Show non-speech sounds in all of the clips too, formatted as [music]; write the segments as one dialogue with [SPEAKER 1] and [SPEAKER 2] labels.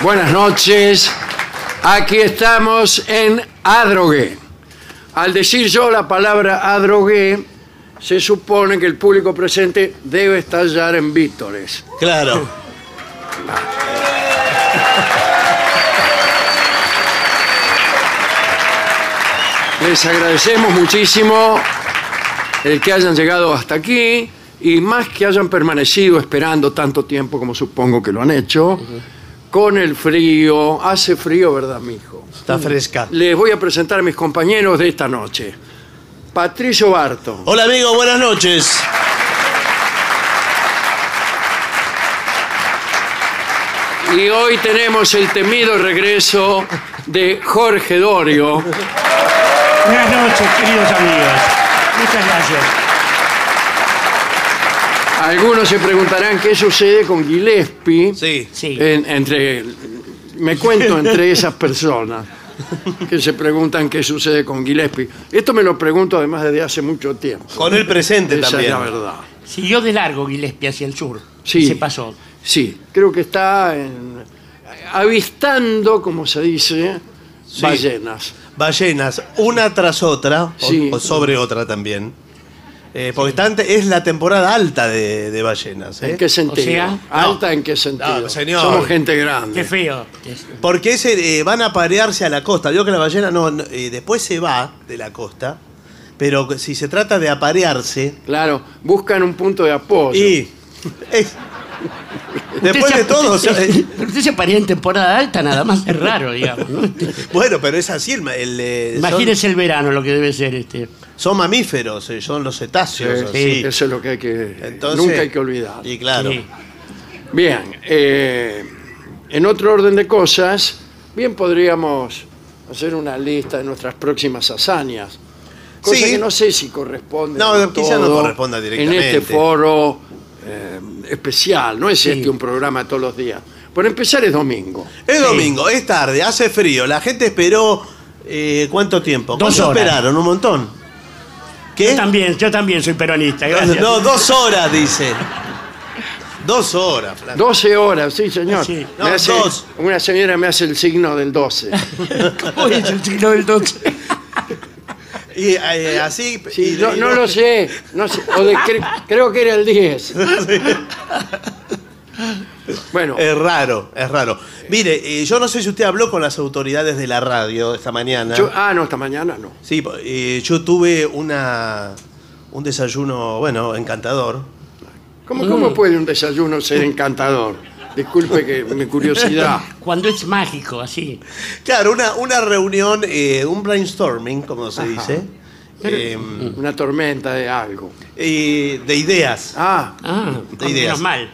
[SPEAKER 1] Buenas noches. Aquí estamos en Adrogué. Al decir yo la palabra Adrogué, se supone que el público presente debe estallar en vítores.
[SPEAKER 2] Claro.
[SPEAKER 1] Les agradecemos muchísimo el que hayan llegado hasta aquí y más que hayan permanecido esperando tanto tiempo como supongo que lo han hecho, con el frío. Hace frío, ¿verdad, mijo?
[SPEAKER 2] Está fresca.
[SPEAKER 1] Les voy a presentar a mis compañeros de esta noche. Patricio Barton,
[SPEAKER 2] Hola amigo, buenas noches.
[SPEAKER 1] Y hoy tenemos el temido regreso de Jorge Dorio.
[SPEAKER 3] Buenas noches, queridos amigos. Muchas gracias.
[SPEAKER 1] Algunos se preguntarán qué sucede con Gillespie.
[SPEAKER 2] Sí.
[SPEAKER 3] Sí.
[SPEAKER 1] en- entre, me cuento entre esas personas que se preguntan qué sucede con Gillespie. Esto me lo pregunto además desde hace mucho tiempo.
[SPEAKER 2] Con el presente
[SPEAKER 1] Esa es
[SPEAKER 2] también.
[SPEAKER 1] la verdad.
[SPEAKER 3] Siguió de largo Gillespie hacia el sur.
[SPEAKER 1] Sí.
[SPEAKER 3] Y Se pasó.
[SPEAKER 1] Sí, creo que está en- avistando, como se dice, ballenas.
[SPEAKER 2] Ballenas, una tras otra, o,
[SPEAKER 1] Sí.
[SPEAKER 2] o sobre otra también. Eh, porque está ante- es la temporada alta de, de ballenas. ¿eh?
[SPEAKER 1] ¿En qué sentido?
[SPEAKER 3] sea,
[SPEAKER 1] ¿Alta en qué sentido?
[SPEAKER 2] No, señor.
[SPEAKER 1] Somos gente
[SPEAKER 3] Qué
[SPEAKER 1] grande.
[SPEAKER 3] feo.
[SPEAKER 2] Porque ese, eh, van a parearse a la costa. Vio que la ballena no, no, eh, después se va de la costa. Pero si se trata de aparearse.
[SPEAKER 1] Claro, buscan un punto de apoyo.
[SPEAKER 2] Y.
[SPEAKER 1] [laughs]
[SPEAKER 2] es- después de
[SPEAKER 3] Usted se-
[SPEAKER 2] todo. o sea, eh,
[SPEAKER 3] Usted se paría en temporada alta, nada más es raro, digamos.
[SPEAKER 2] [laughs]
[SPEAKER 3] ¿no?
[SPEAKER 2] bueno, pero es así. El, ma- el, eh, son-
[SPEAKER 3] Imagínese el verano lo que debe ser este.
[SPEAKER 2] Son, mamíferos, eh, son los cetáceos. así.
[SPEAKER 1] Eso es lo que hay que...
[SPEAKER 2] Entonces-
[SPEAKER 1] nunca hay que olvidar.
[SPEAKER 2] Y claro.
[SPEAKER 3] Sí.
[SPEAKER 1] Bien, eh, en otro orden de cosas, bien podríamos hacer una lista de nuestras próximas hazañas. Cosa
[SPEAKER 2] Sí.
[SPEAKER 1] que no sé si corresponde.
[SPEAKER 2] No,
[SPEAKER 1] del
[SPEAKER 2] quizá no
[SPEAKER 1] todo
[SPEAKER 2] corresponda
[SPEAKER 1] En este
[SPEAKER 2] directamente.
[SPEAKER 1] foro eh, especial, no es este un programa todos los días. Por empezar es domingo.
[SPEAKER 2] Es domingo, es tarde, hace frío. La gente esperó. eh, ¿Cuánto tiempo?
[SPEAKER 3] Dos
[SPEAKER 2] ¿Cuánto
[SPEAKER 3] horas.
[SPEAKER 2] esperaron? Un montón.
[SPEAKER 3] Yo
[SPEAKER 2] ¿Qué?
[SPEAKER 3] también, yo también soy peronista, gracias. [laughs]
[SPEAKER 2] No, dos horas, dice. Dos horas, flaco.
[SPEAKER 1] 12 horas, sí, señor.
[SPEAKER 3] Sí.
[SPEAKER 1] Me
[SPEAKER 2] No,
[SPEAKER 1] hace-
[SPEAKER 2] dos. [laughs]
[SPEAKER 1] Una señora me hace el signo del 12.
[SPEAKER 3] ¿Cómo es el signo del 12?
[SPEAKER 2] Y eh, así.
[SPEAKER 1] Sí,
[SPEAKER 2] y-
[SPEAKER 1] no,
[SPEAKER 2] y-
[SPEAKER 1] no lo sé. No sé, o de cre- creo que era el
[SPEAKER 2] [laughs]
[SPEAKER 1] 10. Bueno,
[SPEAKER 2] Es raro, es raro. Mire, eh, yo no sé si usted habló con las autoridades de la radio esta mañana.
[SPEAKER 1] yo- ah, no, esta mañana no.
[SPEAKER 2] Sí, po- eh, yo tuve una un desayuno, bueno, encantador.
[SPEAKER 1] ¿Cómo,
[SPEAKER 2] Mm.
[SPEAKER 1] ¿Cómo puede un desayuno ser encantador? Disculpe que mi curiosidad.
[SPEAKER 3] Cuando es mágico, así.
[SPEAKER 2] Claro, una, una reunión, eh, un brainstorming, como se dice, eh,
[SPEAKER 1] Una tormenta de algo.
[SPEAKER 2] eh, de ideas.
[SPEAKER 1] Ah,
[SPEAKER 3] Ah,
[SPEAKER 2] De ideas.
[SPEAKER 3] menos mal.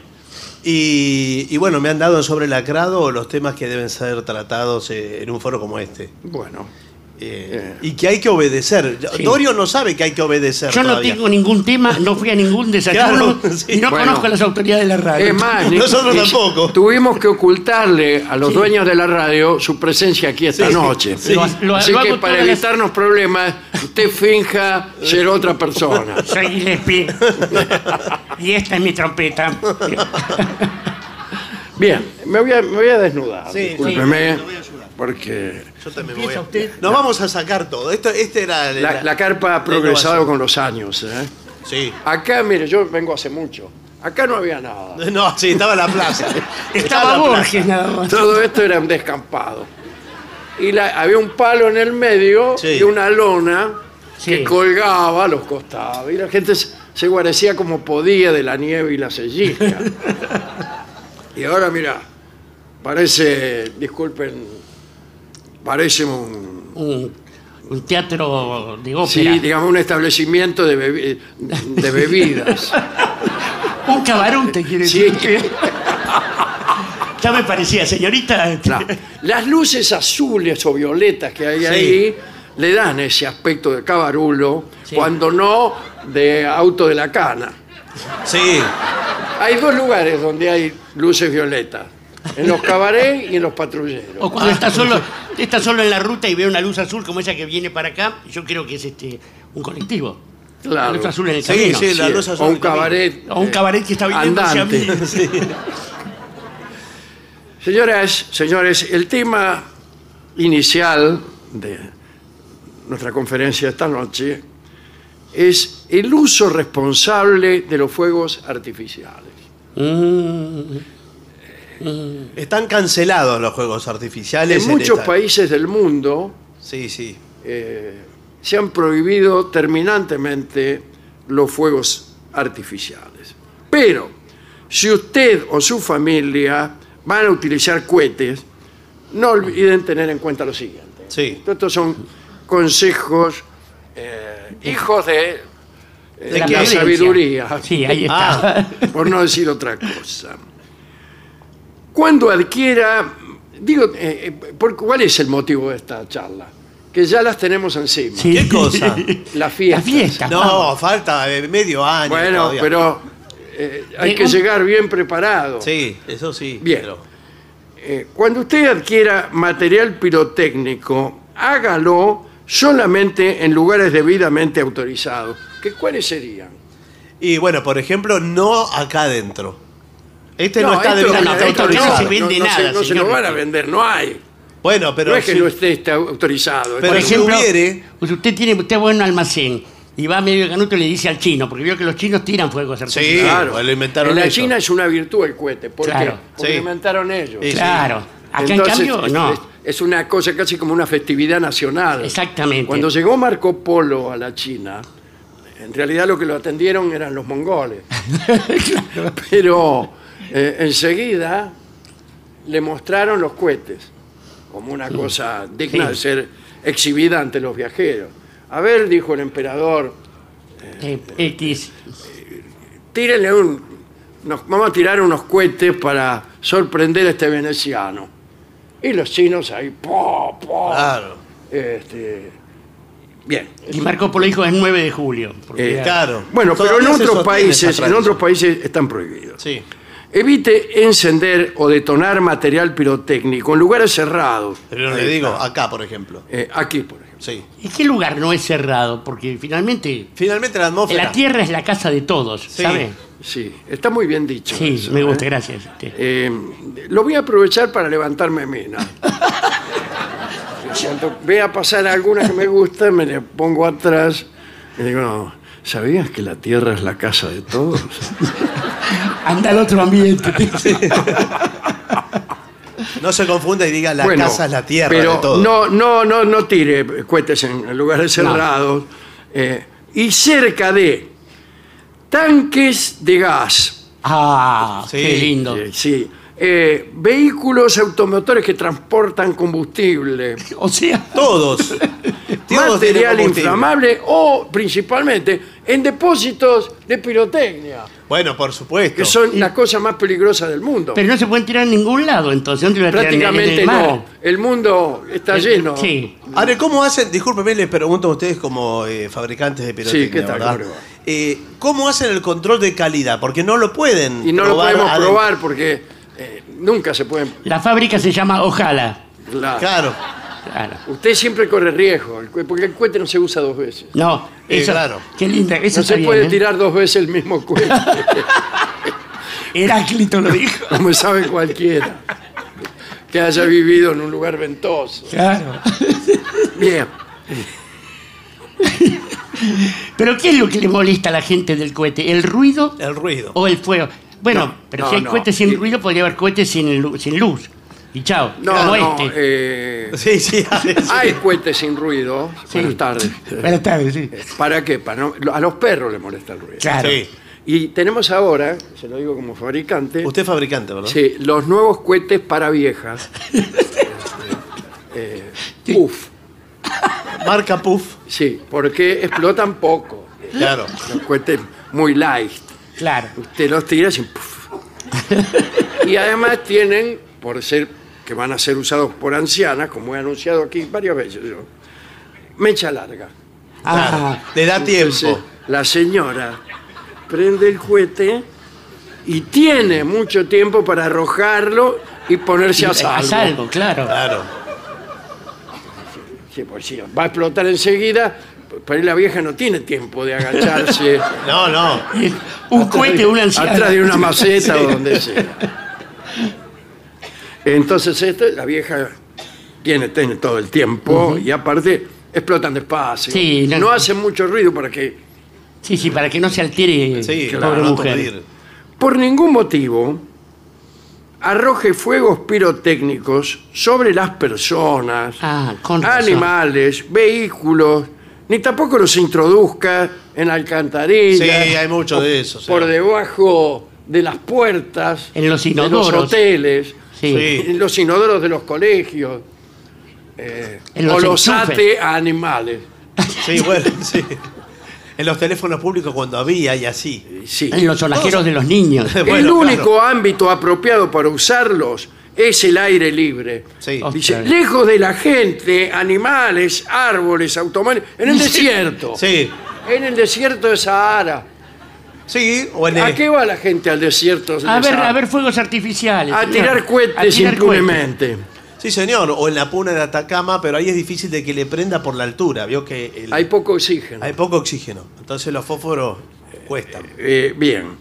[SPEAKER 2] Y, y bueno, me han dado sobre el acrado los temas que deben ser tratados eh, en un foro como este.
[SPEAKER 1] bueno.
[SPEAKER 2] Eh, Y que hay que obedecer. Dorio no sabe que hay que obedecer.
[SPEAKER 3] Yo no
[SPEAKER 2] todavía.
[SPEAKER 3] tengo ningún tema, no fui a ningún desayuno
[SPEAKER 2] Claro, [laughs] sí.
[SPEAKER 3] y no
[SPEAKER 1] Bueno.
[SPEAKER 3] conozco a las autoridades de la radio.
[SPEAKER 1] Es más,
[SPEAKER 2] Nosotros
[SPEAKER 1] eh,
[SPEAKER 2] tampoco.
[SPEAKER 1] Tuvimos que ocultarle a los dueños de la radio su presencia aquí esta
[SPEAKER 2] Sí,
[SPEAKER 1] noche.
[SPEAKER 2] sí.
[SPEAKER 3] Lo- lo-
[SPEAKER 1] Así
[SPEAKER 3] lo
[SPEAKER 1] que
[SPEAKER 3] hago
[SPEAKER 1] para
[SPEAKER 3] todas las-
[SPEAKER 1] evitarnos problemas, usted finja ser otra persona.
[SPEAKER 3] Soy Gillespie. y esta es mi trompeta.
[SPEAKER 1] Bien, me voy a, me voy a desnudar.
[SPEAKER 2] Sí, sí,
[SPEAKER 1] discúlpeme,
[SPEAKER 2] sí, lo voy a ayudar.
[SPEAKER 1] porque
[SPEAKER 2] Yo también me voy
[SPEAKER 3] Empieza
[SPEAKER 2] a...
[SPEAKER 3] usted.
[SPEAKER 2] Nos vamos a sacar todo. Esto, este era
[SPEAKER 1] la, la carpa ha progresado con los años. ¿eh?
[SPEAKER 2] Sí.
[SPEAKER 1] Acá, mire, yo vengo hace mucho. Acá no había nada.
[SPEAKER 2] No, sí, estaba en la plaza.
[SPEAKER 3] Estaba
[SPEAKER 2] en la plaza.
[SPEAKER 3] Borges nada más.
[SPEAKER 1] Todo esto era un descampado. Y la- había un palo en el medio
[SPEAKER 2] Sí.
[SPEAKER 1] y una lona
[SPEAKER 3] Sí.
[SPEAKER 1] que colgaba a los costados. Y la gente se, se guarecía como podía de la nieve y la [laughs] sellija. y ahora, mira, parece, disculpen, parece un,
[SPEAKER 3] Un, un teatro de ópera.
[SPEAKER 1] sí, digamos, un establecimiento de, bebi- de bebidas.
[SPEAKER 3] un cabarón te
[SPEAKER 1] [laughs]
[SPEAKER 3] quiere
[SPEAKER 1] Sí.
[SPEAKER 3] decir. que- ya me parecía, señorita. este,
[SPEAKER 1] Claro. [laughs] Las luces azules o violetas que hay
[SPEAKER 2] Sí.
[SPEAKER 1] ahí le dan ese aspecto de cabarulo,
[SPEAKER 3] Sí.
[SPEAKER 1] cuando no de auto de la cana.
[SPEAKER 2] Sí.
[SPEAKER 1] Hay dos lugares donde hay luces violetas, en los cabarets y en los patrulleros.
[SPEAKER 3] O cuando está solo, está solo en la ruta y ve una luz azul como esa que viene para acá, yo creo que es este un colectivo.
[SPEAKER 1] Claro.
[SPEAKER 3] La luz azul en el
[SPEAKER 2] Sí,
[SPEAKER 3] camino.
[SPEAKER 2] sí, la
[SPEAKER 1] Sí,
[SPEAKER 2] luz azul
[SPEAKER 1] o un
[SPEAKER 2] del camino.
[SPEAKER 1] cabaret.
[SPEAKER 3] O un cabaret que está viniendo hacia
[SPEAKER 1] andante.
[SPEAKER 3] mí.
[SPEAKER 1] Señoras, señores, el tema inicial de nuestra conferencia esta noche es el uso responsable de los fuegos artificiales.
[SPEAKER 3] Mm,
[SPEAKER 2] Están cancelados los juegos artificiales.
[SPEAKER 1] En muchos
[SPEAKER 2] esta-
[SPEAKER 1] países del mundo
[SPEAKER 2] Sí, sí.
[SPEAKER 1] eh, se han prohibido terminantemente los fuegos artificiales. Pero si usted o su familia van a utilizar cohetes, no olviden tener en cuenta lo siguiente.
[SPEAKER 2] Sí.
[SPEAKER 1] Estos son consejos eh, hijos de, eh,
[SPEAKER 3] de
[SPEAKER 1] la,
[SPEAKER 3] prudencia.
[SPEAKER 1] [laughs] sabiduría,
[SPEAKER 3] Sí, ahí está.
[SPEAKER 1] por no decir otra cosa. Cuando adquiera, digo, eh, eh, por- ¿cuál es el motivo de esta charla? Que ya las tenemos encima.
[SPEAKER 3] Sí.
[SPEAKER 2] ¿Qué cosa?
[SPEAKER 1] Las fiestas.
[SPEAKER 3] La fiesta.
[SPEAKER 2] No, falta eh, medio año.
[SPEAKER 1] Bueno,
[SPEAKER 2] todavía.
[SPEAKER 1] pero eh, hay
[SPEAKER 3] Eh,
[SPEAKER 1] que
[SPEAKER 3] un-
[SPEAKER 1] llegar bien preparado.
[SPEAKER 2] Sí, eso sí.
[SPEAKER 1] Bien.
[SPEAKER 2] pero-
[SPEAKER 1] Eh, cuando usted adquiera material pirotécnico, hágalo solamente en lugares debidamente autorizados. ¿Qué, ¿Cuáles serían?
[SPEAKER 2] Y bueno, por ejemplo, no acá adentro. Este no, está
[SPEAKER 1] esto
[SPEAKER 2] debidamente
[SPEAKER 3] no, esto no
[SPEAKER 2] autorizado.
[SPEAKER 3] se vende
[SPEAKER 1] no se-
[SPEAKER 3] nada,
[SPEAKER 1] no se
[SPEAKER 3] señor.
[SPEAKER 1] lo van a vender, no hay.
[SPEAKER 2] Bueno, pero
[SPEAKER 1] no es que
[SPEAKER 2] sí.
[SPEAKER 1] no esté está autorizado.
[SPEAKER 2] Pero
[SPEAKER 3] Por
[SPEAKER 2] si
[SPEAKER 3] ejemplo,
[SPEAKER 2] hubiere-
[SPEAKER 3] pues usted tiene usted va a un almacén y va medio canuto y le dice al chino, porque vio que los chinos tiran fuegos artificiales.
[SPEAKER 1] Claro.
[SPEAKER 2] lo inventaron
[SPEAKER 1] en la
[SPEAKER 2] ellos.
[SPEAKER 1] China es una virtud el cohete. ¿Por qué?
[SPEAKER 3] Claro.
[SPEAKER 1] Porque
[SPEAKER 2] Sí.
[SPEAKER 1] lo inventaron ellos.
[SPEAKER 2] Sí, sí.
[SPEAKER 3] Claro. Acá
[SPEAKER 1] Entonces,
[SPEAKER 3] en cambio,
[SPEAKER 1] es-
[SPEAKER 3] no.
[SPEAKER 1] Es, es una cosa casi como una festividad nacional.
[SPEAKER 3] Exactamente.
[SPEAKER 1] Cuando llegó Marco Polo a la China, en realidad lo que lo atendieron eran los mongoles.
[SPEAKER 3] [laughs]
[SPEAKER 1] Pero eh, enseguida le mostraron los cohetes, como una cosa digna
[SPEAKER 3] Sí.
[SPEAKER 1] de ser exhibida ante los viajeros. A ver, dijo el emperador,
[SPEAKER 3] Eh, X.
[SPEAKER 1] tírenle un... Nos, vamos a tirar unos cohetes para sorprender a este veneciano. Y los chinos ahí... po, po,
[SPEAKER 3] Ah.
[SPEAKER 2] Claro.
[SPEAKER 1] este, bien.
[SPEAKER 3] Y Marco Polo dijo es 9 de julio. porque
[SPEAKER 1] Eh,
[SPEAKER 3] era-
[SPEAKER 2] Claro.
[SPEAKER 1] Bueno, pero en
[SPEAKER 2] Todavía se
[SPEAKER 1] otros
[SPEAKER 2] sostiene
[SPEAKER 1] países,
[SPEAKER 2] esa
[SPEAKER 1] en otros
[SPEAKER 2] tradición.
[SPEAKER 1] países están prohibidos.
[SPEAKER 2] Sí.
[SPEAKER 1] Evite encender o detonar material pirotécnico en lugares cerrados.
[SPEAKER 2] Pero no
[SPEAKER 1] Ahí
[SPEAKER 2] le digo,
[SPEAKER 1] está.
[SPEAKER 2] acá, por ejemplo.
[SPEAKER 1] Eh, aquí, por ejemplo.
[SPEAKER 2] Sí.
[SPEAKER 3] ¿Y qué lugar no es cerrado? Porque finalmente
[SPEAKER 2] Finalmente la atmósfera.
[SPEAKER 3] la tierra es la casa de todos, ¿sabe?
[SPEAKER 1] Sí, está muy bien dicho.
[SPEAKER 3] Sí,
[SPEAKER 1] eso,
[SPEAKER 3] me gusta,
[SPEAKER 1] ¿eh?
[SPEAKER 3] gracias. Este,
[SPEAKER 2] [laughs]
[SPEAKER 1] Eh, lo voy a aprovechar para levantarme mina. Cuando vea pasar alguna que me gusta, me le pongo atrás y digo, "No, ¿sabías que la tierra es la casa de todos?
[SPEAKER 3] Anda al otro ambiente.
[SPEAKER 2] No se confunda y diga la
[SPEAKER 1] Bueno,
[SPEAKER 2] casa es la tierra
[SPEAKER 1] pero
[SPEAKER 2] de todo.
[SPEAKER 1] No, no, no, no tire cohetes en lugares cerrados. eh, y cerca de tanques de gas.
[SPEAKER 3] Ah,
[SPEAKER 2] Sí.
[SPEAKER 3] qué lindo.
[SPEAKER 1] Eh, sí. Eh, vehículos automotores que transportan combustible,
[SPEAKER 3] O sea,
[SPEAKER 1] [laughs]
[SPEAKER 2] Todos. Todos tienen
[SPEAKER 1] material
[SPEAKER 2] combustible.
[SPEAKER 1] inflamable o principalmente en depósitos de pirotecnia,
[SPEAKER 2] Bueno, por supuesto.
[SPEAKER 1] que son las cosas más peligrosas del mundo.
[SPEAKER 3] pero no se pueden tirar en ningún lado, entonces. ¿Dónde lo tiran? ¿En- en el
[SPEAKER 1] Prácticamente
[SPEAKER 3] mar?
[SPEAKER 1] no. El mundo está
[SPEAKER 3] Eh,
[SPEAKER 1] lleno.
[SPEAKER 3] Sí.
[SPEAKER 2] Ahora, ¿cómo hacen? Discúlpeme, les pregunto a ustedes como eh, fabricantes de pirotecnia,
[SPEAKER 1] Sí, ¿qué tal?
[SPEAKER 2] ¿verdad?
[SPEAKER 1] ¿Cómo le va?
[SPEAKER 2] Eh, ¿Cómo hacen el control de calidad? Porque no lo pueden
[SPEAKER 1] Y no lo
[SPEAKER 2] probar
[SPEAKER 1] podemos
[SPEAKER 2] adentro.
[SPEAKER 1] probar porque eh, nunca se pueden.
[SPEAKER 3] La fábrica se llama Ojala. Ah,
[SPEAKER 1] la-
[SPEAKER 2] Claro.
[SPEAKER 3] Claro.
[SPEAKER 1] Usted siempre corre riesgo, el cu- porque el cohete no se usa dos veces.
[SPEAKER 3] No,
[SPEAKER 2] Eh,
[SPEAKER 3] eso.
[SPEAKER 2] claro.
[SPEAKER 3] Qué linda. Eso
[SPEAKER 1] No se
[SPEAKER 3] está
[SPEAKER 1] puede
[SPEAKER 3] bien, ¿eh?
[SPEAKER 1] tirar dos veces el mismo cohete,
[SPEAKER 3] Heráclito
[SPEAKER 1] [laughs]
[SPEAKER 3] lo dijo.
[SPEAKER 1] como sabe cualquiera que haya vivido en un lugar ventoso.
[SPEAKER 3] Claro.
[SPEAKER 1] Bien.
[SPEAKER 3] Pero ¿qué es lo que le molesta a la gente del cohete? ¿El ruido
[SPEAKER 2] El ruido.
[SPEAKER 1] Oh.
[SPEAKER 3] o el fuego? Bueno,
[SPEAKER 1] No,
[SPEAKER 3] pero
[SPEAKER 1] no,
[SPEAKER 3] si hay
[SPEAKER 1] no.
[SPEAKER 3] cohetes sin
[SPEAKER 1] Sí.
[SPEAKER 3] ruido, podría haber cohetes sin, lu- sin luz. Y chao.
[SPEAKER 1] No,
[SPEAKER 3] como
[SPEAKER 1] no,
[SPEAKER 3] este.
[SPEAKER 1] eh,
[SPEAKER 2] Sí, sí. [laughs] a veces.
[SPEAKER 1] hay cohetes sin ruido. Buenas tardes.
[SPEAKER 3] Buenas tardes, sí.
[SPEAKER 1] ¿Para qué? Para no- a los perros les molesta el ruido.
[SPEAKER 3] Claro.
[SPEAKER 2] Sí.
[SPEAKER 1] Y tenemos ahora, se lo digo como fabricante,
[SPEAKER 2] Usted es fabricante, ¿verdad?
[SPEAKER 1] sí, los nuevos cohetes para
[SPEAKER 3] [laughs]
[SPEAKER 1] viejas. Eh, Uf,
[SPEAKER 2] Marca Puff.
[SPEAKER 1] sí, porque explotan poco.
[SPEAKER 2] Claro.
[SPEAKER 1] Los cohetes muy light.
[SPEAKER 3] Claro.
[SPEAKER 1] Usted los tira y puff. Y además tienen, por ser que van a ser usados por ancianas, como he anunciado aquí varias veces yo, mecha larga.
[SPEAKER 3] Ah,
[SPEAKER 2] Le da tiempo.
[SPEAKER 1] Entonces, la señora prende el cohete y tiene mucho tiempo para arrojarlo y ponerse a
[SPEAKER 3] a
[SPEAKER 1] salvo. Ah,
[SPEAKER 3] salvo, claro.
[SPEAKER 2] Claro.
[SPEAKER 1] Sí, pues sí, va a explotar enseguida, pero la vieja no tiene tiempo de agacharse
[SPEAKER 2] No, no.
[SPEAKER 3] Un cohete, un anciano.
[SPEAKER 1] atrás de una maceta o donde sea. Entonces esto, la vieja tiene, tiene todo el tiempo y aparte explotan despacio.
[SPEAKER 3] Sí,
[SPEAKER 1] no,
[SPEAKER 3] no-
[SPEAKER 1] hacen mucho ruido para que
[SPEAKER 3] Sí, sí, para que no se altere
[SPEAKER 2] Sí,
[SPEAKER 3] la
[SPEAKER 2] claro,
[SPEAKER 3] pobre
[SPEAKER 2] no
[SPEAKER 3] mujer.
[SPEAKER 2] aturdir.
[SPEAKER 1] por ningún motivo arroje fuegos pirotécnicos sobre las personas,
[SPEAKER 3] Ah, con razón.
[SPEAKER 1] animales, vehículos, ni tampoco los introduzca en alcantarillas.
[SPEAKER 2] Sí, hay mucho
[SPEAKER 1] o
[SPEAKER 2] de eso, sí.
[SPEAKER 1] Por debajo de las puertas,
[SPEAKER 3] En los
[SPEAKER 1] de
[SPEAKER 3] inodoros.
[SPEAKER 1] hoteles,
[SPEAKER 3] Sí.
[SPEAKER 2] Sí.
[SPEAKER 1] en los inodoros de los colegios, eh,
[SPEAKER 3] En
[SPEAKER 1] o
[SPEAKER 3] los
[SPEAKER 1] los
[SPEAKER 3] enchufes.
[SPEAKER 1] ate a animales.
[SPEAKER 2] Sí, bueno, [laughs] sí. En los teléfonos públicos cuando había y así.
[SPEAKER 1] Sí.
[SPEAKER 3] En los sonajeros de los niños.
[SPEAKER 1] el
[SPEAKER 2] Bueno,
[SPEAKER 1] único ámbito apropiado para usarlos es el aire libre.
[SPEAKER 2] Sí.
[SPEAKER 1] Dice,
[SPEAKER 3] Ok.
[SPEAKER 1] lejos de la gente, animales, árboles, automóviles, en el desierto.
[SPEAKER 2] Sí.
[SPEAKER 1] En el desierto de Sahara.
[SPEAKER 2] Sí, o en el-
[SPEAKER 1] ¿A Ah, qué va la gente al desierto de
[SPEAKER 3] A ver,
[SPEAKER 1] Sahara?
[SPEAKER 3] a ver fuegos artificiales.
[SPEAKER 1] A
[SPEAKER 3] señor.
[SPEAKER 1] tirar cohetes
[SPEAKER 3] A tirar cohetes.
[SPEAKER 1] impunemente.
[SPEAKER 2] Sí, señor. O en la puna de Atacama, pero ahí es difícil de que le prenda por la altura. Vio que el-
[SPEAKER 1] Hay poco oxígeno.
[SPEAKER 2] hay poco oxígeno. Entonces los fósforos cuestan.
[SPEAKER 1] Eh, bien.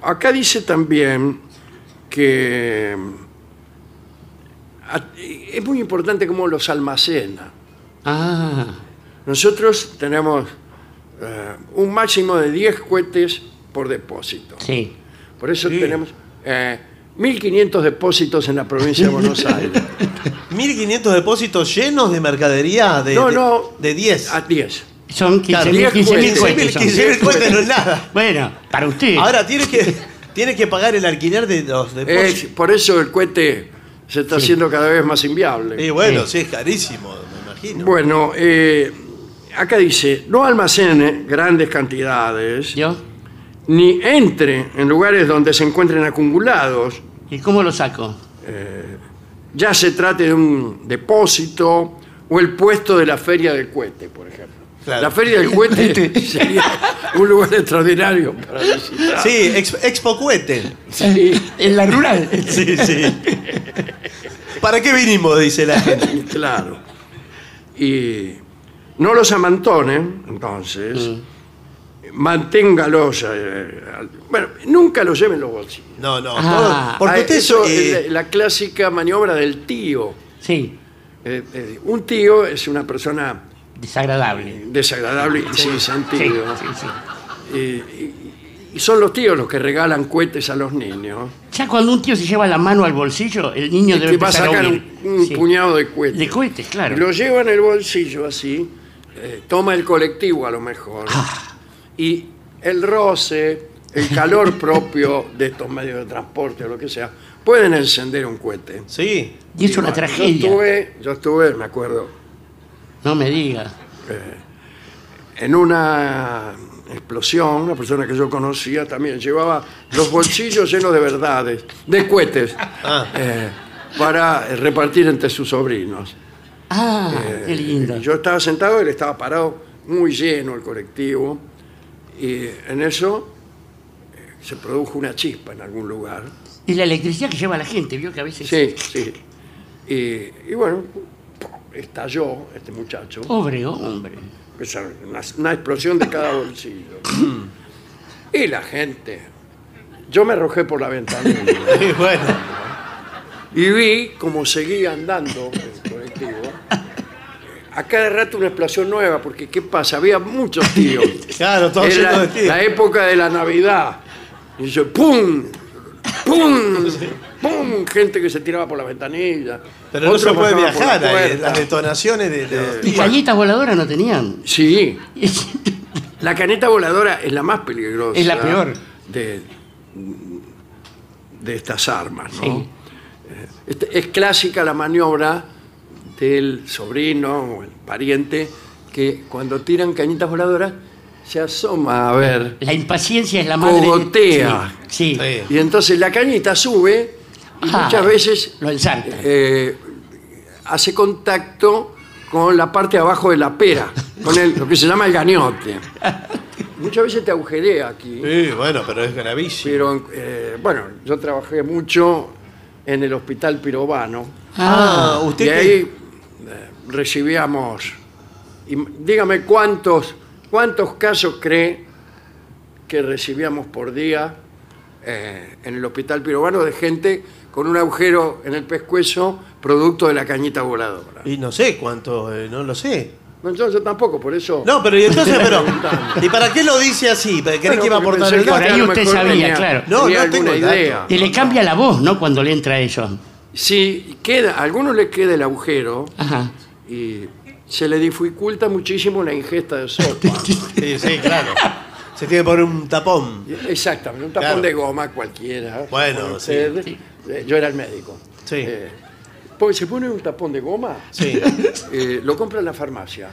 [SPEAKER 1] Acá dice también que mm, a- es muy importante cómo los almacena.
[SPEAKER 3] Ah,
[SPEAKER 1] Nosotros tenemos eh, un máximo de 10 cohetes por depósito.
[SPEAKER 3] sí.
[SPEAKER 1] Por eso tenemos eh, 1.500 depósitos en la provincia de Buenos Aires.
[SPEAKER 2] 1500 depósitos llenos de mercadería de,
[SPEAKER 1] No,
[SPEAKER 2] de-
[SPEAKER 1] no. Ah,
[SPEAKER 2] de 10.
[SPEAKER 1] A 10.
[SPEAKER 3] Son 15.000
[SPEAKER 1] diez
[SPEAKER 3] 15.000
[SPEAKER 1] cohetes.
[SPEAKER 3] cohetes. son.
[SPEAKER 2] 15.000 cuentas no es nada.
[SPEAKER 3] Bueno, para usted.
[SPEAKER 2] Ahora tienes que, tienes que pagar el alquiler de los
[SPEAKER 1] Es-
[SPEAKER 2] depósitos.
[SPEAKER 1] por eso el cohete se está haciendo cada vez más inviable.
[SPEAKER 2] y bueno, sí, es carísimo, me imagino.
[SPEAKER 1] Bueno, eh, acá dice, no almacene grandes cantidades,
[SPEAKER 3] ¿Yo?
[SPEAKER 1] ni entre en lugares donde se encuentren acumulados,
[SPEAKER 3] ¿Y cómo lo
[SPEAKER 1] [coughs]
[SPEAKER 3] saco?
[SPEAKER 1] ya se trate de un depósito o el puesto de la feria del cohete, por ejemplo.
[SPEAKER 2] Claro.
[SPEAKER 1] La feria del
[SPEAKER 2] [laughs]
[SPEAKER 1] cohete sería un lugar extraordinario para visitar.
[SPEAKER 2] Sí, ex- Expo Cuete.
[SPEAKER 1] Sí,
[SPEAKER 3] En la rural.
[SPEAKER 2] Sí, sí. ¿Para qué vinimos? Dice la gente.
[SPEAKER 1] claro. Y no los amantonen, entonces.
[SPEAKER 2] Mm.
[SPEAKER 1] Manténgalos. eh, al- bueno, nunca los lleven los bolsillos.
[SPEAKER 2] No, no.
[SPEAKER 3] Ah,
[SPEAKER 2] todo- porque
[SPEAKER 1] Ah,
[SPEAKER 2] usted
[SPEAKER 1] eso
[SPEAKER 2] eh,
[SPEAKER 1] es la, la clásica maniobra del tío.
[SPEAKER 3] Sí.
[SPEAKER 1] eh, eh, un tío es una persona
[SPEAKER 3] Desagradable.
[SPEAKER 1] desagradable y sin sentido.
[SPEAKER 3] Sí, sí, sí.
[SPEAKER 1] Y, y- y son los tíos los que regalan cohetes a los niños.
[SPEAKER 3] Ya cuando un tío se lleva la mano al bolsillo, el niño
[SPEAKER 1] Y
[SPEAKER 3] debe
[SPEAKER 1] que va a
[SPEAKER 3] empezar
[SPEAKER 1] sacar un,
[SPEAKER 3] huir.
[SPEAKER 1] un
[SPEAKER 3] Sí.
[SPEAKER 1] puñado de cohetes.
[SPEAKER 3] De cohetes, claro.
[SPEAKER 1] Lo lleva en el bolsillo así, eh, toma el colectivo a lo mejor.
[SPEAKER 3] Ah.
[SPEAKER 1] Y el roce, el
[SPEAKER 3] [laughs]
[SPEAKER 1] calor propio de estos medios de transporte o lo que sea, pueden encender un cohete.
[SPEAKER 2] Sí.
[SPEAKER 3] Y es
[SPEAKER 1] Y
[SPEAKER 3] una
[SPEAKER 1] bueno,
[SPEAKER 3] tragedia.
[SPEAKER 1] Yo estuve, yo estuve, me acuerdo,
[SPEAKER 3] No me diga.
[SPEAKER 1] en una explosión, una persona que yo conocía también llevaba los bolsillos llenos de verdades, de cohetes,
[SPEAKER 2] Ah.
[SPEAKER 1] eh, para eh, repartir entre sus sobrinos.
[SPEAKER 3] Ah, qué lindo.
[SPEAKER 1] Eh, Yo estaba sentado, él estaba parado, muy lleno el colectivo, y en eso eh, se produjo una chispa en algún lugar.
[SPEAKER 3] Y la electricidad que lleva la gente, vio que a veces.
[SPEAKER 1] Sí, sí. Y, y bueno, estalló este muchacho,
[SPEAKER 3] Pobre hombre.
[SPEAKER 1] empezaron una, una explosión de cada bolsillo. Y la gente, yo me arrojé por la ventana
[SPEAKER 2] [laughs] Y bueno.
[SPEAKER 1] y vi como seguía andando el colectivo. A cada rato una explosión nueva, porque ¿qué pasa? Había muchos tíos.
[SPEAKER 2] [laughs] Claro, todo
[SPEAKER 1] Es
[SPEAKER 2] lleno
[SPEAKER 1] la,
[SPEAKER 2] de tíos.
[SPEAKER 1] la época de la Navidad. Y yo, ¡pum! ¡pum! ¡pum! Gente que se tiraba por la ventanilla.
[SPEAKER 2] Pero no se
[SPEAKER 1] Otros
[SPEAKER 2] puede
[SPEAKER 1] bajaban por la
[SPEAKER 2] viajar. ahí,
[SPEAKER 1] puerta.
[SPEAKER 2] Las detonaciones de los
[SPEAKER 3] ¿Y
[SPEAKER 2] tíos.
[SPEAKER 3] cañitas voladoras no tenían?
[SPEAKER 1] Sí, la caneta voladora es la más peligrosa.
[SPEAKER 3] Es la peor.
[SPEAKER 1] De, de estas armas, ¿no?
[SPEAKER 3] Sí.
[SPEAKER 1] Eh, este- Es clásica la maniobra del sobrino o el pariente que cuando tiran cañitas voladoras se asoma a ver
[SPEAKER 3] [laughs] La impaciencia es la madre. de-
[SPEAKER 1] Cogotea.
[SPEAKER 3] Sí. sí.
[SPEAKER 2] Sí.
[SPEAKER 1] Y entonces la cañita sube y
[SPEAKER 3] Ah,
[SPEAKER 1] muchas veces
[SPEAKER 3] lo ensarta.
[SPEAKER 1] eh, hace contacto con la parte de abajo de la pera, con el- lo que se llama el
[SPEAKER 3] [laughs]
[SPEAKER 1] gañote. Muchas veces te agujerea aquí,
[SPEAKER 2] Sí, bueno, pero es gravísimo.
[SPEAKER 1] pero eh, bueno, yo trabajé mucho en el hospital pirobano
[SPEAKER 2] Ah, usted
[SPEAKER 1] y
[SPEAKER 2] que-
[SPEAKER 1] ahí eh, recibíamos. y dígame cuántos, cuántos casos cree que recibíamos por día eh, en el hospital pirobano de gente con un agujero en el pescuezo producto de la cañita voladora.
[SPEAKER 2] Y no sé cuánto, eh, no lo sé.
[SPEAKER 1] No, yo, yo tampoco, por eso.
[SPEAKER 2] No, pero y entonces, pero.
[SPEAKER 1] preguntando.
[SPEAKER 2] ¿Y para qué lo dice así? ¿Cree
[SPEAKER 1] Bueno,
[SPEAKER 2] que iba a
[SPEAKER 1] porque
[SPEAKER 2] aportar
[SPEAKER 1] pensé
[SPEAKER 2] el
[SPEAKER 1] que
[SPEAKER 2] dato?
[SPEAKER 3] Por ahí
[SPEAKER 1] a lo
[SPEAKER 3] usted
[SPEAKER 1] mejor
[SPEAKER 3] sabía,
[SPEAKER 1] tenía-
[SPEAKER 3] claro.
[SPEAKER 1] tenía
[SPEAKER 2] No, no
[SPEAKER 1] alguna
[SPEAKER 2] tengo el dato.
[SPEAKER 1] idea.
[SPEAKER 3] Y le cambia la voz, ¿no? Cuando le entra eso.
[SPEAKER 1] Si queda, a algunos les queda el agujero
[SPEAKER 3] Ajá.
[SPEAKER 1] y se le dificulta muchísimo la ingesta de
[SPEAKER 2] [laughs]
[SPEAKER 1] sopa.
[SPEAKER 2] Sí, sí, claro. Se tiene que poner un tapón.
[SPEAKER 1] Exactamente, un tapón
[SPEAKER 2] Claro.
[SPEAKER 1] de goma cualquiera.
[SPEAKER 2] Bueno,
[SPEAKER 1] Como
[SPEAKER 2] sí.
[SPEAKER 1] usted.
[SPEAKER 3] Sí.
[SPEAKER 1] Eh, Yo era el médico.
[SPEAKER 2] Sí.
[SPEAKER 1] Eh, pues se pone un tapón de goma,
[SPEAKER 2] Sí.
[SPEAKER 1] eh, lo compra en la farmacia.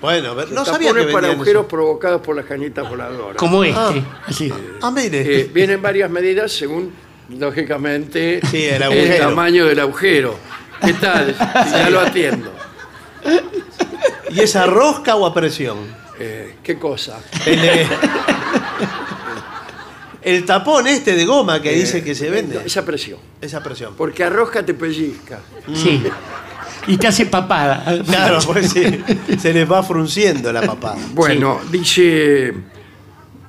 [SPEAKER 2] Bueno, pero no sabía que
[SPEAKER 1] Tapones para
[SPEAKER 2] vendían
[SPEAKER 1] agujeros
[SPEAKER 2] eso.
[SPEAKER 1] provocados por las canitas voladoras.
[SPEAKER 3] Como este.
[SPEAKER 2] Ah.
[SPEAKER 3] Así.
[SPEAKER 2] Ah, mire.
[SPEAKER 1] Eh, vienen varias medidas según, lógicamente,
[SPEAKER 2] [laughs] Sí, el agujero.
[SPEAKER 1] tamaño del agujero. ¿Qué
[SPEAKER 2] [laughs]
[SPEAKER 1] tal? Ya lo atiendo.
[SPEAKER 2] ¿Y es a rosca o a presión?
[SPEAKER 1] Eh, ¿Qué cosa?
[SPEAKER 2] El, eh, el tapón este de goma
[SPEAKER 1] Eh.
[SPEAKER 2] que dice que se vende.
[SPEAKER 1] Esa presión.
[SPEAKER 2] Esa presión.
[SPEAKER 1] Porque arroja te pellizca.
[SPEAKER 3] Sí. Y te hace papada.
[SPEAKER 2] Claro, pues sí. Se les va frunciendo la papada.
[SPEAKER 1] Bueno, dice,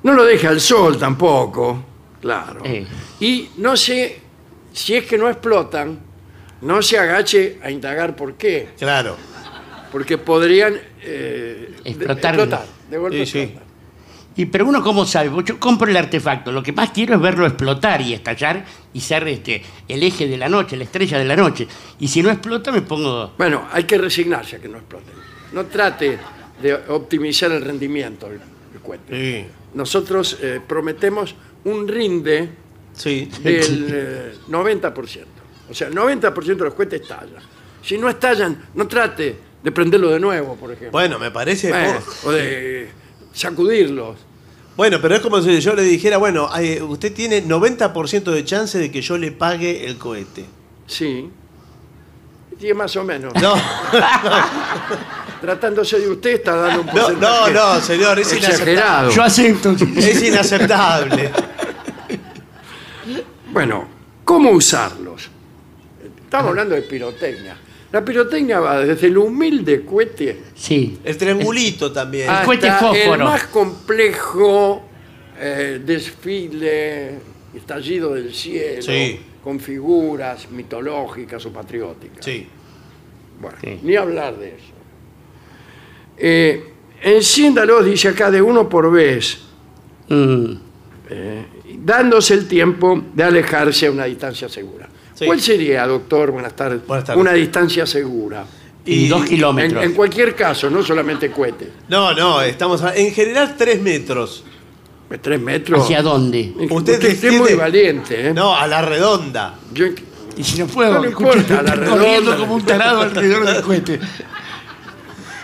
[SPEAKER 1] no lo deja al sol tampoco, claro.
[SPEAKER 3] Eh.
[SPEAKER 1] Y no sé, si es que no explotan, no se agache a indagar por qué,
[SPEAKER 2] Claro.
[SPEAKER 1] porque podrían eh, de-
[SPEAKER 3] Explotar.
[SPEAKER 1] explotar, de golpe
[SPEAKER 2] Sí, sí.
[SPEAKER 1] explotar.
[SPEAKER 3] Y pero uno cómo sabe, Porque yo compro el artefacto, lo que más quiero es verlo explotar y estallar y ser este el eje de la noche, la estrella de la noche. Y si no explota me pongo
[SPEAKER 1] Bueno, hay que resignarse a que no exploten. No trate de optimizar el rendimiento del del cohete.
[SPEAKER 2] Sí.
[SPEAKER 1] Nosotros eh, prometemos un rinde
[SPEAKER 2] Sí.
[SPEAKER 1] del eh, 90%. O sea, el 90% de los cohetes estallan. Si no estallan, no trate de prenderlo de nuevo, por ejemplo.
[SPEAKER 2] Bueno, me parece.
[SPEAKER 1] Bueno,
[SPEAKER 2] po-
[SPEAKER 1] o de sacudirlos.
[SPEAKER 2] Bueno, pero es como si yo le dijera, bueno, eh, usted tiene 90% de chance de que yo le pague el cohete.
[SPEAKER 1] Sí. Sí, más o menos.
[SPEAKER 2] No,
[SPEAKER 1] Tratándose de usted, está dando un [laughs]
[SPEAKER 2] no, no,
[SPEAKER 1] porcentaje
[SPEAKER 2] no, señor, es inaceptable.
[SPEAKER 1] exagerado.
[SPEAKER 3] Yo acepto.
[SPEAKER 1] [laughs]
[SPEAKER 2] Es inaceptable.
[SPEAKER 1] Bueno, ¿cómo usarlos? Estamos hablando de pirotecnia. La pirotecnia va desde el humilde cohete
[SPEAKER 3] Sí.
[SPEAKER 2] El triangulito también.
[SPEAKER 3] Ah. cohete
[SPEAKER 1] hasta el
[SPEAKER 3] fósforo.
[SPEAKER 1] más complejo eh, desfile, estallido del cielo,
[SPEAKER 2] Sí.
[SPEAKER 1] con figuras mitológicas o patrióticas.
[SPEAKER 2] Sí.
[SPEAKER 1] Bueno,
[SPEAKER 3] Sí.
[SPEAKER 1] ni hablar de eso. Eh, enciéndalos, dice acá, de uno por vez,
[SPEAKER 3] Mm,
[SPEAKER 1] dándose el tiempo de alejarse a una distancia segura.
[SPEAKER 2] Sí.
[SPEAKER 1] ¿Cuál sería, doctor? Buenas tardes.
[SPEAKER 2] Buenas tardes.
[SPEAKER 1] Una distancia segura.
[SPEAKER 3] y, dos
[SPEAKER 1] En,
[SPEAKER 3] kilómetros.
[SPEAKER 1] en cualquier caso, no solamente cohetes.
[SPEAKER 2] No, no, estamos. a- En general, tres metros.
[SPEAKER 1] Tres metros.
[SPEAKER 3] ¿Hacia dónde?
[SPEAKER 1] Usted, es muy
[SPEAKER 2] decide-
[SPEAKER 1] valiente, ¿eh?
[SPEAKER 2] No, a la redonda.
[SPEAKER 1] Yo-
[SPEAKER 3] Y si no puedo,
[SPEAKER 1] No le importa, a la redonda.
[SPEAKER 3] [laughs] corriendo como un tarado alrededor del cohete.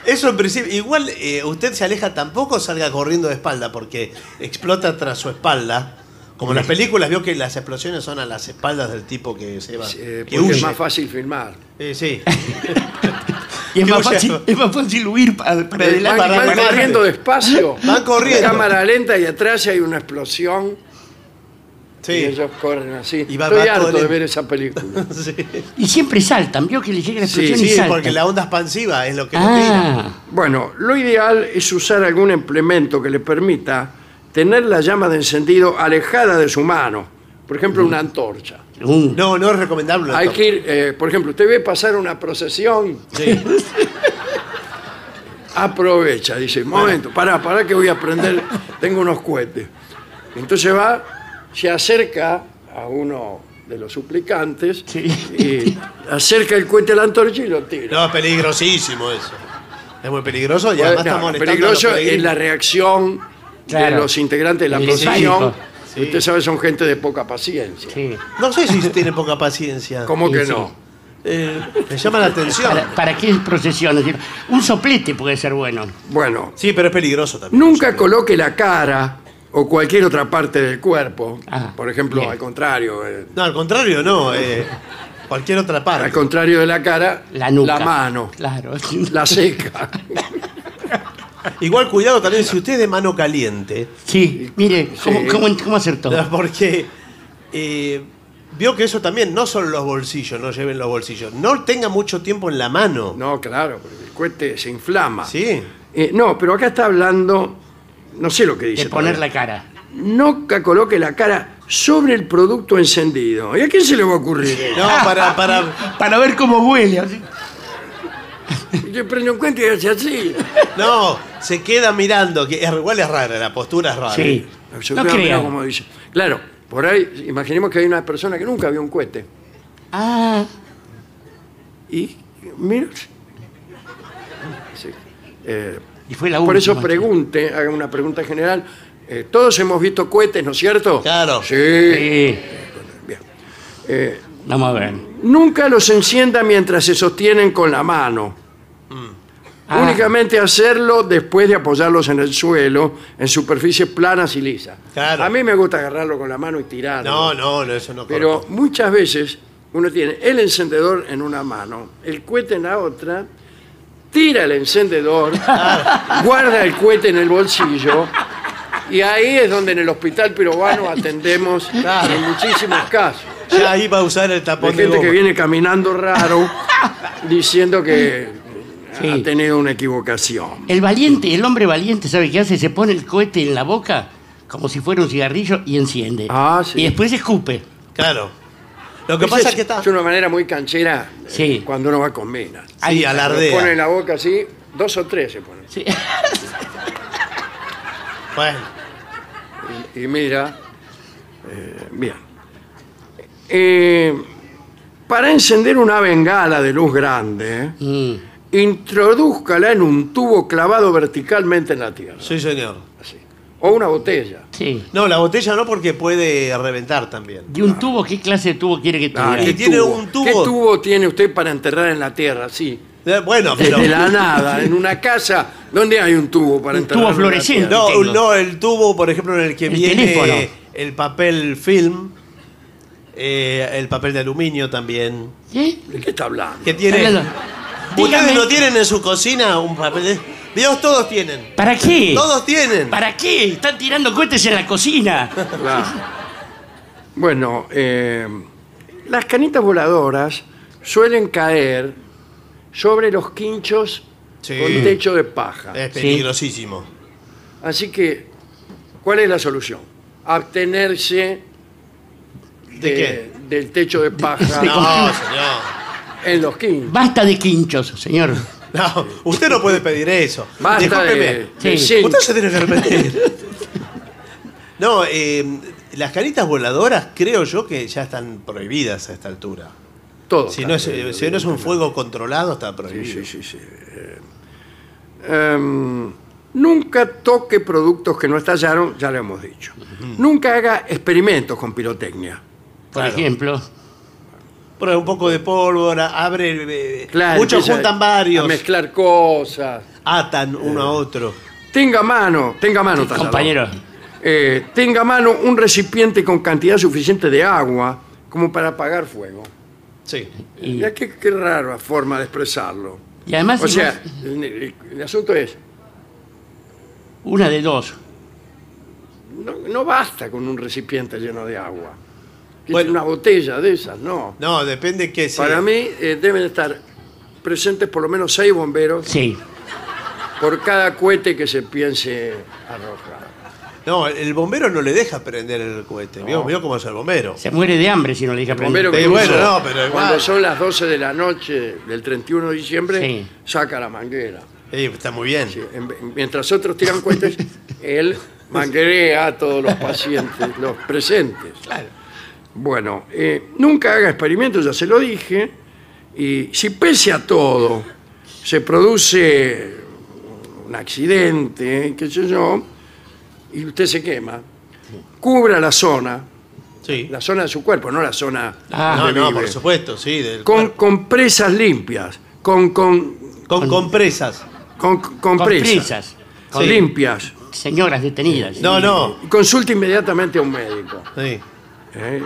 [SPEAKER 2] Eso en principio. Igual eh, usted se aleja, tampoco salga corriendo de espalda, porque explota tras su espalda. Como en las películas, vio que las explosiones son a las espaldas del tipo que se va.
[SPEAKER 1] eh,
[SPEAKER 2] que
[SPEAKER 1] porque
[SPEAKER 2] huye.
[SPEAKER 1] es más fácil filmar. [laughs]
[SPEAKER 2] Eh, sí.
[SPEAKER 3] Y es
[SPEAKER 2] Digo,
[SPEAKER 3] más,
[SPEAKER 2] ya-
[SPEAKER 3] fácil, es más fácil huir pa- para, adelante.
[SPEAKER 1] Eh, van,
[SPEAKER 2] para
[SPEAKER 1] van
[SPEAKER 2] adelante.
[SPEAKER 1] corriendo despacio.
[SPEAKER 2] [laughs] Van corriendo.
[SPEAKER 1] Cámara lenta y atrás hay una explosión y
[SPEAKER 2] Sí.
[SPEAKER 1] ellos corren así.
[SPEAKER 2] Y va-
[SPEAKER 1] Estoy
[SPEAKER 2] va
[SPEAKER 1] harto
[SPEAKER 2] todo
[SPEAKER 1] de
[SPEAKER 2] lento.
[SPEAKER 1] ver esa película.
[SPEAKER 2] [laughs]
[SPEAKER 1] [laughs]
[SPEAKER 2] Sí.
[SPEAKER 3] Y siempre saltan, vio que le llega la
[SPEAKER 1] Sí,
[SPEAKER 3] explosión y
[SPEAKER 2] Sí,
[SPEAKER 3] saltan.
[SPEAKER 2] porque la onda expansiva es lo que lo tira.
[SPEAKER 3] Ah,
[SPEAKER 1] Bueno, lo ideal es usar algún implemento que le permita tener la llama de encendido alejada de su mano. Por ejemplo, una antorcha.
[SPEAKER 3] un-
[SPEAKER 2] No, no es recomendable.
[SPEAKER 1] Hay
[SPEAKER 2] doctor.
[SPEAKER 1] que ir, eh, por ejemplo, usted ve pasar una procesión. Aprovecha, dice, momento, pará, pará que voy a prender, tengo unos cohetes. Entonces va, se acerca a uno de los suplicantes
[SPEAKER 3] Sí.
[SPEAKER 1] y acerca el cohete a la antorcha y lo tira.
[SPEAKER 2] No, es peligrosísimo eso. Es muy peligroso y
[SPEAKER 1] Bueno,
[SPEAKER 2] además está
[SPEAKER 1] no,
[SPEAKER 2] molestando a los
[SPEAKER 1] peligroso es
[SPEAKER 2] peregrinos.
[SPEAKER 1] la reacción
[SPEAKER 3] Claro.
[SPEAKER 1] de los integrantes de la
[SPEAKER 3] El
[SPEAKER 1] procesión.
[SPEAKER 3] pánico.
[SPEAKER 2] Sí.
[SPEAKER 1] Usted sabe, son gente de poca paciencia.
[SPEAKER 3] sí.
[SPEAKER 2] No sé si tiene poca paciencia.
[SPEAKER 1] ¿Cómo que
[SPEAKER 3] Sí,
[SPEAKER 1] no?
[SPEAKER 2] Eh, me llama la atención.
[SPEAKER 3] ¿Para, para qué procesión? Es decir, Un soplete puede ser bueno.
[SPEAKER 1] Bueno,
[SPEAKER 2] Sí, pero es peligroso también.
[SPEAKER 1] Nunca coloque la cara o cualquier otra parte del cuerpo.
[SPEAKER 3] Ah,
[SPEAKER 1] Por ejemplo,
[SPEAKER 3] bien.
[SPEAKER 1] al contrario. eh,
[SPEAKER 2] No, al contrario, no. eh, cualquier otra
[SPEAKER 1] al
[SPEAKER 2] parte.
[SPEAKER 1] contrario de la cara,
[SPEAKER 3] La nuca.
[SPEAKER 1] mano,
[SPEAKER 3] Claro.
[SPEAKER 1] la ceja. [laughs]
[SPEAKER 2] Igual cuidado también si usted es de mano caliente.
[SPEAKER 3] Sí, mire, ¿cómo,
[SPEAKER 1] Sí.
[SPEAKER 3] cómo, cómo acertó?
[SPEAKER 2] [laughs] Porque eh, vio que eso también, no son los bolsillos, no lleven los bolsillos. No tenga mucho tiempo en la mano.
[SPEAKER 1] No, claro, porque el cohete se inflama.
[SPEAKER 2] Sí.
[SPEAKER 1] Eh, no, pero acá está hablando, no sé lo que dice.
[SPEAKER 3] De poner
[SPEAKER 1] todavía.
[SPEAKER 3] la cara.
[SPEAKER 1] Nunca coloque la cara sobre el producto encendido. ¿Y a quién se le va a ocurrir?
[SPEAKER 2] No, para, para.
[SPEAKER 3] Para ver cómo huele. así.
[SPEAKER 1] Yo prendo un cohete [laughs] y hace así.
[SPEAKER 2] No, se queda mirando. que es- Igual es rara, la postura es rara.
[SPEAKER 3] Sí.
[SPEAKER 1] Yo
[SPEAKER 3] No
[SPEAKER 1] creo, mirá
[SPEAKER 3] crean.
[SPEAKER 1] cómo dice. Claro, por ahí, imaginemos que hay una persona que nunca vio un cohete.
[SPEAKER 3] Ah,
[SPEAKER 1] Y mira. sí, eh,
[SPEAKER 3] y fue la última.
[SPEAKER 1] por eso pregunte, haga una pregunta general. eh, todos hemos visto cohetes, ¿no es cierto?
[SPEAKER 2] Claro.
[SPEAKER 1] Sí.
[SPEAKER 3] Sí.
[SPEAKER 1] Eh,
[SPEAKER 3] Vamos a ver.
[SPEAKER 1] nunca los encienda mientras se sostienen con la mano.
[SPEAKER 2] Mm.
[SPEAKER 3] Ah.
[SPEAKER 1] Únicamente hacerlo después de apoyarlos en el suelo, en superficies planas y lisas.
[SPEAKER 2] Claro.
[SPEAKER 1] A mí me gusta agarrarlo con la mano y tirarlo.
[SPEAKER 2] No, no, no, eso no
[SPEAKER 1] Pero
[SPEAKER 2] corresponde.
[SPEAKER 1] muchas veces uno tiene el encendedor en una mano, el cohete en la otra, tira el encendedor,
[SPEAKER 2] [laughs]
[SPEAKER 1] guarda el cohete en el bolsillo y ahí es donde en el hospital pirobano atendemos en muchísimos casos.
[SPEAKER 2] Ya iba a usar el
[SPEAKER 1] Hay
[SPEAKER 2] tapón de
[SPEAKER 1] gente
[SPEAKER 2] goma.
[SPEAKER 1] que viene caminando
[SPEAKER 2] [laughs]
[SPEAKER 1] raro diciendo que
[SPEAKER 3] Sí.
[SPEAKER 1] ha tenido una equivocación.
[SPEAKER 3] El valiente, el hombre valiente, ¿sabe qué hace? Se pone el cohete en la boca como si fuera un cigarrillo y enciende.
[SPEAKER 1] Ah, sí.
[SPEAKER 3] Y después escupe.
[SPEAKER 2] Claro. Lo que
[SPEAKER 1] Esa
[SPEAKER 2] pasa es que está.
[SPEAKER 1] Es una manera muy canchera
[SPEAKER 3] Sí.
[SPEAKER 1] eh, cuando uno va con minas.
[SPEAKER 2] Ahí
[SPEAKER 1] Se pone en
[SPEAKER 2] alardea.
[SPEAKER 1] la boca así, dos o tres se ponen.
[SPEAKER 3] Sí.
[SPEAKER 2] Bueno,
[SPEAKER 1] y mira, eh, bien. Eh, para encender una bengala de luz grande,
[SPEAKER 3] Mm.
[SPEAKER 1] introdúzcala en un tubo clavado verticalmente en la tierra,
[SPEAKER 2] sí, señor.
[SPEAKER 1] así. o una botella.
[SPEAKER 3] Sí.
[SPEAKER 2] No, la botella no porque puede reventar también.
[SPEAKER 3] ¿Y un tubo? ¿Qué clase de tubo quiere que
[SPEAKER 1] Ah,
[SPEAKER 3] tuviera?
[SPEAKER 2] Y
[SPEAKER 1] ¿qué
[SPEAKER 2] tiene un tubo.
[SPEAKER 1] ¿Qué tubo tiene usted para enterrar en la tierra? Sí,
[SPEAKER 2] Eh, Bueno, pero.
[SPEAKER 1] desde la nada, en una casa, ¿dónde hay un tubo para
[SPEAKER 3] Un
[SPEAKER 1] enterrar?
[SPEAKER 3] tubo
[SPEAKER 1] en la
[SPEAKER 3] fluorescente.
[SPEAKER 1] tierra?
[SPEAKER 2] No,
[SPEAKER 3] Tengo.
[SPEAKER 2] no, el tubo, por ejemplo, en el que
[SPEAKER 3] El
[SPEAKER 2] viene
[SPEAKER 3] teléfono.
[SPEAKER 2] el papel film, eh, el papel de aluminio también.
[SPEAKER 3] ¿Qué?
[SPEAKER 1] ¿De qué está hablando?
[SPEAKER 2] Que tiene.
[SPEAKER 3] Hágalo. ¿Eh? Dígame,
[SPEAKER 2] ¿Ustedes no tienen en su cocina un papel de.? Dios, todos tienen.
[SPEAKER 3] ¿Para qué?
[SPEAKER 2] Todos tienen.
[SPEAKER 3] ¿Para qué? Están tirando cohetes en la cocina.
[SPEAKER 1] Claro. Bueno, eh, las canitas voladoras suelen caer sobre los quinchos
[SPEAKER 2] Sí. Eh.
[SPEAKER 1] con techo de paja.
[SPEAKER 2] Es
[SPEAKER 3] Sí.
[SPEAKER 2] peligrosísimo.
[SPEAKER 1] Así que, ¿cuál es la solución? Abstenerse
[SPEAKER 2] ¿De qué?
[SPEAKER 1] del techo de paja.
[SPEAKER 3] de-
[SPEAKER 2] No, señor.
[SPEAKER 1] en los quinchos.
[SPEAKER 3] Basta de quinchos, señor.
[SPEAKER 2] No, usted no puede pedir eso.
[SPEAKER 1] Basta de,
[SPEAKER 2] Discúlpeme.
[SPEAKER 1] de
[SPEAKER 3] Sí.
[SPEAKER 1] cinchos.
[SPEAKER 2] Usted se tiene que arrepentir. No, eh, las canitas voladoras creo yo que ya están prohibidas a esta altura.
[SPEAKER 1] Todo
[SPEAKER 2] Si
[SPEAKER 1] está
[SPEAKER 2] no es, eh,
[SPEAKER 1] bien.
[SPEAKER 2] si no es un fuego controlado, está prohibido.
[SPEAKER 1] Sí, sí, sí. Eh, em, nunca toque productos que no estallaron, ya lo hemos dicho. Nunca haga experimentos con pirotecnia.
[SPEAKER 3] Por
[SPEAKER 2] Claro.
[SPEAKER 3] ejemplo.
[SPEAKER 2] Prueba un poco de pólvora, abre. eh,
[SPEAKER 1] Claro,
[SPEAKER 2] muchos
[SPEAKER 1] empieza
[SPEAKER 2] juntan
[SPEAKER 1] A
[SPEAKER 2] varios,
[SPEAKER 1] mezclar Eh. cosas.
[SPEAKER 2] atan uno a otro.
[SPEAKER 1] Tenga a mano, tenga a mano, tallador.
[SPEAKER 3] Compañero.
[SPEAKER 1] Eh, tenga a mano un recipiente con cantidad suficiente de agua como para apagar fuego.
[SPEAKER 2] Sí.
[SPEAKER 3] Y,
[SPEAKER 1] Ya qué, qué rara forma de expresarlo.
[SPEAKER 3] y además,
[SPEAKER 1] O
[SPEAKER 3] si
[SPEAKER 1] sea,
[SPEAKER 3] vos-
[SPEAKER 1] el, el- el asunto es,
[SPEAKER 3] una de dos.
[SPEAKER 1] no, no basta con un recipiente lleno de agua. Que es
[SPEAKER 2] Bueno.
[SPEAKER 1] una botella de esas, no.
[SPEAKER 2] No, depende que sea.
[SPEAKER 1] Para mí eh, deben estar presentes por lo menos seis bomberos
[SPEAKER 3] Sí.
[SPEAKER 1] por cada cohete que se piense arrojar.
[SPEAKER 2] No, el bombero no le deja prender el cohete. ¿Vio, vio cómo es el bombero?
[SPEAKER 3] Se muere de hambre si no le dije
[SPEAKER 1] Bombero
[SPEAKER 2] Sí,
[SPEAKER 1] que
[SPEAKER 2] bueno,
[SPEAKER 1] usa
[SPEAKER 2] no, pero igual.
[SPEAKER 1] cuando son las 12 de la noche del 31 de diciembre,
[SPEAKER 3] Sí.
[SPEAKER 1] saca la manguera.
[SPEAKER 2] Sí, está muy bien.
[SPEAKER 1] Sí, en- Mientras otros tiran cohetes, él manguea a todos los pacientes, los presentes.
[SPEAKER 2] Claro.
[SPEAKER 1] Bueno, eh, nunca haga experimentos, ya se lo dije. Y si pese a todo se produce un accidente, qué sé yo, y usted se quema, cubra la zona,
[SPEAKER 2] Sí.
[SPEAKER 1] la zona de su cuerpo, no la zona
[SPEAKER 3] Ah,
[SPEAKER 2] no,
[SPEAKER 1] donde
[SPEAKER 2] no,
[SPEAKER 1] vive.
[SPEAKER 2] por supuesto, sí. del
[SPEAKER 1] con
[SPEAKER 2] cuerpo.
[SPEAKER 1] compresas limpias, con, con,
[SPEAKER 2] con compresas.
[SPEAKER 1] con, con
[SPEAKER 3] Con
[SPEAKER 1] presas,
[SPEAKER 3] prisas.
[SPEAKER 1] con
[SPEAKER 2] Sí.
[SPEAKER 1] limpias.
[SPEAKER 3] Señoras detenidas.
[SPEAKER 2] No, no.
[SPEAKER 1] Consulta inmediatamente a un médico.
[SPEAKER 2] Sí.
[SPEAKER 1] ¿eh?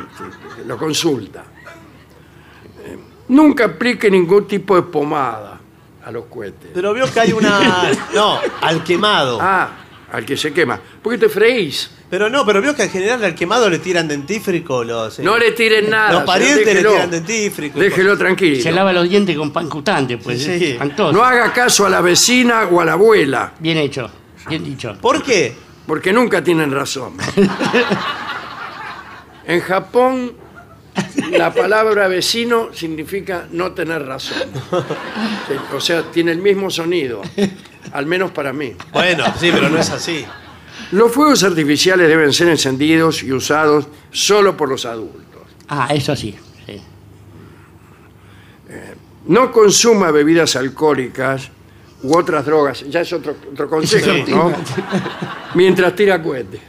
[SPEAKER 1] Lo consulta. Eh, Nunca aplique ningún tipo de pomada a los cohetes.
[SPEAKER 2] Pero vio que hay
[SPEAKER 1] [laughs]
[SPEAKER 2] una. No, al quemado.
[SPEAKER 1] Ah, al que se quema. Porque te freís.
[SPEAKER 2] Pero no, pero vio que en general al quemado le tiran dentífrico los. eh,
[SPEAKER 1] No le tiren nada.
[SPEAKER 2] Los
[SPEAKER 1] se-
[SPEAKER 2] parientes le
[SPEAKER 1] déjelo.
[SPEAKER 2] tiran dentífrico.
[SPEAKER 1] Déjelo
[SPEAKER 3] Se
[SPEAKER 1] tranquilo.
[SPEAKER 3] lava los dientes con pan cutante, pues.
[SPEAKER 2] Sí,
[SPEAKER 3] es
[SPEAKER 2] sí.
[SPEAKER 3] espantoso.
[SPEAKER 1] No haga caso a la vecina o a la abuela,
[SPEAKER 3] Bien hecho. Bien dicho.
[SPEAKER 2] ¿Por qué?
[SPEAKER 1] porque nunca tienen razón. En Japón, la palabra vecino significa no tener razón. Sí, O sea, tiene el mismo sonido, al menos para mí.
[SPEAKER 2] Bueno, sí, pero no es así.
[SPEAKER 1] Los fuegos artificiales deben ser encendidos y usados solo por los adultos.
[SPEAKER 3] Ah, eso sí. sí.
[SPEAKER 1] No consuma bebidas alcohólicas u otras drogas. Ya es otro, otro consejo,
[SPEAKER 2] Sí.
[SPEAKER 1] ¿no? Mientras tira cohetes.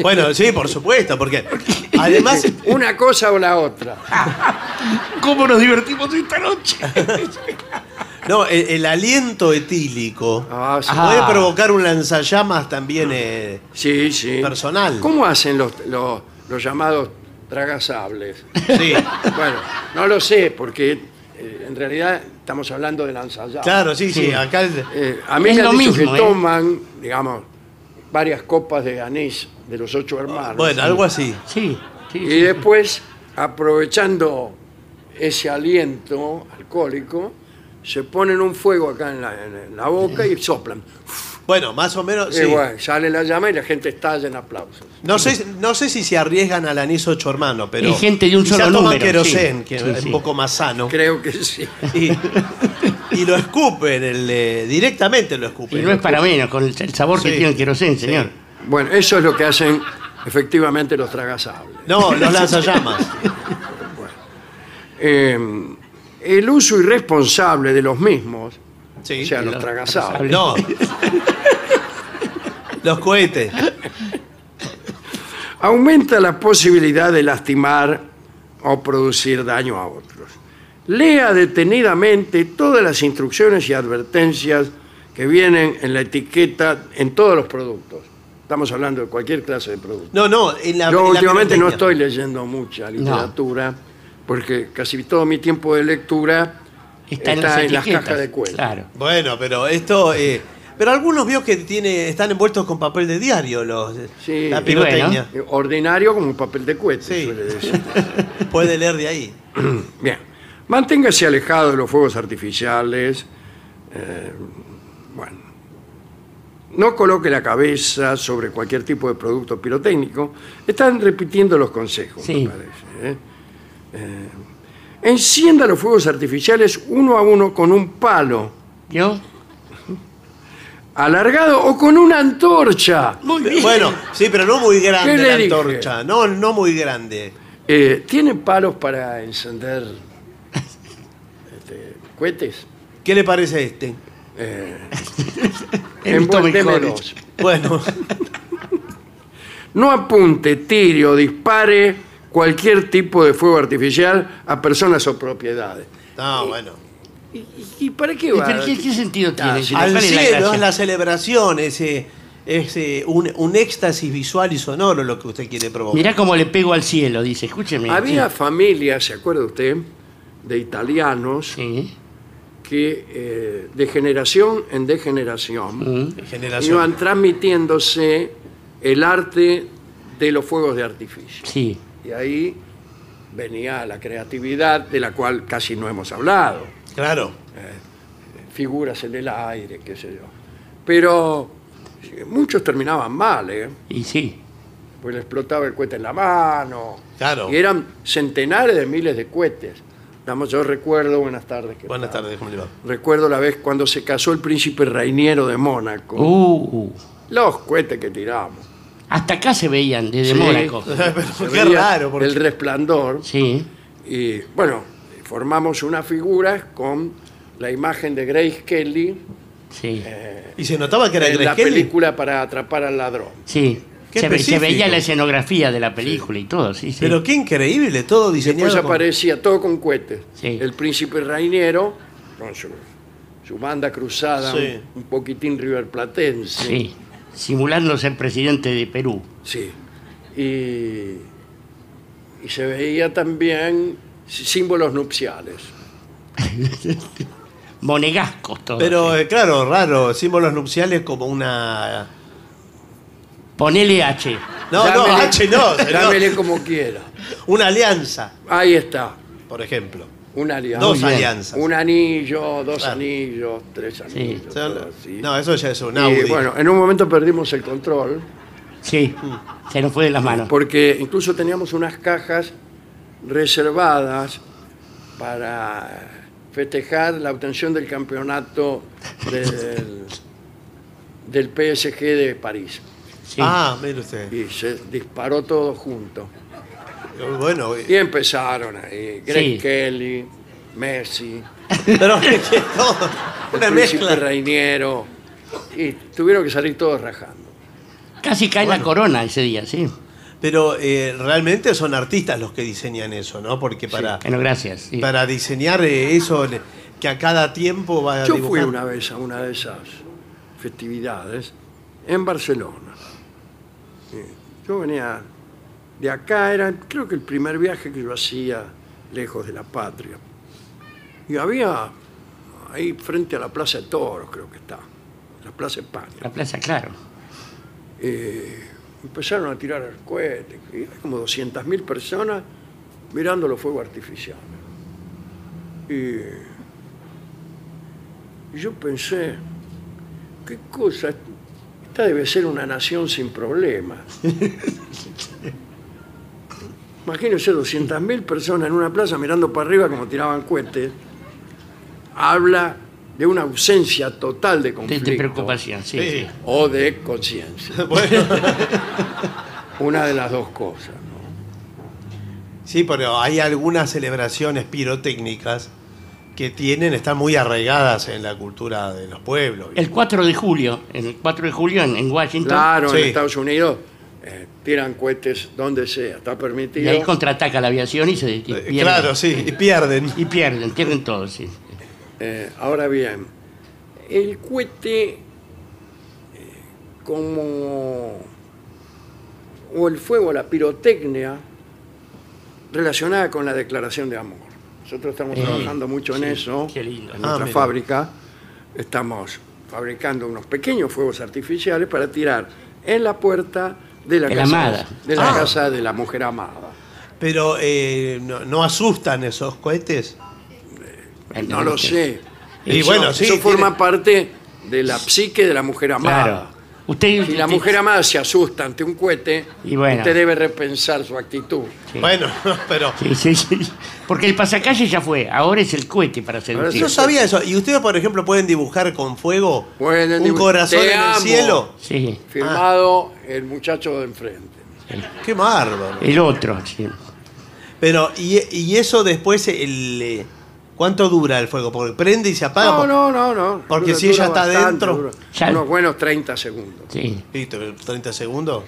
[SPEAKER 2] Bueno, sí, por supuesto, porque además
[SPEAKER 1] Una cosa o la otra.
[SPEAKER 3] ¿Cómo nos divertimos esta noche?
[SPEAKER 2] No, el, el aliento etílico
[SPEAKER 1] Ah, sí.
[SPEAKER 3] Ajá.
[SPEAKER 2] puede provocar un lanzallamas también. eh,
[SPEAKER 1] Sí, sí.
[SPEAKER 2] Personal.
[SPEAKER 1] ¿Cómo hacen los, los, los llamados tragasables? [laughs]
[SPEAKER 2] sí,
[SPEAKER 1] Bueno, no lo sé, porque eh, en realidad estamos hablando de lanzallamas.
[SPEAKER 2] claro, sí, sí. Acá el-
[SPEAKER 1] Eh, a mí
[SPEAKER 3] Es
[SPEAKER 1] me han
[SPEAKER 3] lo
[SPEAKER 1] dicho
[SPEAKER 3] mismo,
[SPEAKER 1] que
[SPEAKER 3] ¿eh?
[SPEAKER 1] toman, digamos, varias copas de anís de los ocho hermanos.
[SPEAKER 2] bueno, algo así.
[SPEAKER 3] Sí. sí,
[SPEAKER 1] Y después, aprovechando ese aliento alcohólico, se ponen un fuego acá en la, en la boca y soplan.
[SPEAKER 2] Bueno, más o menos.
[SPEAKER 1] Y
[SPEAKER 2] Sí.
[SPEAKER 1] bueno, sale la llama y la gente estalla en aplausos.
[SPEAKER 2] No sé, no sé si se arriesgan al anís ocho hermano, pero.
[SPEAKER 3] Y gente de un
[SPEAKER 2] quizá
[SPEAKER 3] solo
[SPEAKER 2] toman
[SPEAKER 3] número,
[SPEAKER 2] querosén,
[SPEAKER 3] sí.
[SPEAKER 2] que
[SPEAKER 3] Sí,
[SPEAKER 2] es
[SPEAKER 3] sí.
[SPEAKER 2] un poco más sano.
[SPEAKER 1] Creo que sí.
[SPEAKER 2] Y, y lo escupen, el, eh, directamente lo
[SPEAKER 3] Y
[SPEAKER 2] escupen.
[SPEAKER 3] no es para menos, con el el sabor que
[SPEAKER 2] Sí.
[SPEAKER 3] tiene el querosén, señor.
[SPEAKER 1] Bueno, eso es lo que hacen efectivamente los tragasables.
[SPEAKER 2] No, los lanzallamas.
[SPEAKER 1] Eh, el uso irresponsable de los mismos,
[SPEAKER 2] Sí.
[SPEAKER 1] o sea, los tragasables,
[SPEAKER 2] No. Los cohetes.
[SPEAKER 1] aumenta la posibilidad de lastimar o producir daño a otros. Lea detenidamente todas las instrucciones y advertencias que vienen en la etiqueta en todos los productos. Estamos hablando de cualquier clase de producto.
[SPEAKER 2] No, no, en la. en
[SPEAKER 1] Yo
[SPEAKER 2] la
[SPEAKER 1] últimamente no
[SPEAKER 2] pirotecnia.
[SPEAKER 1] estoy leyendo mucha literatura porque casi todo mi tiempo de lectura está, en las
[SPEAKER 3] etiquetas.
[SPEAKER 1] cajas de cuero.
[SPEAKER 3] Claro.
[SPEAKER 2] Bueno, pero esto. eh, pero algunos vio que tiene, están envueltos con papel de diario los, eh,
[SPEAKER 1] Sí.
[SPEAKER 2] la pirotecnia.
[SPEAKER 1] Eh, Ordinario como un papel de cohete,
[SPEAKER 2] Sí.
[SPEAKER 1] suele decir.
[SPEAKER 2] [laughs] Puede leer de ahí.
[SPEAKER 1] Bien. Manténgase alejado de los fuegos artificiales. eh, bueno. No coloque la cabeza sobre cualquier tipo de producto pirotécnico. Están repitiendo los consejos,
[SPEAKER 3] Sí.
[SPEAKER 1] me parece. ¿eh? Eh, Encienda los fuegos artificiales uno a uno con un palo
[SPEAKER 3] ¿Yo?
[SPEAKER 1] alargado o con una antorcha.
[SPEAKER 3] Muy bien.
[SPEAKER 2] Bueno, sí, pero no muy grande
[SPEAKER 1] ¿Qué le
[SPEAKER 2] la
[SPEAKER 1] dije?
[SPEAKER 2] antorcha. No, no muy grande.
[SPEAKER 1] Eh, ¿Tienen palos para encender este, cohetes?
[SPEAKER 2] ¿Qué le parece a este?
[SPEAKER 3] He visto
[SPEAKER 1] Envuel-
[SPEAKER 3] mejores.
[SPEAKER 1] démelos.
[SPEAKER 2] Bueno, [laughs]
[SPEAKER 1] No apunte, tire o dispare cualquier tipo de fuego artificial a personas o propiedades.
[SPEAKER 2] no, bueno.
[SPEAKER 1] ¿Y, y para qué
[SPEAKER 3] ¿Pero
[SPEAKER 1] va?
[SPEAKER 3] ¿Qué, qué sentido tiene? Si no,
[SPEAKER 2] Al
[SPEAKER 3] ¿cuál es la
[SPEAKER 2] cielo
[SPEAKER 3] gracia?
[SPEAKER 2] es la celebración, ese, ese un, un éxtasis visual y sonoro lo que usted quiere provocar.
[SPEAKER 3] Mirá cómo le pego al cielo, dice. Escúcheme.
[SPEAKER 1] Había
[SPEAKER 3] sí.
[SPEAKER 1] familias, ¿se acuerda usted? De italianos
[SPEAKER 3] Sí.
[SPEAKER 1] que eh, de generación en degeneración
[SPEAKER 3] Mm.
[SPEAKER 2] Generación.
[SPEAKER 1] iban transmitiéndose el arte de los fuegos de artificio.
[SPEAKER 3] Sí.
[SPEAKER 1] Y ahí venía la creatividad de la cual casi no hemos hablado.
[SPEAKER 2] Claro.
[SPEAKER 1] figuras en el aire, qué sé yo. Pero eh, muchos terminaban mal, ¿eh?
[SPEAKER 3] Y sí.
[SPEAKER 1] Pues le explotaba el cohete en la mano.
[SPEAKER 2] Claro.
[SPEAKER 1] Y eran centenares de miles de cohetes. Vamos, yo recuerdo, buenas tardes. ¿qué
[SPEAKER 2] Buenas
[SPEAKER 1] tal?
[SPEAKER 2] tardes, ¿cómo le
[SPEAKER 1] [laughs]
[SPEAKER 2] va?
[SPEAKER 1] Recuerdo la vez cuando se casó el príncipe Rainiero de Mónaco.
[SPEAKER 3] Uh,
[SPEAKER 1] Los cohetes que tiramos.
[SPEAKER 3] hasta acá se veían desde
[SPEAKER 1] Sí.
[SPEAKER 3] Mónaco.
[SPEAKER 2] [laughs] Pero
[SPEAKER 1] Se
[SPEAKER 2] qué
[SPEAKER 1] veía
[SPEAKER 2] raro, porque
[SPEAKER 1] El resplandor.
[SPEAKER 3] Sí.
[SPEAKER 1] Y bueno, formamos una figura con la imagen de Grace Kelly
[SPEAKER 3] Sí.
[SPEAKER 2] y se notaba que era
[SPEAKER 1] en la
[SPEAKER 2] Grace Kelly.
[SPEAKER 1] película para atrapar al ladrón.
[SPEAKER 3] Sí.
[SPEAKER 2] Qué
[SPEAKER 3] Se, ve- se
[SPEAKER 2] específico.
[SPEAKER 3] veía la escenografía de la película y todo, sí, sí.
[SPEAKER 2] Pero qué increíble, todo diseñado.
[SPEAKER 1] Después
[SPEAKER 2] con-
[SPEAKER 1] aparecía todo con cohetes.
[SPEAKER 3] Sí.
[SPEAKER 1] El príncipe Rainiero, con su, su banda cruzada,
[SPEAKER 2] Sí.
[SPEAKER 1] un, un poquitín riverplatense.
[SPEAKER 3] Sí. Simulando ser presidente de Perú.
[SPEAKER 1] Sí. Y, y se veía también sí- símbolos nupciales.
[SPEAKER 3] Monegascos todos.
[SPEAKER 2] Pero eh, claro, raro, símbolos nupciales como una.
[SPEAKER 3] Ponele H.
[SPEAKER 2] No, no,
[SPEAKER 1] Llámele- [laughs]
[SPEAKER 2] H no, será
[SPEAKER 1] Llámele como quiera.
[SPEAKER 2] una alianza,
[SPEAKER 1] Ahí está.
[SPEAKER 2] por ejemplo.
[SPEAKER 1] Una alianza.
[SPEAKER 2] Dos
[SPEAKER 3] bien.
[SPEAKER 2] alianzas.
[SPEAKER 1] Un anillo, dos
[SPEAKER 2] Claro.
[SPEAKER 1] anillos, tres anillos.
[SPEAKER 2] O sea,
[SPEAKER 1] todo así.
[SPEAKER 2] no, eso ya es un
[SPEAKER 1] Y,
[SPEAKER 2] Audi.
[SPEAKER 1] bueno, en un momento perdimos el control.
[SPEAKER 3] Sí.
[SPEAKER 2] Mm.
[SPEAKER 3] Se nos fue de las manos.
[SPEAKER 1] porque incluso teníamos unas cajas reservadas para festejar la obtención del campeonato del, del PSG de París.
[SPEAKER 3] Sí.
[SPEAKER 2] Ah, mire usted.
[SPEAKER 1] Y se disparó todo junto. [laughs]
[SPEAKER 2] Bueno, eh,
[SPEAKER 1] Y empezaron ahí, Greg
[SPEAKER 3] Sí.
[SPEAKER 1] Kelly, Messi,
[SPEAKER 2] pero es que todo,
[SPEAKER 1] el
[SPEAKER 2] una
[SPEAKER 1] príncipe
[SPEAKER 2] mezcla.
[SPEAKER 1] Reiniero, y tuvieron que salir todos rajando.
[SPEAKER 3] Casi cae la corona ese día, sí.
[SPEAKER 2] Pero eh, realmente son artistas los que diseñan eso, ¿no? Porque para,
[SPEAKER 3] Bueno, gracias. sí.
[SPEAKER 2] Ah. para diseñar eh, eso le- que a cada tiempo va a
[SPEAKER 1] Yo fui
[SPEAKER 2] dibujar.
[SPEAKER 1] una vez a una de esas festividades en Barcelona. Eh, Yo venía de acá, era creo que el primer viaje que yo hacía lejos de la patria. Y había ahí frente a la Plaza de Toros, creo que está, la Plaza España.
[SPEAKER 3] La plaza, claro.
[SPEAKER 1] Eh, empezaron a tirar el cohete, y hay como 200.000 personas mirando los fuegos artificiales. Y yo pensé, qué cosa, esta debe ser una nación sin problemas. Imagínense 200.000 personas en una plaza mirando para arriba como tiraban cohetes. Habla de una ausencia total de
[SPEAKER 3] De,
[SPEAKER 1] conflicto
[SPEAKER 3] de preocupación, sí.
[SPEAKER 2] Sí.
[SPEAKER 3] sí.
[SPEAKER 1] o de conciencia. [laughs] Una de las dos cosas. ¿no?
[SPEAKER 2] Sí, pero hay algunas celebraciones pirotécnicas que tienen, están muy arraigadas en la cultura de los pueblos. Eh,
[SPEAKER 3] El 4 de julio, el 4 de julio en, en Washington,
[SPEAKER 1] Claro, en
[SPEAKER 2] Sí.
[SPEAKER 1] Estados Unidos eh, tiran cohetes donde sea, está
[SPEAKER 3] y ahí
[SPEAKER 1] permitido.
[SPEAKER 3] contraataca la aviación y se y
[SPEAKER 2] Eh,
[SPEAKER 3] pierden.
[SPEAKER 2] claro, sí, y pierden.
[SPEAKER 3] Y pierden, pierden todo, sí.
[SPEAKER 1] Eh, ahora bien, el cohete eh, como o el fuego, la pirotecnia relacionada con la declaración de amor. Nosotros estamos
[SPEAKER 3] Sí,
[SPEAKER 1] trabajando mucho en
[SPEAKER 3] sí,
[SPEAKER 1] eso.
[SPEAKER 3] qué lindo.
[SPEAKER 1] En
[SPEAKER 3] Ah,
[SPEAKER 1] nuestra
[SPEAKER 2] mira.
[SPEAKER 1] fábrica estamos fabricando unos pequeños fuegos artificiales para tirar en la puerta de la,
[SPEAKER 3] De la
[SPEAKER 1] casa,
[SPEAKER 3] amada.
[SPEAKER 1] De la
[SPEAKER 2] Ah.
[SPEAKER 1] casa de la mujer amada.
[SPEAKER 2] Pero eh, no, no asustan esos cohetes.
[SPEAKER 1] No lo sé.
[SPEAKER 2] Y
[SPEAKER 1] Eso-
[SPEAKER 2] bueno, sí,
[SPEAKER 1] Eso
[SPEAKER 2] tiene-
[SPEAKER 1] forma parte de la psique de la mujer amada.
[SPEAKER 3] Claro. Usted,
[SPEAKER 1] Si la mujer amada se asusta ante un cohete,
[SPEAKER 3] Y bueno.
[SPEAKER 1] usted debe repensar su actitud.
[SPEAKER 2] Bueno, [laughs] pero.
[SPEAKER 3] Sí, sí, sí. Porque el pasacalle ya fue, ahora es el cohete para
[SPEAKER 1] Ahora
[SPEAKER 3] seducir.
[SPEAKER 2] Yo sabía eso. ¿Y ustedes, por ejemplo, pueden dibujar con fuego
[SPEAKER 1] Pueden
[SPEAKER 2] un
[SPEAKER 1] dibuj-
[SPEAKER 2] corazón
[SPEAKER 1] Te
[SPEAKER 2] en
[SPEAKER 1] amo.
[SPEAKER 2] el cielo?
[SPEAKER 3] Sí,
[SPEAKER 1] Firmado el muchacho de enfrente.
[SPEAKER 2] Qué bárbaro.
[SPEAKER 3] el otro. sí.
[SPEAKER 2] Pero, ¿y, y eso después, el, eh, cuánto dura el fuego? Porque prende y se apaga.
[SPEAKER 1] No,
[SPEAKER 2] por-
[SPEAKER 1] no, no, no.
[SPEAKER 2] Porque si ella está adentro-
[SPEAKER 1] dura
[SPEAKER 3] Ya-
[SPEAKER 1] Unos buenos 30 segundos.
[SPEAKER 3] Sí,
[SPEAKER 2] Listo, 30 segundos.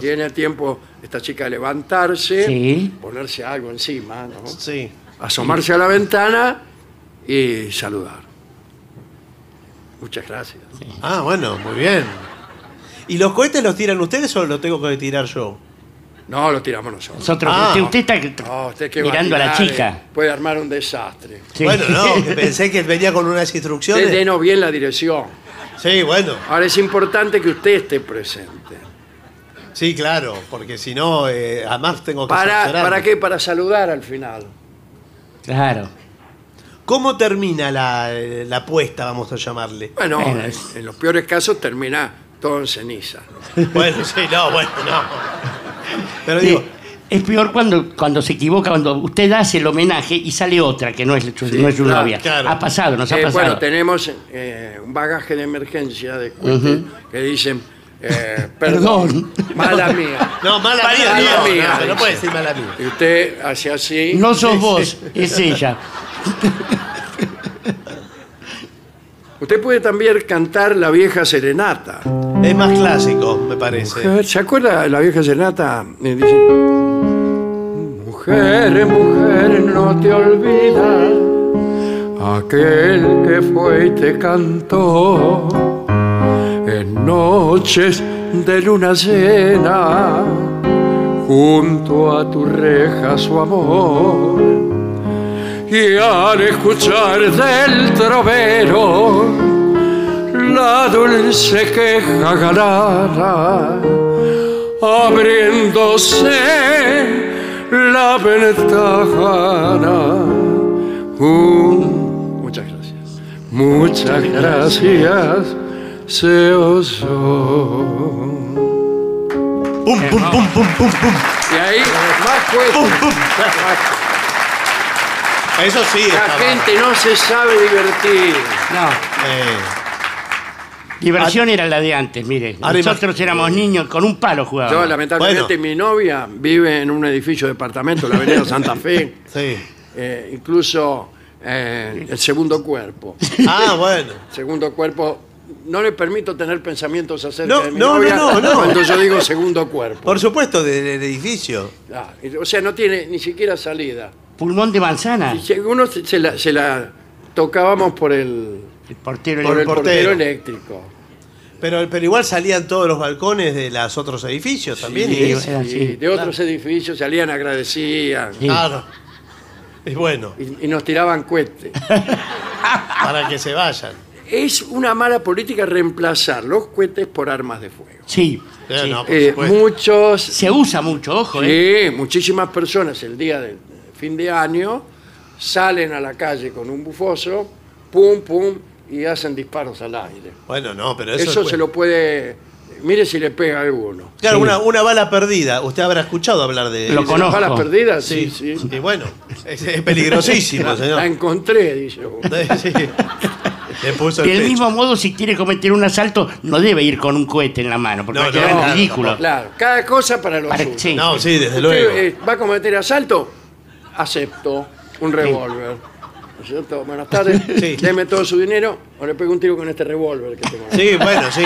[SPEAKER 1] Tiene tiempo esta chica de levantarse,
[SPEAKER 3] Sí.
[SPEAKER 1] ponerse algo encima, ¿no?
[SPEAKER 2] Sí.
[SPEAKER 1] asomarse a la ventana y saludar. Muchas gracias.
[SPEAKER 2] Ah, bueno, muy bien. ¿Y los cohetes los tiran ustedes o los tengo que tirar yo?
[SPEAKER 1] No, lo tiramos nosotros.
[SPEAKER 3] nosotros.
[SPEAKER 2] Ah.
[SPEAKER 3] usted, usted está
[SPEAKER 1] No, Oh, usted que va
[SPEAKER 3] mirando a la
[SPEAKER 1] tirar,
[SPEAKER 3] chica.
[SPEAKER 1] eh, puede armar un desastre.
[SPEAKER 3] Sí.
[SPEAKER 2] Bueno,
[SPEAKER 3] [laughs]
[SPEAKER 2] no, que pensé que venía con unas instrucciones.
[SPEAKER 1] Usted denos bien la dirección.
[SPEAKER 2] Sí, bueno.
[SPEAKER 1] Ahora es importante que usted esté presente.
[SPEAKER 2] Sí, claro, porque si no, eh, además tengo que
[SPEAKER 1] ¿Para,
[SPEAKER 2] censurarme.
[SPEAKER 1] ¿Para qué? Para saludar al final.
[SPEAKER 3] Claro.
[SPEAKER 2] ¿Cómo termina la, eh, la apuesta, vamos a llamarle?
[SPEAKER 1] Bueno,
[SPEAKER 3] Bueno,
[SPEAKER 1] en,
[SPEAKER 3] es-
[SPEAKER 1] en los peores casos termina todo en ceniza.
[SPEAKER 2] Bueno, sí, no, bueno, no. Pero
[SPEAKER 3] Sí,
[SPEAKER 2] digo,
[SPEAKER 3] Es peor cuando, cuando se equivoca, cuando usted hace el homenaje y sale otra que no es su, no es su
[SPEAKER 1] claro,
[SPEAKER 3] novia.
[SPEAKER 2] claro.
[SPEAKER 3] Ha pasado, nos ha
[SPEAKER 1] Eh,
[SPEAKER 3] pasado.
[SPEAKER 1] bueno, tenemos eh, un bagaje de emergencia de cohetes que dicen,
[SPEAKER 3] [laughs]
[SPEAKER 1] eh, perdón,
[SPEAKER 3] Perdón.
[SPEAKER 1] mala mía.
[SPEAKER 2] no, mala,
[SPEAKER 1] Mala
[SPEAKER 2] mía, no,
[SPEAKER 1] mía,
[SPEAKER 2] no, pero no
[SPEAKER 1] dice.
[SPEAKER 2] puede decir mala mía.
[SPEAKER 1] Y usted hace así.
[SPEAKER 3] No sos vos, es ella.
[SPEAKER 1] Usted puede también cantar la vieja serenata.
[SPEAKER 2] Es más clásico, me parece.
[SPEAKER 1] Mujer, ¿Se acuerda de la vieja serenata? Eh, dice, mujer, mujer, no te olvidas aquel que fue y te cantó en noches de luna llena junto a tu reja su amor y al escuchar del trovero la dulce queja galana, abriéndose la ventana. Uh, muchas gracias. Muchas gracias, se osó.
[SPEAKER 2] Pum, pum, pum, pum, pum, pum.
[SPEAKER 1] Y ahí Uh, más pues, cuesta.
[SPEAKER 2] Eso sí,
[SPEAKER 1] La
[SPEAKER 2] estaba,
[SPEAKER 1] gente no se sabe divertir.
[SPEAKER 3] No.
[SPEAKER 2] eh,
[SPEAKER 1] Ah,
[SPEAKER 3] Diversión era la de antes, mire.
[SPEAKER 2] Ahora
[SPEAKER 3] Nosotros
[SPEAKER 2] imag-
[SPEAKER 3] éramos niños, con un palo
[SPEAKER 1] Yo,
[SPEAKER 3] jugábamos.
[SPEAKER 1] lamentablemente, mi novia vive en un edificio de departamento, la Avenida Santa Fe.
[SPEAKER 2] sí.
[SPEAKER 1] eh, incluso eh, el segundo cuerpo.
[SPEAKER 2] Ah, bueno.
[SPEAKER 1] Segundo cuerpo, no le permito tener pensamientos acerca
[SPEAKER 2] No,
[SPEAKER 1] de mi
[SPEAKER 2] no, no,
[SPEAKER 1] novia
[SPEAKER 2] no, no.
[SPEAKER 1] cuando yo digo segundo cuerpo.
[SPEAKER 2] Por supuesto, de- del edificio.
[SPEAKER 1] Ah, o sea, no tiene ni siquiera salida.
[SPEAKER 3] Pulmón de manzana.
[SPEAKER 1] Y si algunos se, se la, se la tocábamos por el,
[SPEAKER 3] El portero.
[SPEAKER 1] por el
[SPEAKER 3] por-
[SPEAKER 1] portero
[SPEAKER 2] portero.
[SPEAKER 1] eléctrico.
[SPEAKER 2] Pero, pero igual salían todos los balcones de los otros edificios también.
[SPEAKER 3] Sí,
[SPEAKER 2] y-
[SPEAKER 3] bueno. Eran así.
[SPEAKER 1] Y de otros edificios salían, agradecían
[SPEAKER 3] Sí.
[SPEAKER 2] Claro. Y bueno,
[SPEAKER 1] y, y nos tiraban cohetes. Ah.
[SPEAKER 2] para que se vayan.
[SPEAKER 1] es una mala política reemplazar los cohetes por armas de fuego.
[SPEAKER 3] Sí.
[SPEAKER 2] Eh,
[SPEAKER 3] sí.
[SPEAKER 2] no, por
[SPEAKER 1] Eh,
[SPEAKER 2] supuesto.
[SPEAKER 1] muchos
[SPEAKER 3] Se usa mucho, ojo, ¿eh?
[SPEAKER 1] Sí, muchísimas personas el día de fin de año salen a la calle con un bufoso, pum, pum, y hacen disparos al aire.
[SPEAKER 2] Bueno, no, pero eso.
[SPEAKER 1] Eso, se lo puede... Mire si le pega a alguno.
[SPEAKER 2] Claro,
[SPEAKER 3] Sí.
[SPEAKER 2] una, una bala perdida. Usted habrá escuchado hablar de.
[SPEAKER 3] Lo
[SPEAKER 2] de-
[SPEAKER 3] conozco.
[SPEAKER 1] ¿Balas perdidas? Sí,
[SPEAKER 2] Sí,
[SPEAKER 1] sí.
[SPEAKER 2] Y bueno, es, es
[SPEAKER 1] [laughs]
[SPEAKER 2] peligrosísimo,
[SPEAKER 1] La
[SPEAKER 2] [laughs] señor. Eh,
[SPEAKER 1] encontré, dice uno.
[SPEAKER 2] Sí. Le puso el
[SPEAKER 3] Del
[SPEAKER 2] pecho.
[SPEAKER 3] mismo modo, si quiere cometer un asalto, no debe ir con un cohete en la mano, porque
[SPEAKER 2] No,
[SPEAKER 3] va a
[SPEAKER 2] no,
[SPEAKER 3] quedar
[SPEAKER 2] claro,
[SPEAKER 3] ridículo.
[SPEAKER 1] Claro, cada cosa para los
[SPEAKER 3] Para-
[SPEAKER 1] suyos.
[SPEAKER 3] sí.
[SPEAKER 2] No, sí, desde
[SPEAKER 1] Usted,
[SPEAKER 2] luego.
[SPEAKER 1] eh, ¿Va a cometer asalto? Acepto un revólver. ¿No es cierto? Buenas tardes.
[SPEAKER 2] Sí.
[SPEAKER 1] Deme todo su dinero o le pego un tiro con este revólver que tengo. acá.
[SPEAKER 2] Sí,
[SPEAKER 1] [laughs]
[SPEAKER 2] bueno, sí.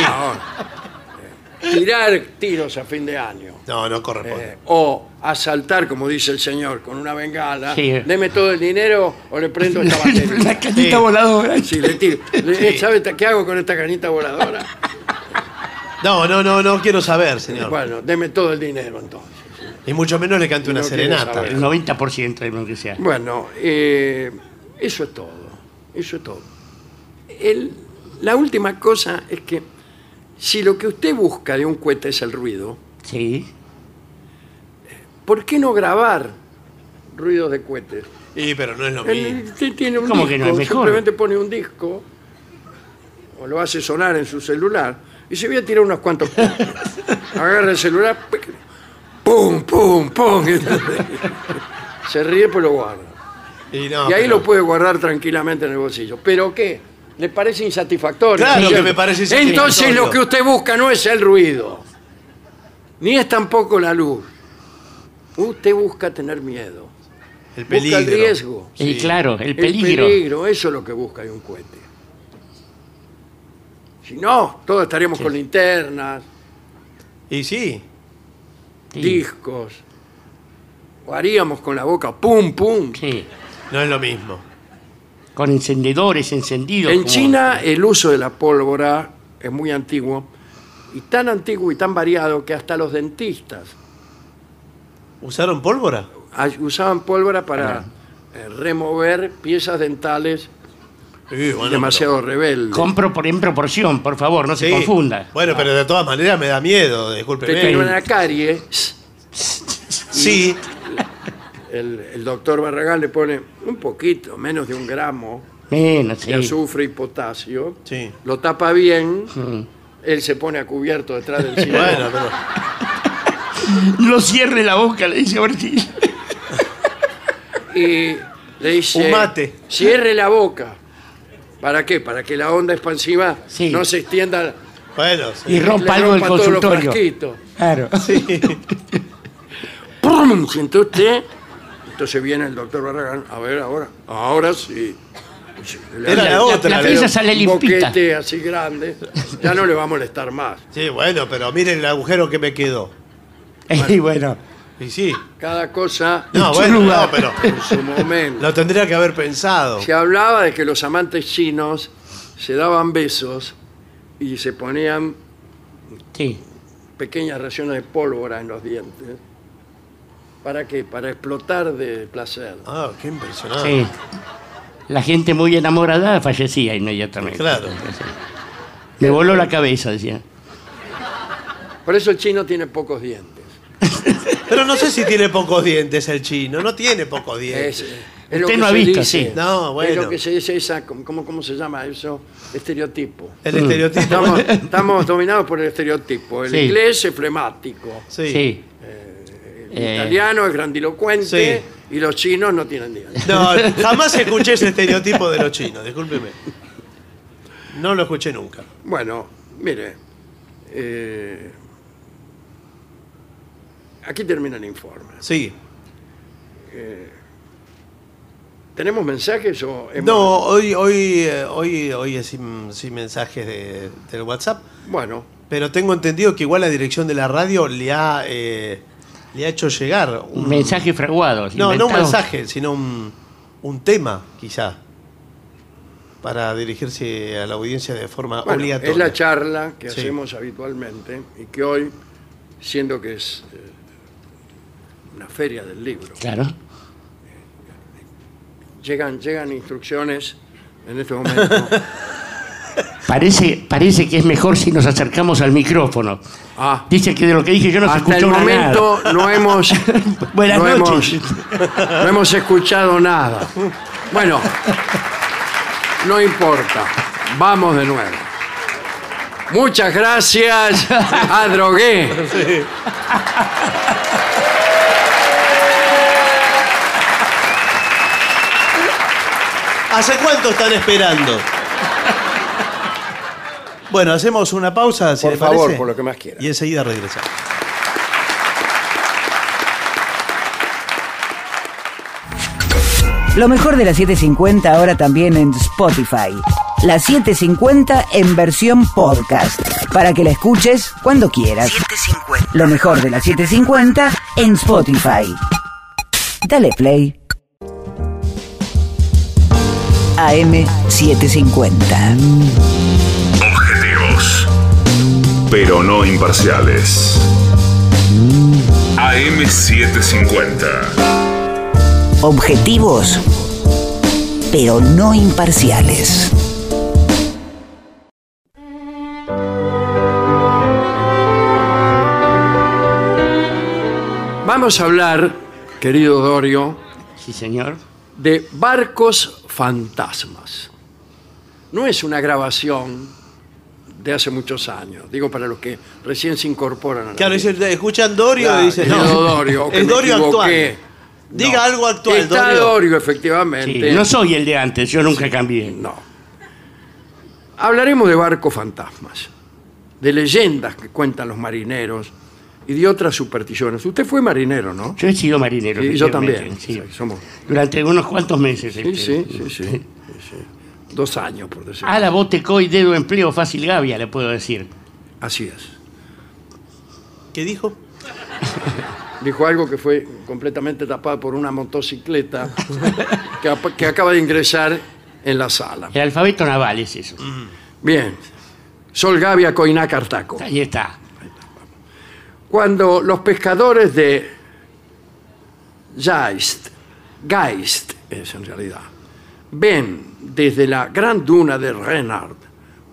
[SPEAKER 1] eh, Tirar tiros a fin de año.
[SPEAKER 2] No, no corresponde.
[SPEAKER 1] Eh, o asaltar, como dice el señor, con una bengala.
[SPEAKER 3] Sí.
[SPEAKER 1] Deme todo el dinero o le prendo esta
[SPEAKER 3] [laughs] la
[SPEAKER 1] batería.
[SPEAKER 2] Sí.
[SPEAKER 3] canita voladora.
[SPEAKER 1] Sí, le tiro. Le- eh, ¿Sabe ta- qué hago con esta canita voladora?
[SPEAKER 2] No, no, no, no quiero saber, señor.
[SPEAKER 1] Bueno, deme todo el dinero entonces.
[SPEAKER 2] Y mucho menos le cante una
[SPEAKER 1] No quiero
[SPEAKER 2] serenata.
[SPEAKER 1] saber.
[SPEAKER 3] El 90% de lo que sea.
[SPEAKER 1] Bueno, eh, eso es todo. Eso es todo. El- la última cosa es que si lo que usted busca de un cohete es el ruido,
[SPEAKER 3] Sí.
[SPEAKER 1] ¿por qué no grabar ruidos de cohetes?
[SPEAKER 2] Y pero no es lo
[SPEAKER 1] Él
[SPEAKER 2] mismo.
[SPEAKER 1] t- tiene un
[SPEAKER 3] ¿Cómo
[SPEAKER 1] disco,
[SPEAKER 3] que no es mejor?
[SPEAKER 1] simplemente pone un disco o lo hace sonar en su celular. y se voy a tirar unos cuantos [laughs] puntos. Agarra el celular, pic, pum, pum, pum. [laughs] Se ríe pues lo guarda.
[SPEAKER 2] Y, no,
[SPEAKER 1] Y ahí
[SPEAKER 2] pero-
[SPEAKER 1] lo puede guardar tranquilamente en el bolsillo. ¿Pero qué? ¿Le parece insatisfactorio?
[SPEAKER 2] Claro
[SPEAKER 1] ¿no es
[SPEAKER 2] que
[SPEAKER 1] cierto?
[SPEAKER 2] me parece
[SPEAKER 1] Entonces
[SPEAKER 2] insatisfactorio.
[SPEAKER 1] lo que usted busca no es el ruido, ni es tampoco la luz. Usted busca tener miedo.
[SPEAKER 2] El
[SPEAKER 1] Busca el
[SPEAKER 2] peligro.
[SPEAKER 1] riesgo.
[SPEAKER 3] Y claro, el
[SPEAKER 1] El
[SPEAKER 3] peligro.
[SPEAKER 1] peligro, eso es lo que busca de un cohete. Si no, todos estaríamos con linternas,
[SPEAKER 2] Y sí.
[SPEAKER 3] Sí,
[SPEAKER 1] discos, o haríamos con la boca pum, pum.
[SPEAKER 3] sí.
[SPEAKER 2] No es lo mismo.
[SPEAKER 3] Con encendedores encendidos.
[SPEAKER 1] En
[SPEAKER 3] como-
[SPEAKER 1] China el uso de la pólvora es muy antiguo y tan antiguo y tan variado que hasta los dentistas
[SPEAKER 2] ¿Usaron pólvora?
[SPEAKER 1] ay- usaban pólvora para eh, remover piezas dentales
[SPEAKER 2] Sí, bueno,
[SPEAKER 1] demasiado rebeldes.
[SPEAKER 3] Compro por, en proporción, por favor, no se
[SPEAKER 2] Ah, Sí.
[SPEAKER 3] confunda.
[SPEAKER 2] Bueno, pero de todas maneras me da miedo,
[SPEAKER 1] Usted
[SPEAKER 2] discúlpeme.
[SPEAKER 1] tiene una carie,
[SPEAKER 2] Sí,
[SPEAKER 1] el, el doctor Barragán le pone un poquito, menos de un gramo
[SPEAKER 3] Menos, sí.
[SPEAKER 1] de azufre y potasio,
[SPEAKER 2] Sí.
[SPEAKER 1] lo tapa bien,
[SPEAKER 3] Mm.
[SPEAKER 1] él se pone a cubierto detrás
[SPEAKER 3] [laughs]
[SPEAKER 1] del sillón.
[SPEAKER 2] bueno, pero...
[SPEAKER 3] No cierre la boca, le dice a ver si-
[SPEAKER 1] y le dice,
[SPEAKER 2] Un mate.
[SPEAKER 1] cierre la boca. ¿Para qué? Para que la onda expansiva
[SPEAKER 3] Sí.
[SPEAKER 1] no se extienda
[SPEAKER 2] Bueno, sí.
[SPEAKER 3] Y rompa
[SPEAKER 1] le
[SPEAKER 3] algo del
[SPEAKER 1] rompa todos los
[SPEAKER 3] consultorio.
[SPEAKER 1] frasquitos.
[SPEAKER 3] Claro.
[SPEAKER 1] ¡Pum! Siente usted. Entonces viene el doctor Barragán, a ver ahora, ahora sí. Le
[SPEAKER 2] Era
[SPEAKER 1] hace
[SPEAKER 2] la otra,
[SPEAKER 3] La
[SPEAKER 2] le
[SPEAKER 3] pieza
[SPEAKER 2] digo.
[SPEAKER 3] sale
[SPEAKER 1] un
[SPEAKER 3] limpita.
[SPEAKER 1] boquete así grande, ya no le va a molestar más.
[SPEAKER 2] Sí, bueno, pero miren el agujero que me quedó.
[SPEAKER 3] Y bueno,
[SPEAKER 2] Y sí.
[SPEAKER 1] Cada cosa
[SPEAKER 2] No, bueno,
[SPEAKER 3] Chuluga.
[SPEAKER 2] no, pero
[SPEAKER 1] en su momento.
[SPEAKER 2] lo tendría que haber pensado.
[SPEAKER 1] Se hablaba de que los amantes chinos se daban besos y se ponían
[SPEAKER 3] sí.
[SPEAKER 1] pequeñas raciones de pólvora en los dientes. ¿Para qué? Para explotar de placer.
[SPEAKER 2] Ah, qué impresionante.
[SPEAKER 3] Sí. La gente muy enamorada fallecía inmediatamente.
[SPEAKER 2] Claro.
[SPEAKER 3] Me voló la cabeza, decía.
[SPEAKER 1] Por eso el chino tiene pocos dientes.
[SPEAKER 2] Pero no sé si tiene pocos dientes el chino. No tiene pocos
[SPEAKER 1] Es, eh,
[SPEAKER 2] dientes.
[SPEAKER 1] es lo
[SPEAKER 3] Usted
[SPEAKER 1] que
[SPEAKER 3] no ha
[SPEAKER 1] se
[SPEAKER 3] visto,
[SPEAKER 1] dice-
[SPEAKER 3] sí.
[SPEAKER 2] No,
[SPEAKER 1] Es
[SPEAKER 2] bueno.
[SPEAKER 1] lo que se dice esa, ¿cómo, cómo se llama eso?
[SPEAKER 3] [laughs]
[SPEAKER 1] Estereotipo.
[SPEAKER 2] El estereotipo.
[SPEAKER 1] Estamos, estamos dominados por el estereotipo. El
[SPEAKER 3] Sí.
[SPEAKER 1] inglés es flemático.
[SPEAKER 2] Sí.
[SPEAKER 3] Sí.
[SPEAKER 1] El
[SPEAKER 3] Eh.
[SPEAKER 1] italiano es grandilocuente. Y los chinos no tienen dientes.
[SPEAKER 2] No, jamás escuché ese estereotipo de los chinos, discúlpeme. No lo escuché nunca.
[SPEAKER 1] Bueno, mire. eh, aquí termina el informe.
[SPEAKER 2] Sí.
[SPEAKER 1] ¿Tenemos mensajes o hemos-
[SPEAKER 2] No, hoy, hoy, eh, hoy, hoy es sin, sin mensajes de, del WhatsApp,
[SPEAKER 1] Bueno,
[SPEAKER 2] pero tengo entendido que igual la dirección de la radio le ha, eh, le ha hecho llegar
[SPEAKER 3] Un
[SPEAKER 2] un
[SPEAKER 3] mensaje fraguado.
[SPEAKER 2] No, no un
[SPEAKER 3] inventado.
[SPEAKER 2] mensaje, sino un, un tema, quizá, para dirigirse a la audiencia de forma
[SPEAKER 1] bueno,
[SPEAKER 2] obligatoria.
[SPEAKER 1] es la charla que
[SPEAKER 2] Sí.
[SPEAKER 1] hacemos habitualmente y que hoy, siendo que es eh, una feria del libro,
[SPEAKER 3] Claro.
[SPEAKER 1] llegan, llegan instrucciones en este
[SPEAKER 2] [laughs]
[SPEAKER 1] momento.
[SPEAKER 3] Parece, parece que es mejor si nos acercamos al micrófono.
[SPEAKER 1] Ah,
[SPEAKER 3] Dice que de lo que dije yo no se
[SPEAKER 1] hasta el
[SPEAKER 3] escuchó una nada.
[SPEAKER 1] momento no hemos,
[SPEAKER 3] [laughs] Buenas
[SPEAKER 1] no
[SPEAKER 3] noches.
[SPEAKER 1] hemos- no hemos escuchado nada. Bueno, no importa, vamos de nuevo. Muchas gracias
[SPEAKER 3] [laughs]
[SPEAKER 1] a Drogué.
[SPEAKER 2] ¿Hace cuánto están esperando? Bueno, hacemos una pausa, si
[SPEAKER 1] Por
[SPEAKER 2] le
[SPEAKER 1] favor,
[SPEAKER 2] parece,
[SPEAKER 1] por lo que más quiera.
[SPEAKER 2] Y enseguida regresamos.
[SPEAKER 4] Lo mejor de la 750 ahora también en Spotify. La 750 en versión podcast. Para que la escuches cuando quieras. Lo mejor de la 750 en Spotify. Dale play. AM750.
[SPEAKER 5] Objetivos, pero no imparciales. AM750.
[SPEAKER 4] Objetivos, pero no imparciales.
[SPEAKER 1] Vamos a hablar, querido Dorio,
[SPEAKER 3] Sí, señor.
[SPEAKER 1] de barcos fantasmas. No es una grabación de hace muchos años. Digo, para los que recién se incorporan. A la
[SPEAKER 2] Claro,
[SPEAKER 1] vida.
[SPEAKER 2] dicen, escuchan Dorio
[SPEAKER 1] Claro,
[SPEAKER 2] y dicen, no,
[SPEAKER 1] digo Dorio, que
[SPEAKER 2] es
[SPEAKER 1] me
[SPEAKER 2] Dorio
[SPEAKER 1] equivoqué.
[SPEAKER 2] actual. Diga
[SPEAKER 1] No.
[SPEAKER 2] algo actual,
[SPEAKER 1] Está
[SPEAKER 2] Dorio.
[SPEAKER 1] Dorio, efectivamente.
[SPEAKER 3] Sí, no soy el de antes, yo nunca cambié.
[SPEAKER 1] No. Hablaremos de barcos fantasmas, de leyendas que cuentan los marineros y de otras supersticiones. Usted fue marinero, ¿no?
[SPEAKER 3] Yo he sido marinero.
[SPEAKER 1] Sí, yo
[SPEAKER 3] efectivamente,
[SPEAKER 1] también.
[SPEAKER 3] sí.
[SPEAKER 1] Sí, somos-
[SPEAKER 3] Durante unos cuantos meses.
[SPEAKER 1] Sí,
[SPEAKER 3] este.
[SPEAKER 1] sí, sí, sí, sí. Dos años, por decir.
[SPEAKER 3] A la botecoy, dedo empleo, fácil gavia, le puedo decir.
[SPEAKER 1] Así es.
[SPEAKER 2] ¿Qué dijo?
[SPEAKER 1] Dijo algo que fue completamente tapado por una
[SPEAKER 3] [laughs]
[SPEAKER 1] motocicleta que, ap- que acaba de ingresar en la sala.
[SPEAKER 3] El alfabeto naval es eso.
[SPEAKER 2] Mm.
[SPEAKER 1] Bien. Sol Gavia Coiná Cartaco.
[SPEAKER 3] Ahí está.
[SPEAKER 1] cuando los pescadores de Geist, Geist es en realidad, ven desde la gran duna de Renard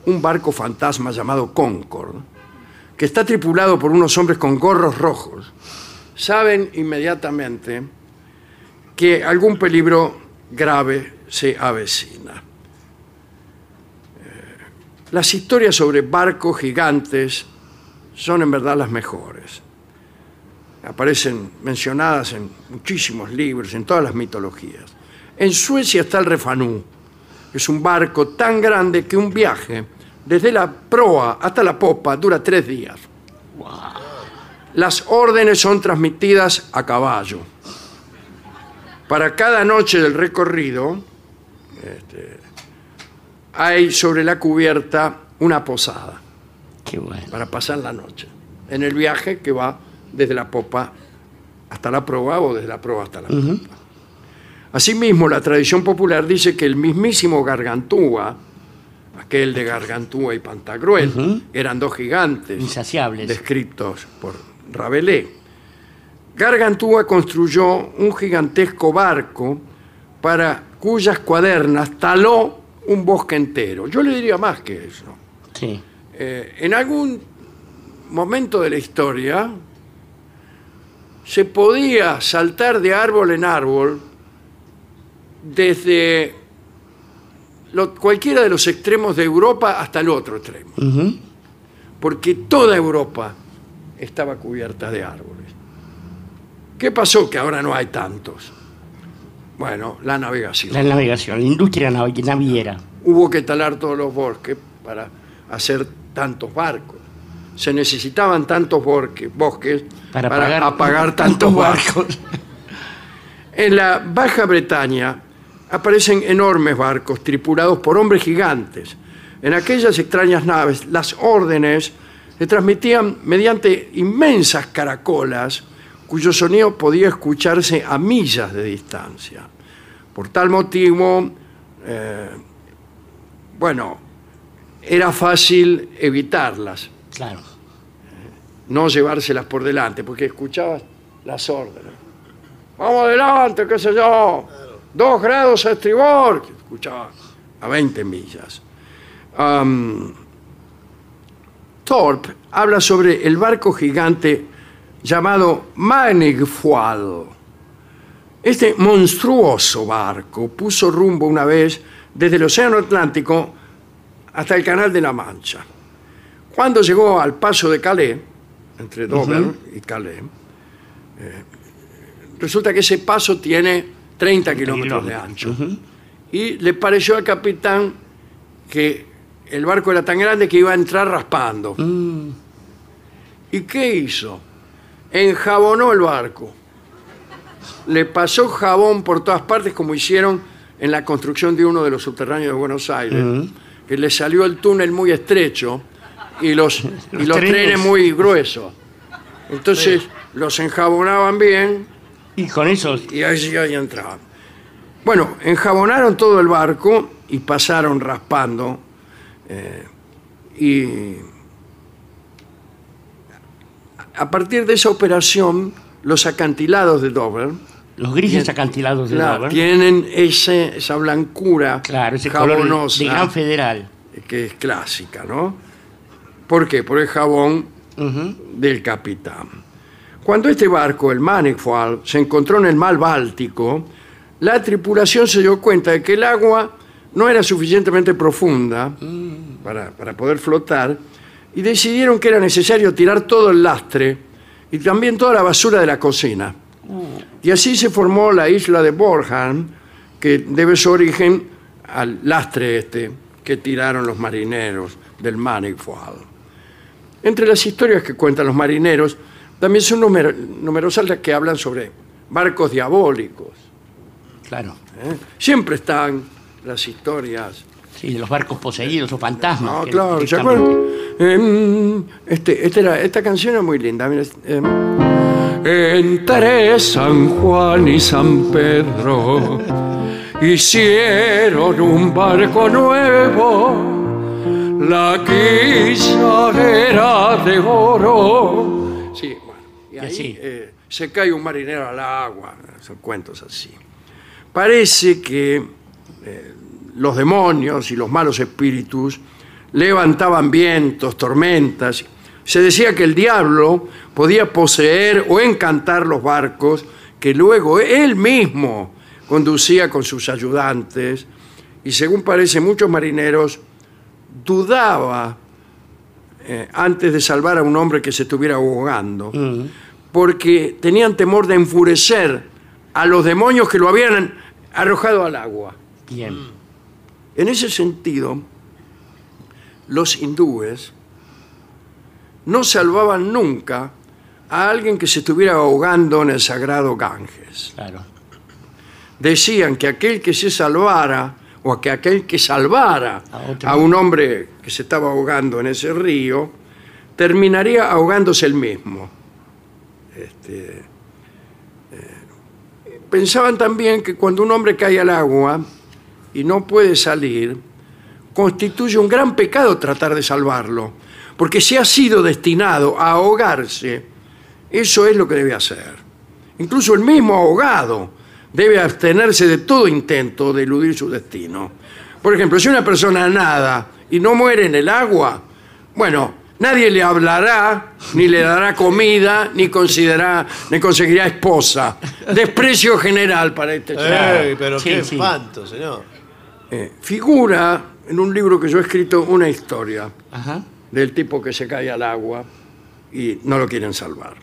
[SPEAKER 1] un barco fantasma llamado Concord, que está tripulado por unos hombres con gorros rojos, saben inmediatamente que algún peligro grave se avecina. Eh, Las historias sobre barcos gigantes son en verdad las mejores. Aparecen mencionadas en muchísimos libros, en todas las mitologías. En Suecia está el Refanú, que es un barco tan grande que un viaje desde la proa hasta la popa dura tres días. Las órdenes son transmitidas a caballo. Para cada noche del recorrido este, hay sobre la cubierta una posada
[SPEAKER 3] Qué bueno.
[SPEAKER 1] para pasar la noche en el viaje que va desde la popa hasta la proa o desde la proa hasta la popa. Asimismo, la tradición popular dice que el mismísimo Gargantúa, aquel de Gargantúa y Pantagruel, eran dos gigantes
[SPEAKER 3] Insaciables.
[SPEAKER 1] descritos por Rabelais. Gargantúa construyó un gigantesco barco para cuyas cuadernas taló un bosque entero. Yo le diría más que eso.
[SPEAKER 3] Sí.
[SPEAKER 1] Eh, en algún momento de la historia se podía saltar de árbol en árbol desde lo- cualquiera de los extremos de Europa hasta el otro extremo,
[SPEAKER 3] Ujú.
[SPEAKER 1] porque toda Europa estaba cubierta de árboles. ¿Qué pasó que ahora no hay tantos? Bueno, la navegación.
[SPEAKER 3] La navegación, la industria nav- naviera.
[SPEAKER 1] hubo que talar todos los bosques para hacer tantos barcos. Se necesitaban tantos borque- bosques para,
[SPEAKER 3] Para, pagar, [laughs]
[SPEAKER 1] apagar [laughs] tantos barcos. En la Baja Bretaña aparecen enormes barcos tripulados por hombres gigantes. En aquellas extrañas naves, las órdenes se transmitían mediante inmensas caracolas cuyo sonido podía escucharse a millas de distancia. Por tal motivo, eh, bueno, era fácil evitarlas,
[SPEAKER 3] Claro.
[SPEAKER 1] no llevárselas por delante, porque escuchabas las órdenes. Vamos adelante, qué sé yo. Dos grados a estribor. que Escuchaba a 20 millas. Am, Thorpe habla sobre el barco gigante llamado Manigfual. Este monstruoso barco puso rumbo una vez desde el Océano Atlántico hasta el Canal de la Mancha. Cuando llegó al paso de Calais, entre Dover y Calais, eh, resulta que ese paso tiene 30 kilómetros de ancho. Y le pareció al capitán que el barco era tan grande que iba a entrar raspando. ¿Y qué hizo? Enjabonó el barco. Le pasó jabón por todas partes como hicieron en la construcción de uno de los subterráneos de Buenos Aires, que le salió el túnel muy estrecho y los, y
[SPEAKER 3] Los
[SPEAKER 1] los trenes.
[SPEAKER 3] trenes.
[SPEAKER 1] muy gruesos. Entonces los enjabonaban bien
[SPEAKER 3] Y con eso,
[SPEAKER 1] y allí ahí entraban. Bueno, enjabonaron todo el barco y pasaron raspando eh, y a partir de esa operación los acantilados de Dover
[SPEAKER 3] los grises acantilados de
[SPEAKER 1] claro,
[SPEAKER 3] Dover.
[SPEAKER 1] tienen ese, esa blancura
[SPEAKER 3] Claro, ese color
[SPEAKER 1] jabonosa
[SPEAKER 3] de Gran Federal.
[SPEAKER 1] que es clásica, ¿no? ¿Por qué? Por el jabón
[SPEAKER 3] Ujú.
[SPEAKER 1] del capitán. Cuando este barco, el Manifold, se encontró en el mar Báltico, la tripulación se dio cuenta de que el agua no era suficientemente profunda para, para poder flotar, y decidieron que era necesario tirar todo el lastre y también toda la basura de la cocina. Y así se formó la isla de Bornholm, que debe su origen al lastre este que tiraron los marineros del Manifold. Entre las historias que cuentan los marineros, también son numer- numerosas las que hablan sobre barcos diabólicos.
[SPEAKER 3] Claro.
[SPEAKER 1] ¿eh? Siempre están las historias
[SPEAKER 3] Sí, de los barcos poseídos o fantasmas.
[SPEAKER 1] Ah,
[SPEAKER 3] que-
[SPEAKER 1] claro, ¿se
[SPEAKER 3] directamente.
[SPEAKER 1] acuerdan? Em, este, este era- esta canción es muy linda. mira, em. Entré San Juan y San Pedro, hicieron un barco nuevo, la quilla era de oro. Sí, bueno, y ahí,
[SPEAKER 3] así.
[SPEAKER 1] eh, se cae un marinero al agua, son cuentos así. Parece que los demonios y los malos espíritus levantaban vientos, tormentas. Se decía que el diablo podía poseer o encantar los barcos que luego él mismo conducía con sus ayudantes y según parece muchos marineros dudaba eh, antes de salvar a un hombre que se estuviera ahogando porque tenían temor de enfurecer a los demonios que lo habían arrojado al agua.
[SPEAKER 3] Bien.
[SPEAKER 1] En ese sentido, los hindúes no salvaban nunca a alguien que se estuviera ahogando en el sagrado Ganges.
[SPEAKER 3] Claro.
[SPEAKER 1] Decían que aquel que se salvara o que aquel que salvara
[SPEAKER 3] A otro.
[SPEAKER 1] a un hombre que se estaba ahogando en ese río terminaría ahogándose el mismo. Este, eh, pensaban también que cuando un hombre cae al agua y no puede salir, constituye un gran pecado tratar de salvarlo, porque si ha sido destinado a ahogarse, eso es lo que debe hacer. Incluso el mismo ahogado debe abstenerse de todo intento de eludir su destino. Por ejemplo, si una persona nada y no muere en el agua, bueno, nadie le hablará, ni le dará comida, ni, considerará, ni conseguirá esposa. Desprecio general para este
[SPEAKER 2] Eh.
[SPEAKER 1] chico.
[SPEAKER 2] Ey, pero
[SPEAKER 3] Sí,
[SPEAKER 2] qué
[SPEAKER 3] sí.
[SPEAKER 2] espanto, señor.
[SPEAKER 1] Eh, figura en un libro que yo he escrito una historia
[SPEAKER 3] Ajá.
[SPEAKER 1] del tipo que se cae al agua y no lo quieren salvar.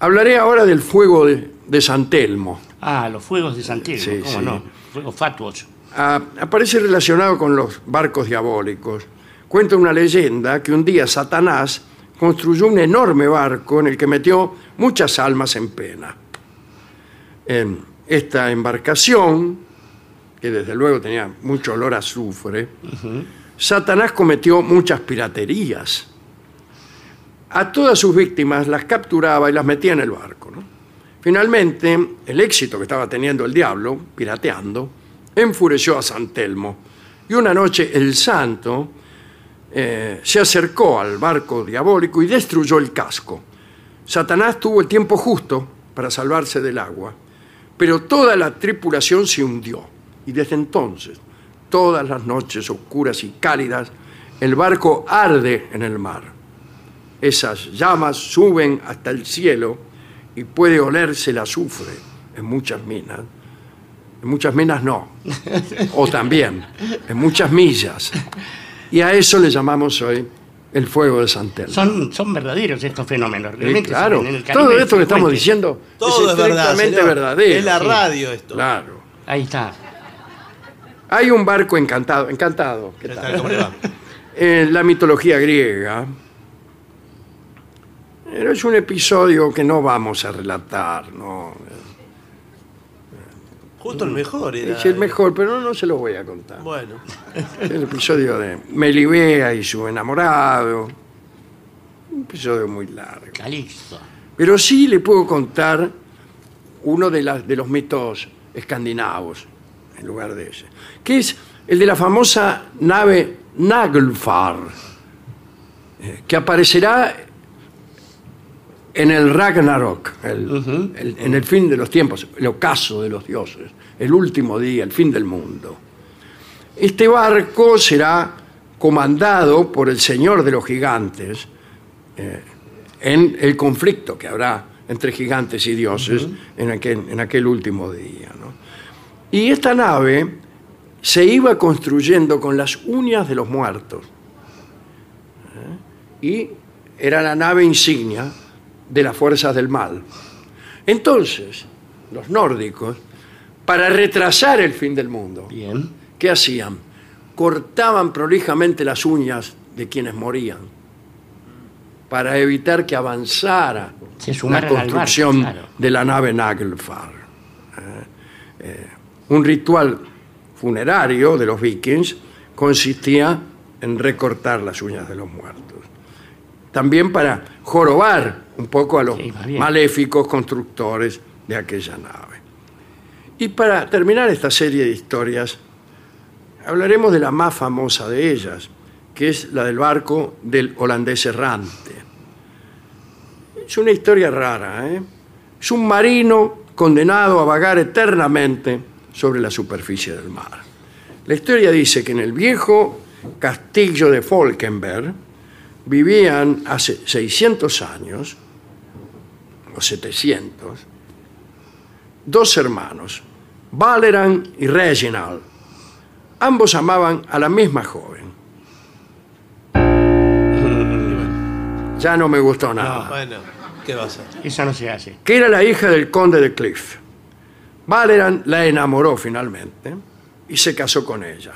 [SPEAKER 1] Hablaré ahora del fuego de, de San Telmo.
[SPEAKER 3] Ah, los fuegos de Santiago,
[SPEAKER 1] Sí,
[SPEAKER 3] ¿cómo
[SPEAKER 1] sí.
[SPEAKER 3] no? Fuegos fatuos.
[SPEAKER 1] Ah, aparece relacionado con los barcos diabólicos. Cuenta una leyenda que un día Satanás construyó un enorme barco en el que metió muchas almas en pena. Em, esta embarcación, que desde luego tenía mucho olor a azufre, Satanás cometió muchas piraterías. A todas sus víctimas las capturaba y las metía en el barco. ¿no? Finalmente, el éxito que estaba teniendo el diablo, pirateando, enfureció a San Telmo. Y una noche el santo eh, se acercó al barco diabólico y destruyó el casco. Satanás tuvo el tiempo justo para salvarse del agua, pero toda la tripulación se hundió. Y desde entonces, todas las noches oscuras y cálidas, el barco arde en el mar. Esas llamas suben hasta el cielo y puede olerse el azufre en muchas minas. En muchas minas no. O también, en muchas millas. Y a eso le llamamos hoy el fuego de San Telmo.
[SPEAKER 3] Son, son verdaderos estos fenómenos.
[SPEAKER 1] Sí,
[SPEAKER 3] Realmente
[SPEAKER 1] claro,
[SPEAKER 3] son en el Caribe
[SPEAKER 1] todo esto que estamos
[SPEAKER 3] frecuentes.
[SPEAKER 1] diciendo
[SPEAKER 2] Todo es, verdad.
[SPEAKER 1] estrictamente
[SPEAKER 2] señor.
[SPEAKER 1] verdadero.
[SPEAKER 2] Es la radio esto.
[SPEAKER 1] Claro.
[SPEAKER 3] Ahí está.
[SPEAKER 1] Hay un barco encantado, encantado. ¿qué
[SPEAKER 2] ¿Qué
[SPEAKER 1] tal?
[SPEAKER 2] tal? ¿Cómo
[SPEAKER 1] [laughs]
[SPEAKER 2] le va?
[SPEAKER 1] en la mitología griega. Pero es un episodio que no vamos a relatar, ¿no?
[SPEAKER 2] Justo el mejor era.
[SPEAKER 1] Es el mejor, pero no se lo voy a contar.
[SPEAKER 2] Bueno.
[SPEAKER 1] Es el episodio de Melibea y su enamorado. Un episodio muy largo.
[SPEAKER 3] Calixto.
[SPEAKER 1] Pero sí le puedo contar uno de, las- de los mitos escandinavos, en lugar de ese, que es el de la famosa nave Naglfar, eh, que aparecerá en el Ragnarok, el- el- en el fin de los tiempos, el ocaso de los dioses, el último día, el fin del mundo. Este barco será comandado por el señor de los gigantes, eh, en el conflicto que habrá entre gigantes y dioses en, aquel, en aquel último día. ¿no? Y esta nave se iba construyendo con las uñas de los muertos. ¿Eh? Y era la nave insignia de las fuerzas del mal. Entonces, los nórdicos, para retrasar el fin del mundo,
[SPEAKER 3] Bien.
[SPEAKER 1] ¿qué hacían? Cortaban prolijamente las uñas de quienes morían para evitar que avanzara
[SPEAKER 3] Se
[SPEAKER 1] la
[SPEAKER 3] sumaran al barco,
[SPEAKER 1] construcción
[SPEAKER 3] claro.
[SPEAKER 1] de la nave Nagelfar. un ritual funerario de los vikings consistía en recortar las uñas de los muertos. También para jorobar un poco a los
[SPEAKER 3] Sí, más bien.
[SPEAKER 1] maléficos constructores de aquella nave. Y para terminar esta serie de historias, hablaremos de la más famosa de ellas, que es la del barco del holandés errante. Es una historia rara, ¿eh? Es un marino condenado a vagar eternamente sobre la superficie del mar. La historia dice que en el viejo castillo de Falkenberg vivían hace 600 años, o 700, dos hermanos, Valeran y Reginald. Ambos amaban a la misma joven. Ya no me gustó nada
[SPEAKER 2] Bueno, ¿qué va a hacer?
[SPEAKER 3] Eso no se hace.
[SPEAKER 1] que era la hija del conde de Cliff. Valeran la enamoró finalmente y se casó con ella.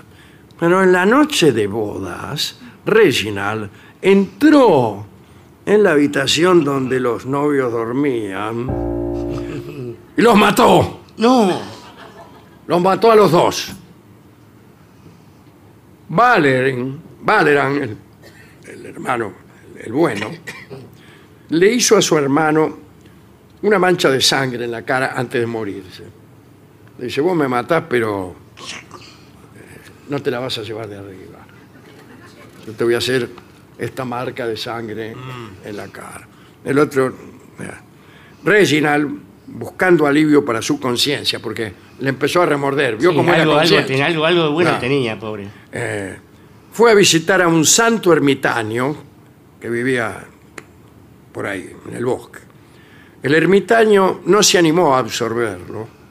[SPEAKER 1] Pero en la noche de bodas, Reginald entró en la habitación donde los novios dormían y los mató.
[SPEAKER 3] No.
[SPEAKER 1] Los mató a los dos. Valeran, Valeran el, el hermano, el bueno, le hizo a su hermano una mancha de sangre en la cara antes de morirse. Le dice, vos me matás, pero eh, no te la vas a llevar de arriba. Yo te voy a hacer esta marca de sangre
[SPEAKER 3] Mm.
[SPEAKER 1] en la cara. El otro, mira, Reginald, buscando alivio para su conciencia, porque le empezó a remorder. Vio
[SPEAKER 3] Sí,
[SPEAKER 1] cómo era
[SPEAKER 3] algo, algo,
[SPEAKER 1] consciente.
[SPEAKER 3] tenía, algo, algo de bueno
[SPEAKER 1] No.
[SPEAKER 3] tenía, pobre.
[SPEAKER 1] Eh, fue a visitar a un santo ermitaño que vivía por ahí, en el bosque. El ermitaño no se animó a absorberlo.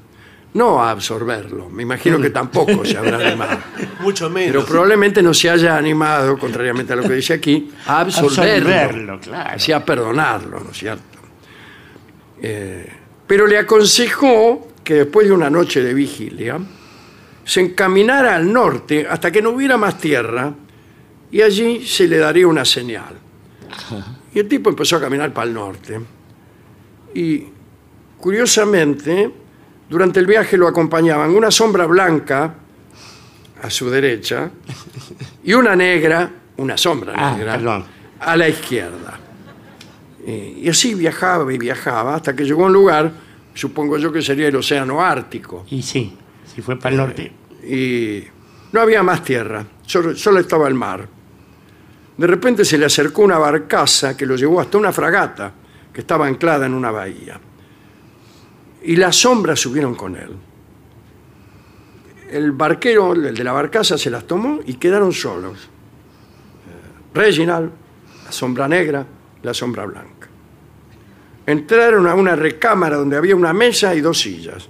[SPEAKER 1] No a absorberlo, me imagino que tampoco se habrá animado.
[SPEAKER 2] Mucho
[SPEAKER 1] Pero
[SPEAKER 2] menos.
[SPEAKER 1] probablemente no se haya animado, contrariamente a lo que dice aquí,
[SPEAKER 3] [laughs]
[SPEAKER 1] a absorberlo.
[SPEAKER 3] Absorberlo, claro.
[SPEAKER 1] Así a perdonarlo, ¿no es cierto? Eh, pero le aconsejó que después de una noche de vigilia se encaminara al norte hasta que no hubiera más tierra y allí se le daría una señal. Y el tipo empezó a caminar para el norte. Y curiosamente, durante el viaje lo acompañaban una sombra blanca a su derecha y una negra, una sombra
[SPEAKER 3] Ah,
[SPEAKER 1] negra,
[SPEAKER 3] perdón.
[SPEAKER 1] a la izquierda. Eh, Y así viajaba y viajaba hasta que llegó a un lugar, supongo yo que sería el Océano Ártico,
[SPEAKER 3] Y sí, si fue para el norte.
[SPEAKER 1] y no había más tierra, solo, solo estaba el mar. De repente se le acercó una barcaza que lo llevó hasta una fragata que estaba anclada en una bahía. Y las sombras subieron con él. El barquero, el de la barcaza, se las tomó y quedaron solos. Eh, Reginald, la sombra negra, la sombra blanca. Entraron a una recámara donde había una mesa y dos sillas.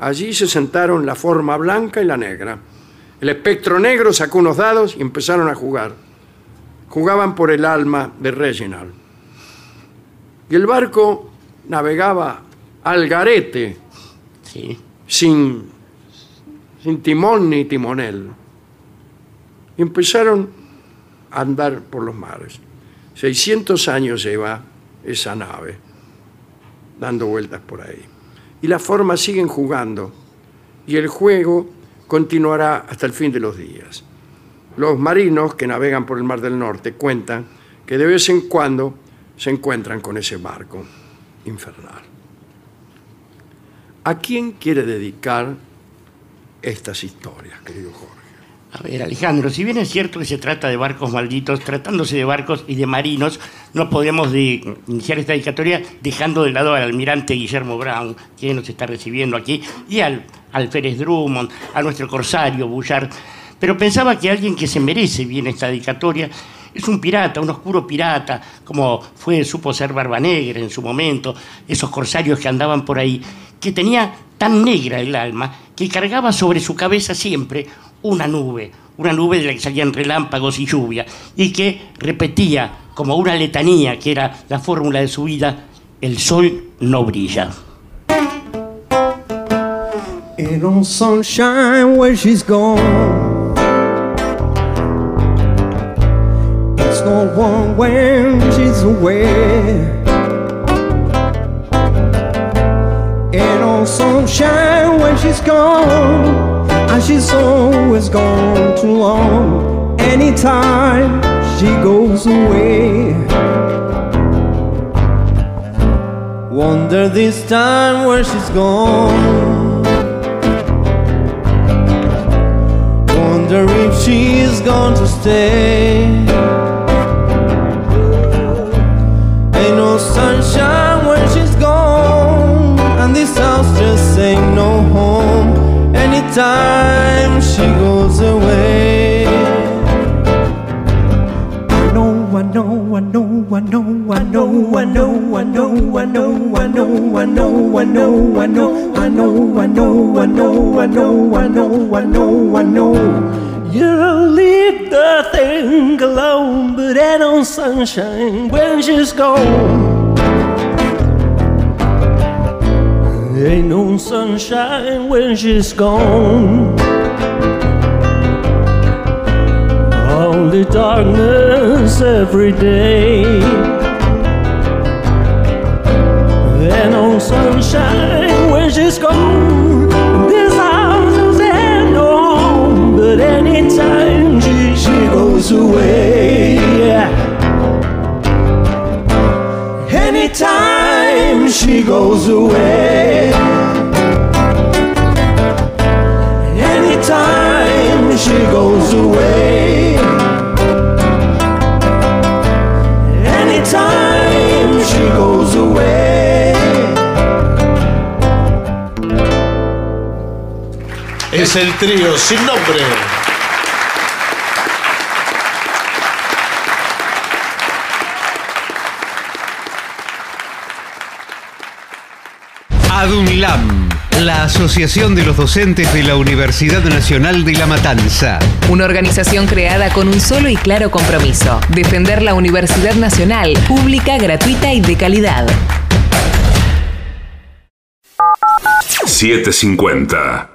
[SPEAKER 1] Allí se sentaron la forma blanca y la negra. El espectro negro sacó unos dados y empezaron a jugar. Jugaban por el alma de Reginald. Y el barco navegaba al garete,
[SPEAKER 3] Sí.
[SPEAKER 1] sin, sin timón ni timonel. Y empezaron a andar por los mares. 600 años lleva esa nave, dando vueltas por ahí. Y las formas siguen jugando. Y el juego continuará hasta el fin de los días. Los marinos que navegan por el Mar del Norte cuentan que de vez en cuando se encuentran con ese barco infernal. ¿A quién quiere dedicar estas historias, querido Jorge?
[SPEAKER 3] A ver, Alejandro, si bien es cierto que se trata de barcos malditos, tratándose de barcos y de marinos, no podemos de- iniciar esta dedicatoria dejando de lado al almirante Guillermo Brown, que nos está recibiendo aquí, y al, al Pérez Drummond, a nuestro corsario Bullard. Pero pensaba que alguien que se merece bien esta dedicatoria es un pirata, un oscuro pirata, como fue, supo ser Barbanegra en su momento, esos corsarios que andaban por ahí, que tenía tan negra el alma que cargaba sobre su cabeza siempre una nube, una nube de la que salían relámpagos y lluvia, y que repetía como una letanía, que era la fórmula de su vida, el sol no brilla.
[SPEAKER 6] Ain't no sunshine where she's gone. It's no warm when she's away. Ain't no sunshine when she's gone. And she's always gone too long. Anytime she goes away. Wonder this time where she's gone. Wonder if she's going to stay. Ain't no sunshine when she's gone, and this house just ain't no home. Anytime she goes away. I know, I know, I know, I know, I know, I know, I know, I know, I know, I know, I know, I know, I know, I know, I know, I know, I know, I know, I know. You'll leave the thing alone, but ain't no sunshine when she's gone. Ain't no sunshine when she's gone. Only darkness every day. And no sunshine when she's gone. This house is an home, but anytime she, she goes away. Anytime she goes away. Anytime she goes away. Anytime she goes away.
[SPEAKER 2] Es el trío sin nombre.
[SPEAKER 7] ADUNLAM, la Asociación de los Docentes de la Universidad Nacional de La Matanza.
[SPEAKER 8] Una organización creada con un solo y claro compromiso, defender la Universidad Nacional, pública, gratuita y de calidad.
[SPEAKER 5] 750.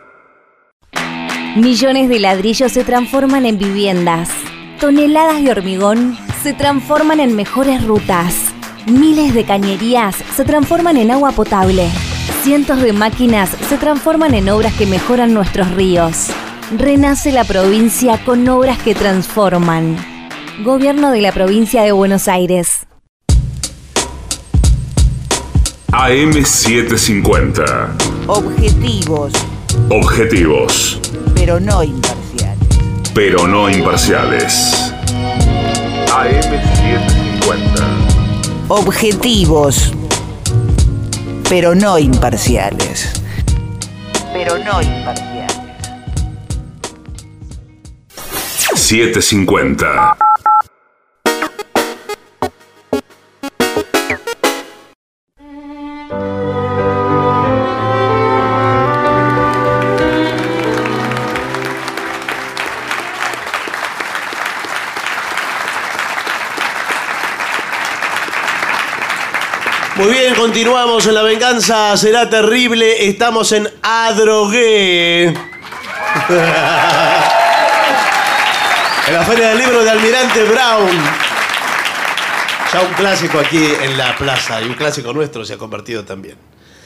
[SPEAKER 9] Millones de ladrillos se transforman en viviendas. Toneladas de hormigón se transforman en mejores rutas. Miles de cañerías se transforman en agua potable. Cientos de máquinas se transforman en obras que mejoran nuestros ríos. Renace la provincia con obras que transforman. Gobierno de la provincia de Buenos Aires.
[SPEAKER 5] AM750.
[SPEAKER 4] Objetivos,
[SPEAKER 5] Objetivos,
[SPEAKER 4] pero no imparciales.
[SPEAKER 5] pero no imparciales. AM750.
[SPEAKER 4] Objetivos, pero no imparciales. Pero no imparciales.
[SPEAKER 5] 750.
[SPEAKER 2] Muy bien, continuamos en La Venganza Será Terrible. Estamos en Adrogué. [laughs] en la Feria del Libro de Almirante Brown. Ya un clásico aquí en la plaza y un clásico nuestro se ha convertido también.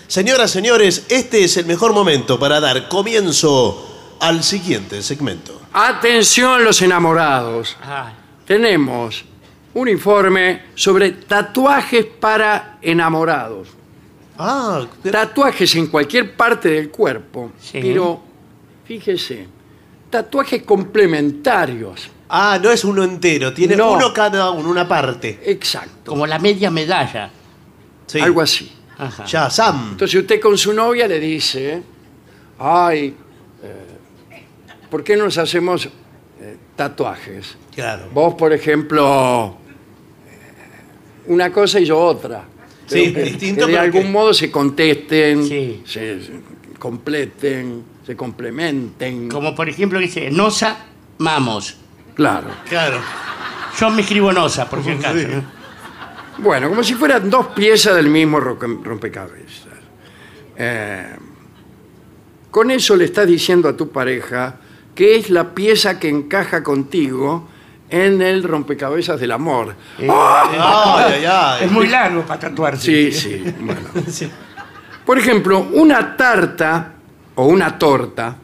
[SPEAKER 2] Señoras, señores, este es el mejor momento para dar comienzo al siguiente segmento.
[SPEAKER 1] Atención los enamorados. Tenemos un informe sobre tatuajes para enamorados.
[SPEAKER 2] Ah,
[SPEAKER 1] Tatuajes en cualquier parte del cuerpo,
[SPEAKER 3] Sí.
[SPEAKER 1] pero fíjese, tatuajes complementarios.
[SPEAKER 2] ah, no es uno entero, tiene
[SPEAKER 1] No.
[SPEAKER 2] uno cada uno, una parte.
[SPEAKER 1] Exacto,
[SPEAKER 3] Como la media medalla.
[SPEAKER 2] Sí.
[SPEAKER 1] algo así.
[SPEAKER 3] Ajá.
[SPEAKER 2] Ya, Sam.
[SPEAKER 1] Entonces usted con su novia le dice, ay, eh, ¿por qué no nos hacemos eh, tatuajes?
[SPEAKER 2] Claro.
[SPEAKER 1] Vos, por ejemplo, eh, una cosa y yo otra.
[SPEAKER 2] Sí,
[SPEAKER 1] Pero que-
[SPEAKER 2] distinto,
[SPEAKER 1] que de
[SPEAKER 2] pero
[SPEAKER 1] algún
[SPEAKER 2] que-
[SPEAKER 1] modo se contesten,
[SPEAKER 3] Sí.
[SPEAKER 1] se, se completen, se complementen.
[SPEAKER 3] Como por ejemplo dice, Nosa Mamos.
[SPEAKER 1] Claro.
[SPEAKER 2] Claro.
[SPEAKER 3] Yo me escribo Nosa, por si acaso.
[SPEAKER 2] Sí.
[SPEAKER 3] ¿no?
[SPEAKER 1] Bueno, como si fueran dos piezas del mismo ro- rompecabezas. Eh, con eso le estás diciendo a tu pareja que es la pieza que encaja contigo en el rompecabezas del amor.
[SPEAKER 2] Ay, ay, ay.
[SPEAKER 3] Es muy largo para
[SPEAKER 1] Sí, [laughs]
[SPEAKER 3] tatuarse.
[SPEAKER 1] sí, bueno. Por ejemplo, una tarta o una torta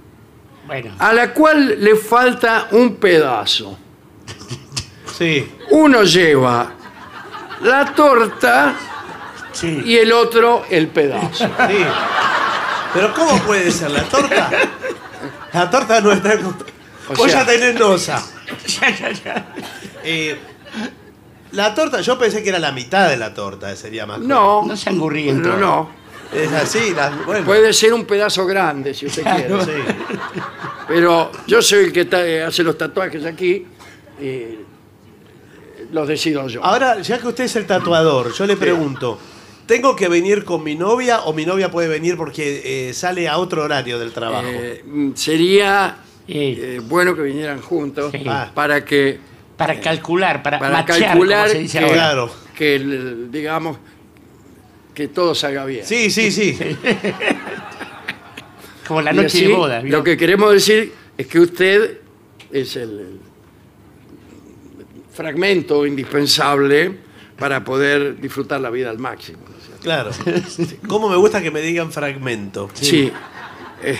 [SPEAKER 3] Bueno,
[SPEAKER 1] a la cual le falta un pedazo.
[SPEAKER 2] Sí.
[SPEAKER 1] Uno lleva la torta
[SPEAKER 3] sí.
[SPEAKER 1] y el otro el pedazo. [laughs]
[SPEAKER 2] Sí. Pero ¿cómo puede ser la torta? La torta no está en contra-
[SPEAKER 1] O
[SPEAKER 2] Vos
[SPEAKER 1] sea-
[SPEAKER 2] ya tenés nosa.
[SPEAKER 3] [laughs] Ya, ya, ya.
[SPEAKER 2] Eh, la torta, yo pensé que era la mitad de la torta, eh, sería más.
[SPEAKER 1] No,
[SPEAKER 3] No sean angurriento.
[SPEAKER 1] no, no.
[SPEAKER 2] Es así, las- bueno.
[SPEAKER 1] Puede ser un pedazo grande, si usted quiere.
[SPEAKER 2] Sí.
[SPEAKER 1] Pero yo soy el que ta- eh, hace los tatuajes aquí y los decido yo.
[SPEAKER 2] Ahora, ya que usted es el tatuador, yo le pregunto, ¿tengo que venir con mi novia o mi novia puede venir porque eh, sale a otro horario del trabajo?
[SPEAKER 1] Eh, mm, sería
[SPEAKER 3] Sí.
[SPEAKER 1] eh, bueno que vinieran juntos
[SPEAKER 3] Sí.
[SPEAKER 1] ah, para que,
[SPEAKER 3] Para calcular, para,
[SPEAKER 1] para
[SPEAKER 3] machear,
[SPEAKER 1] calcular
[SPEAKER 3] como se dice
[SPEAKER 1] que,
[SPEAKER 3] ahora.
[SPEAKER 2] Claro.
[SPEAKER 1] que el- digamos que todo salga bien.
[SPEAKER 2] Sí, sí, sí.
[SPEAKER 3] Como la
[SPEAKER 1] Y
[SPEAKER 3] noche
[SPEAKER 1] así,
[SPEAKER 3] de bodas. ¿vio?
[SPEAKER 1] Lo que queremos decir es que usted es el, el fragmento indispensable para poder disfrutar la vida al máximo. ¿no es cierto? [laughs]
[SPEAKER 2] Claro. ¿Cómo me gusta que me digan fragmento?
[SPEAKER 1] Sí. Eh,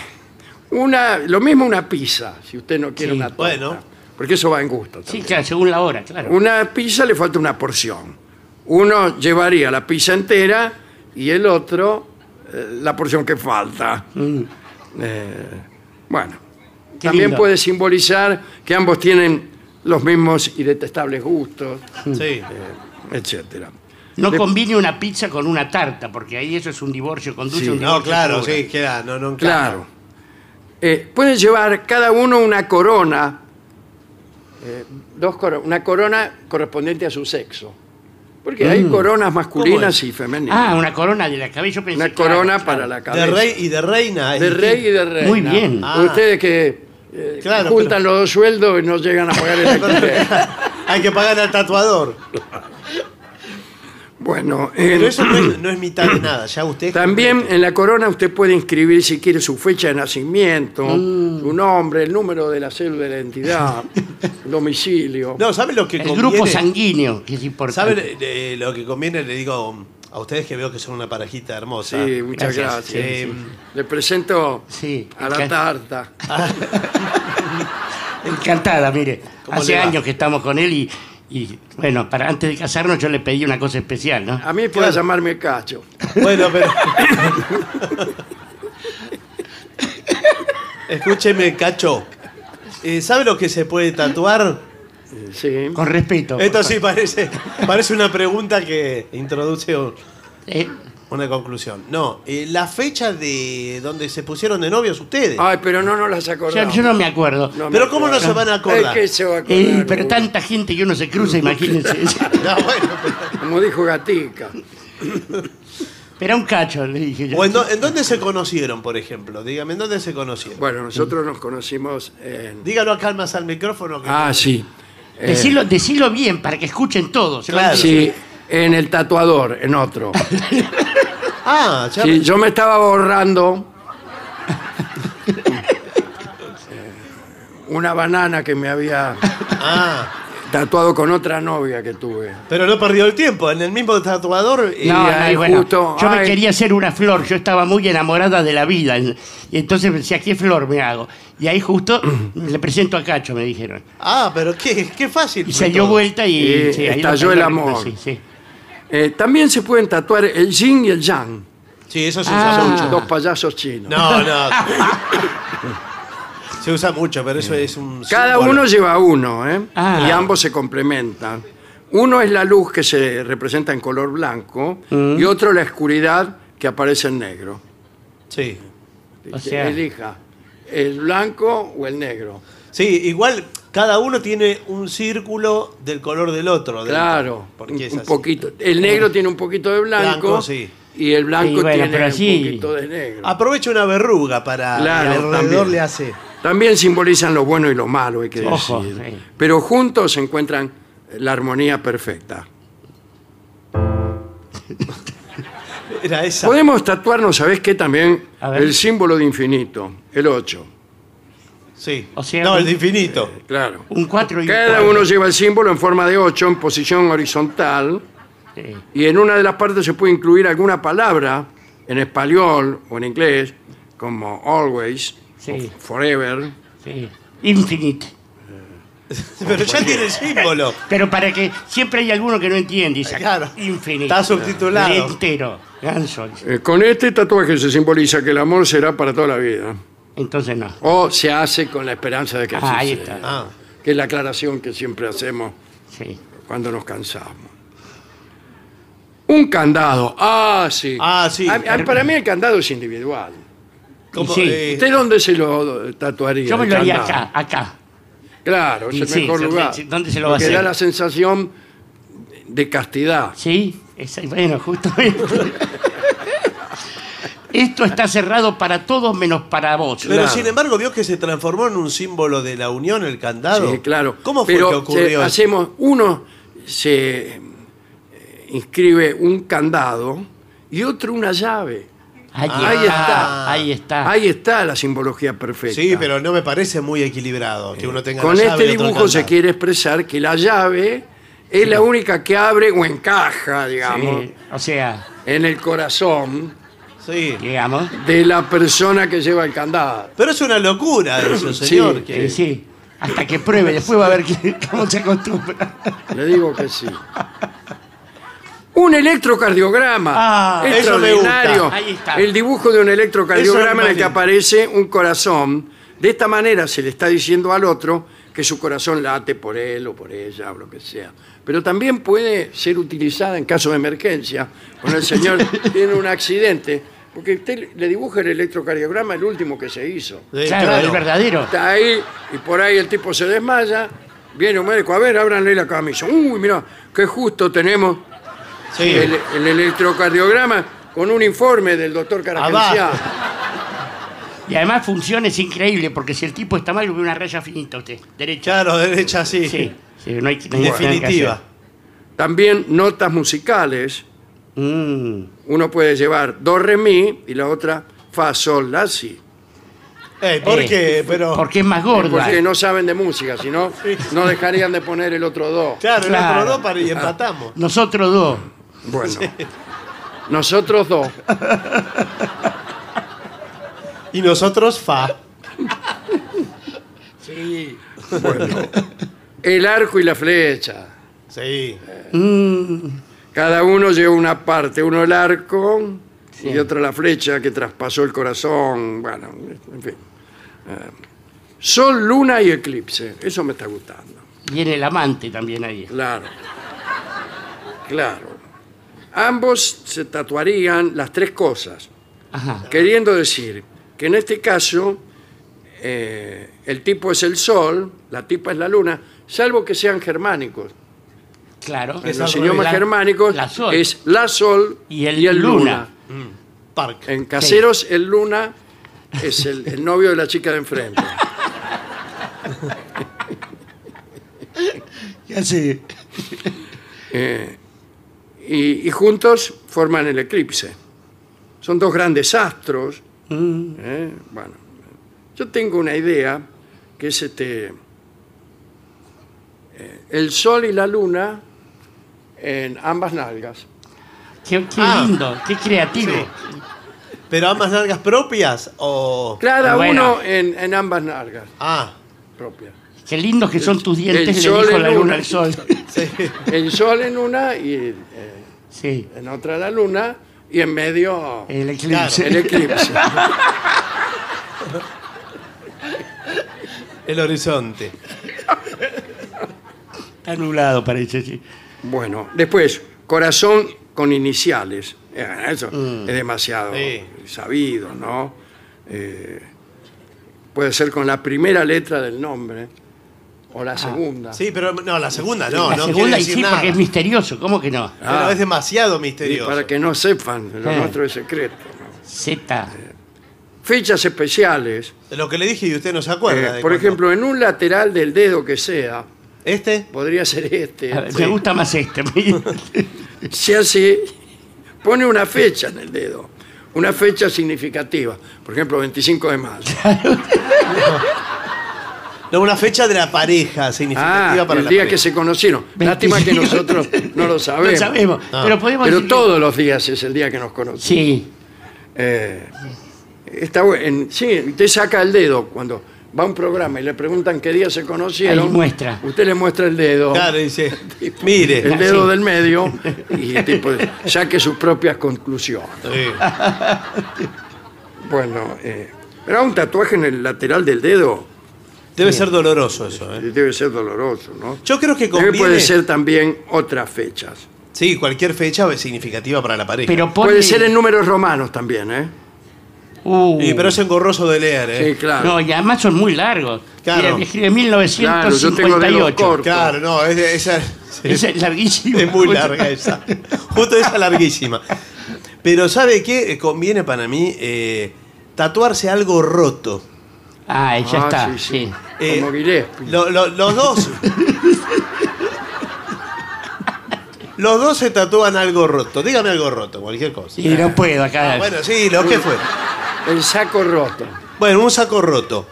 [SPEAKER 1] una, lo mismo una pizza, si usted no quiere
[SPEAKER 3] Sí.
[SPEAKER 1] una torta.
[SPEAKER 2] Bueno.
[SPEAKER 1] Porque eso va en gusto.
[SPEAKER 3] Sí,
[SPEAKER 1] también.
[SPEAKER 3] claro, según la hora, claro.
[SPEAKER 1] Una pizza le falta una porción. Uno llevaría la pizza entera y el otro eh, la porción que falta. Eh, bueno,
[SPEAKER 3] Mm. Qué
[SPEAKER 1] también
[SPEAKER 3] lindo.
[SPEAKER 1] puede simbolizar que ambos tienen los mismos y detestables gustos,
[SPEAKER 2] Sí.
[SPEAKER 1] etcétera.
[SPEAKER 3] No
[SPEAKER 1] Le-
[SPEAKER 3] combine una pizza con una tarta, porque ahí eso es un divorcio, conduce
[SPEAKER 1] Sí.
[SPEAKER 3] a un divorcio.
[SPEAKER 2] No, claro,
[SPEAKER 3] seguro.
[SPEAKER 2] sí, queda, no, no,
[SPEAKER 1] Claro. Eh, pueden llevar cada uno una corona, eh, dos coro- una corona correspondiente a su sexo. Porque hay coronas masculinas y femeninas.
[SPEAKER 3] Mm. Ah, una corona de la cabeza. yo pensé,
[SPEAKER 1] una
[SPEAKER 3] claro,
[SPEAKER 1] corona
[SPEAKER 3] claro.
[SPEAKER 1] para la
[SPEAKER 2] De
[SPEAKER 1] cabeza.
[SPEAKER 2] rey y de reina. es
[SPEAKER 1] De
[SPEAKER 2] distinto.
[SPEAKER 1] rey y de reina.
[SPEAKER 3] Muy bien.
[SPEAKER 2] Ah.
[SPEAKER 1] Ustedes que eh,
[SPEAKER 2] Claro,
[SPEAKER 1] juntan los dos sueldos y no llegan a pagar
[SPEAKER 2] [laughs]
[SPEAKER 1] el alquiler.
[SPEAKER 2] Hay que pagar al tatuador.
[SPEAKER 1] bueno,
[SPEAKER 2] Pero
[SPEAKER 1] en-
[SPEAKER 2] eso
[SPEAKER 1] [clears throat]
[SPEAKER 2] no es, no es mitad de nada, ya usted.
[SPEAKER 1] también en la corona usted puede inscribir si quiere su fecha de nacimiento,
[SPEAKER 2] Mm.
[SPEAKER 1] su nombre, el número de la cédula de la
[SPEAKER 2] [laughs]
[SPEAKER 1] entidad, domicilio.
[SPEAKER 2] No, ¿sabe lo que
[SPEAKER 3] El
[SPEAKER 2] conviene?
[SPEAKER 3] grupo sanguíneo, que es importante.
[SPEAKER 2] ¿Sabe eh, lo que conviene? Le digo a ustedes que veo que son una parejita hermosa.
[SPEAKER 1] Sí, muchas
[SPEAKER 3] Gracias.
[SPEAKER 1] gracias.
[SPEAKER 2] Sí, sí.
[SPEAKER 1] Le presento
[SPEAKER 3] Sí.
[SPEAKER 1] a la
[SPEAKER 3] Gracias.
[SPEAKER 1] tarta.
[SPEAKER 2] Ah,
[SPEAKER 3] Encantada, mire.
[SPEAKER 2] ¿Cómo
[SPEAKER 3] Hace
[SPEAKER 2] le va?
[SPEAKER 3] años que estamos con él y, y, bueno, para antes de casarnos yo le pedí una cosa especial, ¿no?
[SPEAKER 1] A mí puede
[SPEAKER 2] Claro.
[SPEAKER 1] llamarme Cacho.
[SPEAKER 2] Bueno,
[SPEAKER 1] [laughs]
[SPEAKER 2] pero. Escúcheme, Cacho. Eh, ¿Sabe lo que se puede tatuar?
[SPEAKER 1] Sí.
[SPEAKER 3] Con respeto.
[SPEAKER 2] Esto sí parece, parece una pregunta que introduce un-
[SPEAKER 3] Eh,
[SPEAKER 2] una conclusión. No, eh, la fecha de donde se pusieron de novios ustedes. [laughs]
[SPEAKER 1] Ay, pero no nos las
[SPEAKER 3] yo,
[SPEAKER 1] acordamos.
[SPEAKER 3] yo no me acuerdo.
[SPEAKER 1] No me
[SPEAKER 2] pero ¿cómo no
[SPEAKER 1] acuerdo.
[SPEAKER 2] se van a acordar?
[SPEAKER 1] Ay, que se va a acordar
[SPEAKER 3] Eh, pero
[SPEAKER 1] uno.
[SPEAKER 3] tanta gente que uno
[SPEAKER 1] [laughs]
[SPEAKER 3] se cruza, imagínense.
[SPEAKER 2] No, Ah, bueno, pero-
[SPEAKER 1] Como dijo Gatica.
[SPEAKER 3] Pero un cacho, le dije yo.
[SPEAKER 2] ¿O en, do- en dónde se conocieron, por ejemplo? Dígame, ¿en dónde se conocieron?
[SPEAKER 1] Bueno, nosotros nos conocimos en...
[SPEAKER 2] Dígalo acá más al micrófono. que-
[SPEAKER 1] Ah, sí. Eh,
[SPEAKER 3] Decilo, decilo bien para que escuchen todos.
[SPEAKER 2] Claro.
[SPEAKER 1] sí, en el tatuador, en otro.
[SPEAKER 2] Ah, ya.
[SPEAKER 1] Sí, yo me estaba borrando eh, una banana que me había
[SPEAKER 2] Ah,
[SPEAKER 1] tatuado con otra novia que tuve.
[SPEAKER 2] pero no perdió el tiempo. En el mismo tatuador. eh,
[SPEAKER 3] No,
[SPEAKER 1] Y
[SPEAKER 3] no,
[SPEAKER 1] ahí
[SPEAKER 3] y bueno,
[SPEAKER 1] justo,
[SPEAKER 3] yo me
[SPEAKER 1] ay.
[SPEAKER 3] quería hacer una flor, yo estaba muy enamorada de la vida. Y entonces decía, ¿qué flor me hago? Y
[SPEAKER 1] [clears throat]
[SPEAKER 3] ahí justo le presento a Cacho, me dijeron.
[SPEAKER 2] Ah, pero qué, qué fácil.
[SPEAKER 3] Y
[SPEAKER 2] fue
[SPEAKER 3] se dio
[SPEAKER 2] todo.
[SPEAKER 3] vuelta y...
[SPEAKER 1] Eh,
[SPEAKER 3] sí, ahí lo
[SPEAKER 1] estalló el
[SPEAKER 3] cambió,
[SPEAKER 1] amor.
[SPEAKER 3] Sí, sí.
[SPEAKER 1] Eh, también se pueden tatuar el yin y el yang.
[SPEAKER 2] Sí, eso se
[SPEAKER 3] Ah.
[SPEAKER 2] usa
[SPEAKER 1] Son
[SPEAKER 2] mucho.
[SPEAKER 1] dos payasos chinos.
[SPEAKER 2] No, no. se usa mucho, pero eso es un.
[SPEAKER 1] Cada
[SPEAKER 2] símbolo.
[SPEAKER 1] uno lleva uno, ¿eh?
[SPEAKER 3] Ah.
[SPEAKER 1] y ambos se complementan. Uno es la luz que se representa en color blanco
[SPEAKER 3] Mm.
[SPEAKER 1] y otro la oscuridad que aparece en negro. Este,
[SPEAKER 2] Sí.
[SPEAKER 3] O sea-
[SPEAKER 1] Elija, ¿el blanco o el negro?
[SPEAKER 2] Sí, igual cada uno tiene un círculo del color del otro. del-
[SPEAKER 1] Claro,
[SPEAKER 2] Porque es
[SPEAKER 1] un
[SPEAKER 2] así.
[SPEAKER 1] poquito. El negro tiene un poquito de blanco,
[SPEAKER 2] Blanco, sí. Ah.
[SPEAKER 1] y el blanco
[SPEAKER 3] Sí, bueno,
[SPEAKER 1] tiene
[SPEAKER 3] pero así-
[SPEAKER 1] un poquito de negro.
[SPEAKER 2] Aprovecha una verruga para
[SPEAKER 1] Claro,
[SPEAKER 2] y alrededor
[SPEAKER 1] también.
[SPEAKER 2] le hace.
[SPEAKER 1] También simbolizan lo bueno y lo malo, hay que decir.
[SPEAKER 3] Ojo, sí.
[SPEAKER 1] Pero juntos se encuentran la armonía perfecta.
[SPEAKER 2] Era esa.
[SPEAKER 1] Podemos tatuarnos, ¿sabés qué? También
[SPEAKER 3] A ver.
[SPEAKER 1] el símbolo de infinito, el 8.
[SPEAKER 2] Sí.
[SPEAKER 3] O sea, Eh,
[SPEAKER 2] no, el
[SPEAKER 3] un-
[SPEAKER 2] de infinito.
[SPEAKER 1] Claro.
[SPEAKER 3] Un 4 y un
[SPEAKER 1] Cada
[SPEAKER 3] cuatro.
[SPEAKER 1] uno lleva el símbolo en forma de 8 en posición horizontal
[SPEAKER 3] Sí.
[SPEAKER 1] y en una de las partes se puede incluir alguna palabra en español o en inglés, como always,
[SPEAKER 3] Sí.
[SPEAKER 1] o forever.
[SPEAKER 3] Sí. Infinite.
[SPEAKER 2] [laughs] Pero ya tiene el símbolo.
[SPEAKER 3] Pero para que siempre hay alguno que no entiende. y saca
[SPEAKER 2] Claro.
[SPEAKER 3] Infinite.
[SPEAKER 2] Está subtitulado.
[SPEAKER 3] Entero. Ganson.
[SPEAKER 1] Eh, con este tatuaje se simboliza que el amor será para toda la vida.
[SPEAKER 3] Entonces no.
[SPEAKER 1] O se hace con la esperanza de que así
[SPEAKER 3] Ah, ahí
[SPEAKER 1] sea,
[SPEAKER 3] está.
[SPEAKER 2] Ah,
[SPEAKER 1] que es la aclaración que siempre hacemos
[SPEAKER 3] Sí.
[SPEAKER 1] cuando nos cansamos. Un candado. Ah, sí.
[SPEAKER 2] Ah, sí.
[SPEAKER 1] A- a- para mí el candado es individual.
[SPEAKER 2] como,
[SPEAKER 3] sí.
[SPEAKER 2] eh,
[SPEAKER 1] ¿Usted dónde se lo tatuaría?
[SPEAKER 3] Yo me
[SPEAKER 1] el
[SPEAKER 3] lo haría
[SPEAKER 1] candado?
[SPEAKER 3] acá, acá.
[SPEAKER 1] Claro, es
[SPEAKER 3] Y
[SPEAKER 1] el
[SPEAKER 3] sí,
[SPEAKER 1] mejor
[SPEAKER 3] ¿dónde-
[SPEAKER 1] lugar.
[SPEAKER 3] dónde se lo va a
[SPEAKER 1] Porque
[SPEAKER 3] hacer?
[SPEAKER 1] da la sensación de castidad.
[SPEAKER 3] Sí, esa- bueno, justamente. Esto está cerrado para todos menos para vos.
[SPEAKER 2] pero
[SPEAKER 1] claro.
[SPEAKER 2] sin embargo, vio que se transformó en un símbolo de la unión el candado.
[SPEAKER 1] Sí, claro.
[SPEAKER 2] ¿Cómo fue
[SPEAKER 1] Pero
[SPEAKER 2] que
[SPEAKER 1] se-
[SPEAKER 2] ocurrió? eso?
[SPEAKER 1] hacemos, uno se eh, inscribe un candado y otro una llave.
[SPEAKER 3] Ahí,
[SPEAKER 1] Ahí
[SPEAKER 3] está,
[SPEAKER 1] está.
[SPEAKER 3] Ah, ahí está.
[SPEAKER 1] Ahí está la simbología perfecta.
[SPEAKER 2] Sí, pero no me parece muy equilibrado que uno tenga
[SPEAKER 1] Con
[SPEAKER 2] la
[SPEAKER 1] este
[SPEAKER 2] llave y otro el
[SPEAKER 1] dibujo se
[SPEAKER 2] candado.
[SPEAKER 1] quiere expresar que la llave es la única que abre o encaja, digamos,
[SPEAKER 3] Sí, o sea,
[SPEAKER 1] en el corazón
[SPEAKER 2] Sí.
[SPEAKER 3] digamos.
[SPEAKER 1] de la persona que lleva el candado.
[SPEAKER 2] Pero es una locura eso, señor. que-
[SPEAKER 3] eh, sí, hasta que pruebe, después va a ver que- [laughs] cómo se acostumbra.
[SPEAKER 1] Le digo que sí. Un electrocardiograma.
[SPEAKER 3] Ah,
[SPEAKER 2] eso me gusta.
[SPEAKER 1] extraordinario.
[SPEAKER 3] Ahí está.
[SPEAKER 1] El dibujo de un electrocardiograma
[SPEAKER 2] Eso
[SPEAKER 1] en el
[SPEAKER 2] es
[SPEAKER 1] que
[SPEAKER 2] más lindo.
[SPEAKER 1] aparece un corazón. De esta manera se le está diciendo al otro que su corazón late por él o por ella o lo que sea. Pero también puede ser utilizada en caso de emergencia. Cuando el
[SPEAKER 2] [laughs]
[SPEAKER 1] señor tiene un accidente, porque usted le dibuja el electrocardiograma el último que se hizo.
[SPEAKER 2] Sí,
[SPEAKER 3] claro,
[SPEAKER 2] claro.
[SPEAKER 3] el verdadero.
[SPEAKER 1] Está ahí y por ahí el tipo se desmaya. Viene un médico, a ver, ábranle la camisa. Uy, mira, qué justo tenemos
[SPEAKER 2] Sí.
[SPEAKER 1] el, el electrocardiograma con un informe del doctor Caragenciá.
[SPEAKER 3] Y además funciona, es increíble, porque si el tipo está mal, ve una raya finita usted. Derecha.
[SPEAKER 2] Claro, derecha así.
[SPEAKER 3] Sí, sí, no hay, no hay nada que
[SPEAKER 2] Definitiva.
[SPEAKER 1] También notas musicales.
[SPEAKER 3] hacer. Mm,
[SPEAKER 1] Uno puede llevar do, re, mi y la otra fa, sol, la, si.
[SPEAKER 2] Eh, ¿Por
[SPEAKER 3] eh,
[SPEAKER 2] qué? Pero.
[SPEAKER 3] Porque es más gorda.
[SPEAKER 1] Porque no saben de música, si no, no dejarían de poner el otro do.
[SPEAKER 2] Claro, el
[SPEAKER 3] Claro. Ah.
[SPEAKER 2] otro dos para y empatamos.
[SPEAKER 3] Nosotros dos.
[SPEAKER 1] Bueno, nosotros dos.
[SPEAKER 2] Y nosotros fa.
[SPEAKER 1] Bueno, el arco y la flecha.
[SPEAKER 2] Sí.
[SPEAKER 1] Cada uno lleva una parte, uno el arco y otro la flecha que traspasó el corazón. Bueno, en fin. Eh, sol, luna y eclipse. Eso me está gustando.
[SPEAKER 3] Viene el amante también ahí.
[SPEAKER 1] Claro. Claro. Ambos se tatuarían las tres cosas,
[SPEAKER 3] Ajá.
[SPEAKER 1] queriendo decir que en este caso eh, el tipo es el sol, la tipa es la luna, salvo que sean germánicos.
[SPEAKER 3] Claro.
[SPEAKER 1] En los idiomas
[SPEAKER 3] La-
[SPEAKER 1] germánicos
[SPEAKER 3] la sol.
[SPEAKER 1] es la sol
[SPEAKER 3] Y el luna.
[SPEAKER 2] Park.
[SPEAKER 1] En Caseros, el Luna es el, el novio de la chica de enfrente.
[SPEAKER 3] Ya sé.
[SPEAKER 1] Eh, y, y juntos forman el eclipse. Son dos grandes astros.
[SPEAKER 3] Mm.
[SPEAKER 1] ¿eh? Bueno, yo tengo una idea que es este. eh, el sol y la luna en ambas nalgas.
[SPEAKER 3] Qué, qué
[SPEAKER 2] Ah.
[SPEAKER 3] lindo, qué creativo.
[SPEAKER 2] ¿Pero ambas largas propias o.?
[SPEAKER 1] Cada
[SPEAKER 3] Bueno.
[SPEAKER 1] uno en, en ambas nalgas
[SPEAKER 2] Ah,
[SPEAKER 1] propias.
[SPEAKER 3] Qué lindos que son tus dientes,
[SPEAKER 1] el
[SPEAKER 3] le
[SPEAKER 1] sol
[SPEAKER 3] dijo
[SPEAKER 1] en
[SPEAKER 3] la luna
[SPEAKER 1] una. [laughs]
[SPEAKER 3] al sol.
[SPEAKER 2] sí.
[SPEAKER 1] El sol en una y eh,
[SPEAKER 3] Sí,
[SPEAKER 1] en otra la luna y en medio
[SPEAKER 3] el
[SPEAKER 2] Claro,
[SPEAKER 3] eclipse.
[SPEAKER 1] el eclipse.
[SPEAKER 2] El horizonte.
[SPEAKER 3] Está nublado, parece, sí.
[SPEAKER 1] [laughs] Bueno, después, corazón con iniciales. Eh, Eso es demasiado
[SPEAKER 2] Sí.
[SPEAKER 1] sabido, ¿no? Eh, puede ser con la primera letra del nombre. O la segunda.
[SPEAKER 2] Sí, pero no, la segunda no,
[SPEAKER 3] la
[SPEAKER 2] no quiere
[SPEAKER 3] segunda, y
[SPEAKER 2] decir
[SPEAKER 3] sí,
[SPEAKER 2] nada.
[SPEAKER 3] porque es Ah. misterioso, ¿cómo que no?
[SPEAKER 2] Pero es demasiado
[SPEAKER 1] Y
[SPEAKER 2] misterioso.
[SPEAKER 1] para que no sepan, lo
[SPEAKER 3] Sí.
[SPEAKER 1] nuestro es secreto.
[SPEAKER 3] Z.
[SPEAKER 1] Fichas especiales.
[SPEAKER 2] De lo que le dije y usted no se acuerda.
[SPEAKER 1] Eh,
[SPEAKER 2] de
[SPEAKER 1] por
[SPEAKER 2] cuando-
[SPEAKER 1] ejemplo, en un lateral del dedo que sea,
[SPEAKER 2] ¿Este?
[SPEAKER 1] podría ser este.
[SPEAKER 3] A ver,
[SPEAKER 1] este,
[SPEAKER 3] Me gusta más este. [laughs]
[SPEAKER 1] Se hace, pone una fecha en el dedo, una fecha significativa. Por ejemplo, 25 de
[SPEAKER 3] [laughs]
[SPEAKER 1] marzo.
[SPEAKER 2] No, una fecha de la pareja significativa
[SPEAKER 1] Ah,
[SPEAKER 2] para
[SPEAKER 1] el
[SPEAKER 2] la
[SPEAKER 1] día
[SPEAKER 2] pareja.
[SPEAKER 1] que se conocieron. Lástima que nosotros no lo sabemos.
[SPEAKER 3] [laughs] No sabemos.
[SPEAKER 2] No.
[SPEAKER 3] Pero podemos
[SPEAKER 1] Pero
[SPEAKER 3] decir que-
[SPEAKER 1] todos los días es el día que nos conocimos.
[SPEAKER 3] Sí.
[SPEAKER 1] Eh, está bu- en- sí, usted saca el dedo cuando va a un programa y le preguntan qué día se conocieron.
[SPEAKER 3] Ahí muestra.
[SPEAKER 1] Usted le muestra el dedo,
[SPEAKER 2] Claro, dice,
[SPEAKER 1] el
[SPEAKER 2] mire.
[SPEAKER 1] dedo
[SPEAKER 3] sí.
[SPEAKER 1] del
[SPEAKER 3] [laughs]
[SPEAKER 1] medio y tipo, saque sus propias conclusiones.
[SPEAKER 2] Sí.
[SPEAKER 1] Bueno, eh, pero un tatuaje en el lateral del dedo
[SPEAKER 2] Debe ser doloroso eso, ¿eh?
[SPEAKER 1] debe ser doloroso, ¿no?
[SPEAKER 2] Yo creo que
[SPEAKER 1] Debe-
[SPEAKER 2] conviene...
[SPEAKER 1] puede ser también otras fechas.
[SPEAKER 2] Sí, cualquier fecha es significativa para la pareja.
[SPEAKER 3] Pero pone-
[SPEAKER 1] Puede ser en números romanos también, ¿eh?
[SPEAKER 3] Uh,
[SPEAKER 2] Y, pero es engorroso de leer, ¿eh?
[SPEAKER 1] Sí, claro.
[SPEAKER 3] No, y además son muy largos.
[SPEAKER 2] Claro.
[SPEAKER 3] Mira, escribe
[SPEAKER 1] Claro, yo tengo dedos
[SPEAKER 3] 1958.
[SPEAKER 1] cortos.
[SPEAKER 2] Claro, no, es, esa, [laughs]
[SPEAKER 3] Esa es larguísima.
[SPEAKER 2] es muy larga esa. Justo esa larguísima. Pero ¿sabe qué? Eh, Conviene para mí eh, tatuarse algo roto.
[SPEAKER 3] Ah, ya
[SPEAKER 1] Ah,
[SPEAKER 3] está.
[SPEAKER 1] sí,
[SPEAKER 3] Sí,
[SPEAKER 1] sí.
[SPEAKER 2] Eh,
[SPEAKER 1] Como Gillespie.
[SPEAKER 2] Lo- lo- los dos. los dos se tatúan algo roto. Dígame algo roto, cualquier cosa.
[SPEAKER 3] Y no puedo acá.
[SPEAKER 2] Ah, Bueno, sí, lo que fue.
[SPEAKER 1] El saco roto.
[SPEAKER 2] Bueno, un saco roto.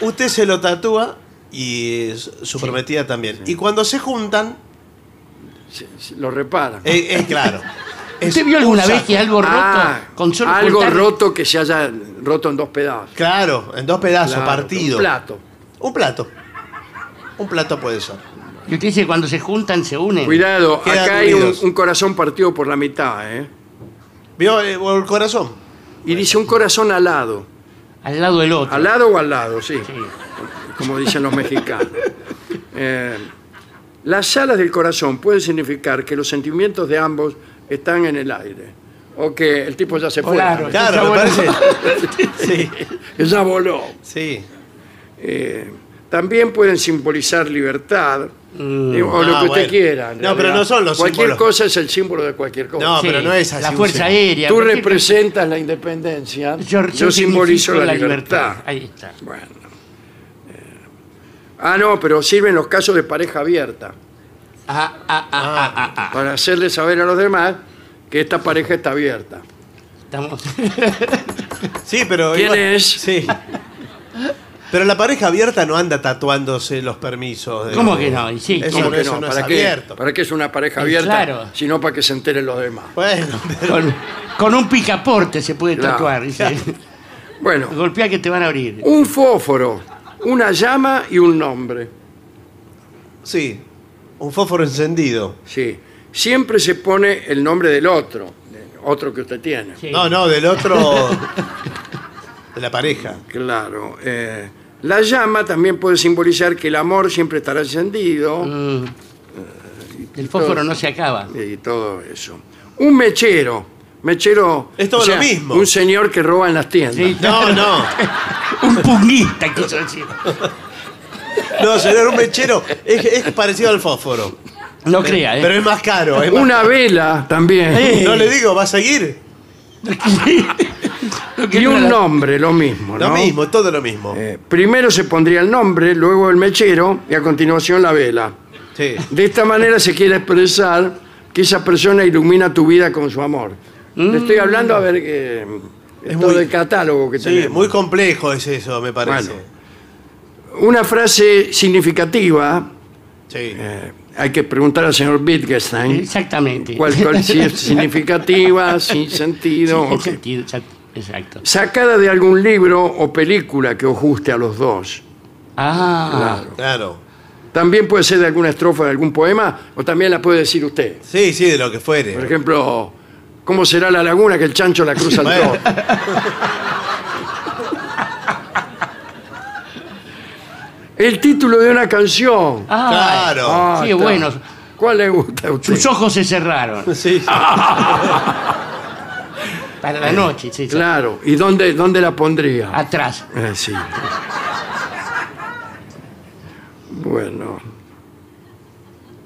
[SPEAKER 2] Usted se lo tatúa y eh, su su prometida también. Y cuando se juntan,
[SPEAKER 1] Se- se- Lo reparan.
[SPEAKER 2] eh,
[SPEAKER 3] [laughs]
[SPEAKER 2] es claro. Es
[SPEAKER 3] ¿Usted vio
[SPEAKER 2] un
[SPEAKER 3] alguna vez
[SPEAKER 2] saco.
[SPEAKER 3] que algo roto
[SPEAKER 1] Ah,
[SPEAKER 3] con solo
[SPEAKER 1] algo
[SPEAKER 3] cortar-
[SPEAKER 1] roto que se haya roto en dos pedazos.
[SPEAKER 2] Claro, en dos pedazos,
[SPEAKER 1] Claro,
[SPEAKER 2] partido.
[SPEAKER 1] Un plato.
[SPEAKER 2] Un plato. Un plato puede ser.
[SPEAKER 3] Y usted dice cuando se juntan se unen.
[SPEAKER 1] Cuidado,
[SPEAKER 2] Quedan
[SPEAKER 1] acá hay un,
[SPEAKER 2] unidos.
[SPEAKER 1] un corazón partido por la mitad, ¿eh?
[SPEAKER 2] ¿Vio eh, o el corazón?
[SPEAKER 1] Y dice un corazón alado.
[SPEAKER 3] Al lado del otro.
[SPEAKER 1] Alado o al lado, sí. Como dicen los
[SPEAKER 2] [laughs]
[SPEAKER 1] mexicanos. Eh, las alas del corazón pueden significar que los sentimientos de ambos están en el aire. O que el tipo ya se fue.
[SPEAKER 3] Volaron.
[SPEAKER 2] Claro, me
[SPEAKER 3] Está
[SPEAKER 2] parece.
[SPEAKER 3] bueno. [laughs]
[SPEAKER 2] Sí,
[SPEAKER 1] Ya voló.
[SPEAKER 2] sí.
[SPEAKER 1] Eh, también pueden simbolizar libertad. eh, o lo
[SPEAKER 2] Ah,
[SPEAKER 1] que usted
[SPEAKER 2] bueno.
[SPEAKER 1] quiera. en
[SPEAKER 2] No, pero
[SPEAKER 1] realidad.
[SPEAKER 2] no son los
[SPEAKER 1] Cualquier
[SPEAKER 2] símbolos.
[SPEAKER 1] cosa es el símbolo de cualquier cosa.
[SPEAKER 2] No, pero no es así
[SPEAKER 3] La
[SPEAKER 2] un
[SPEAKER 3] fuerza
[SPEAKER 2] signo.
[SPEAKER 3] aérea.
[SPEAKER 1] Tú
[SPEAKER 3] ¿por qué?
[SPEAKER 1] representas la independencia, yo,
[SPEAKER 3] Yo, yo
[SPEAKER 1] simbolizo
[SPEAKER 3] significo
[SPEAKER 1] la, libertad.
[SPEAKER 3] Ahí está.
[SPEAKER 1] Bueno. Eh, Ah, no, pero sirven los casos de pareja abierta
[SPEAKER 3] Ah, ah, ah, ah, ah, ah.
[SPEAKER 1] para hacerle saber a los demás que esta pareja está abierta.
[SPEAKER 3] Estamos. [laughs]
[SPEAKER 2] Sí, pero.
[SPEAKER 1] ¿Quién
[SPEAKER 2] igual-
[SPEAKER 1] es?
[SPEAKER 2] Sí. Pero la pareja abierta no anda tatuándose los permisos. de-
[SPEAKER 3] ¿Cómo que no? Y sí,
[SPEAKER 2] eso,
[SPEAKER 3] ¿cómo
[SPEAKER 2] no,
[SPEAKER 1] ¿Cómo que
[SPEAKER 2] eso
[SPEAKER 1] no?
[SPEAKER 2] no es
[SPEAKER 1] ¿Para, qué,
[SPEAKER 2] abierto.
[SPEAKER 1] ¿Para qué es una pareja
[SPEAKER 3] Eh,
[SPEAKER 1] abierta?
[SPEAKER 3] claro.
[SPEAKER 1] Sino para que se enteren los demás.
[SPEAKER 2] Bueno, pero-
[SPEAKER 3] con, con un picaporte se puede
[SPEAKER 1] Claro.
[SPEAKER 3] tatuar.
[SPEAKER 1] [laughs]
[SPEAKER 3] Dice.
[SPEAKER 1] Bueno,
[SPEAKER 3] Golpea que te van a abrir.
[SPEAKER 1] un fósforo, una llama y un nombre.
[SPEAKER 2] sí. Un fósforo encendido.
[SPEAKER 1] Sí. Siempre se pone el nombre del otro, del otro que usted tiene.
[SPEAKER 3] Sí.
[SPEAKER 2] No, no, del
[SPEAKER 1] [laughs]
[SPEAKER 2] otro. de la pareja.
[SPEAKER 1] Claro. eh, la llama también puede simbolizar que el amor siempre estará encendido
[SPEAKER 3] Mm. El fósforo no
[SPEAKER 1] [laughs]
[SPEAKER 3] se acaba.
[SPEAKER 1] y todo eso. Un mechero. Mechero.
[SPEAKER 2] Es todo lo mismo.
[SPEAKER 1] Un señor que roba en las tiendas.
[SPEAKER 3] Sí.
[SPEAKER 2] No, no.
[SPEAKER 3] Un pugnista, quiso decir.
[SPEAKER 2] No, señor, un mechero es, es parecido al fósforo.
[SPEAKER 3] No crea, ¿eh?
[SPEAKER 2] Pero es más caro. es más-
[SPEAKER 1] Una vela también.
[SPEAKER 3] Eh,
[SPEAKER 2] No le digo, ¿va a seguir?
[SPEAKER 1] Y un nombre, lo mismo,
[SPEAKER 2] Lo
[SPEAKER 1] ¿no?
[SPEAKER 2] mismo, todo lo mismo.
[SPEAKER 1] Eh, primero se pondría el nombre, luego el mechero y a continuación la vela.
[SPEAKER 2] Sí.
[SPEAKER 1] De esta manera se quiere expresar que esa persona ilumina tu vida con su amor. Le estoy hablando a ver que es todo
[SPEAKER 2] Mm. muy-
[SPEAKER 1] el catálogo que
[SPEAKER 2] Sí,
[SPEAKER 1] tenemos.
[SPEAKER 2] muy complejo es eso, me parece.
[SPEAKER 1] Bueno. Una frase significativa,
[SPEAKER 2] Sí.
[SPEAKER 1] eh, hay que preguntar al señor Wittgenstein
[SPEAKER 3] Exactamente.
[SPEAKER 1] cuál, cuál si
[SPEAKER 3] [laughs]
[SPEAKER 1] es significativa, sin sentido. o qué.
[SPEAKER 3] Sentido, exacto, Exacto.
[SPEAKER 1] Sacada de algún libro o película que os guste a los dos.
[SPEAKER 3] Ah,
[SPEAKER 2] Claro.
[SPEAKER 1] También puede ser de alguna estrofa de algún poema o también la puede decir usted.
[SPEAKER 2] Sí, sí, de lo que fuere.
[SPEAKER 1] Por ejemplo, ¿cómo será la laguna que el chancho la cruza al
[SPEAKER 2] Bueno.
[SPEAKER 3] [laughs]
[SPEAKER 1] toro? El título de una canción.
[SPEAKER 3] ah,
[SPEAKER 2] Claro.
[SPEAKER 1] Ah,
[SPEAKER 3] sí,
[SPEAKER 1] está.
[SPEAKER 3] bueno.
[SPEAKER 1] ¿Cuál le gusta a usted?
[SPEAKER 3] Sus ojos se cerraron
[SPEAKER 2] Sí, sí.
[SPEAKER 1] Ah,
[SPEAKER 3] para la noche, sí, sí.
[SPEAKER 1] Claro. ¿Y dónde, Ah, dónde la pondría?
[SPEAKER 3] Atrás.
[SPEAKER 1] Eh, sí. Bueno.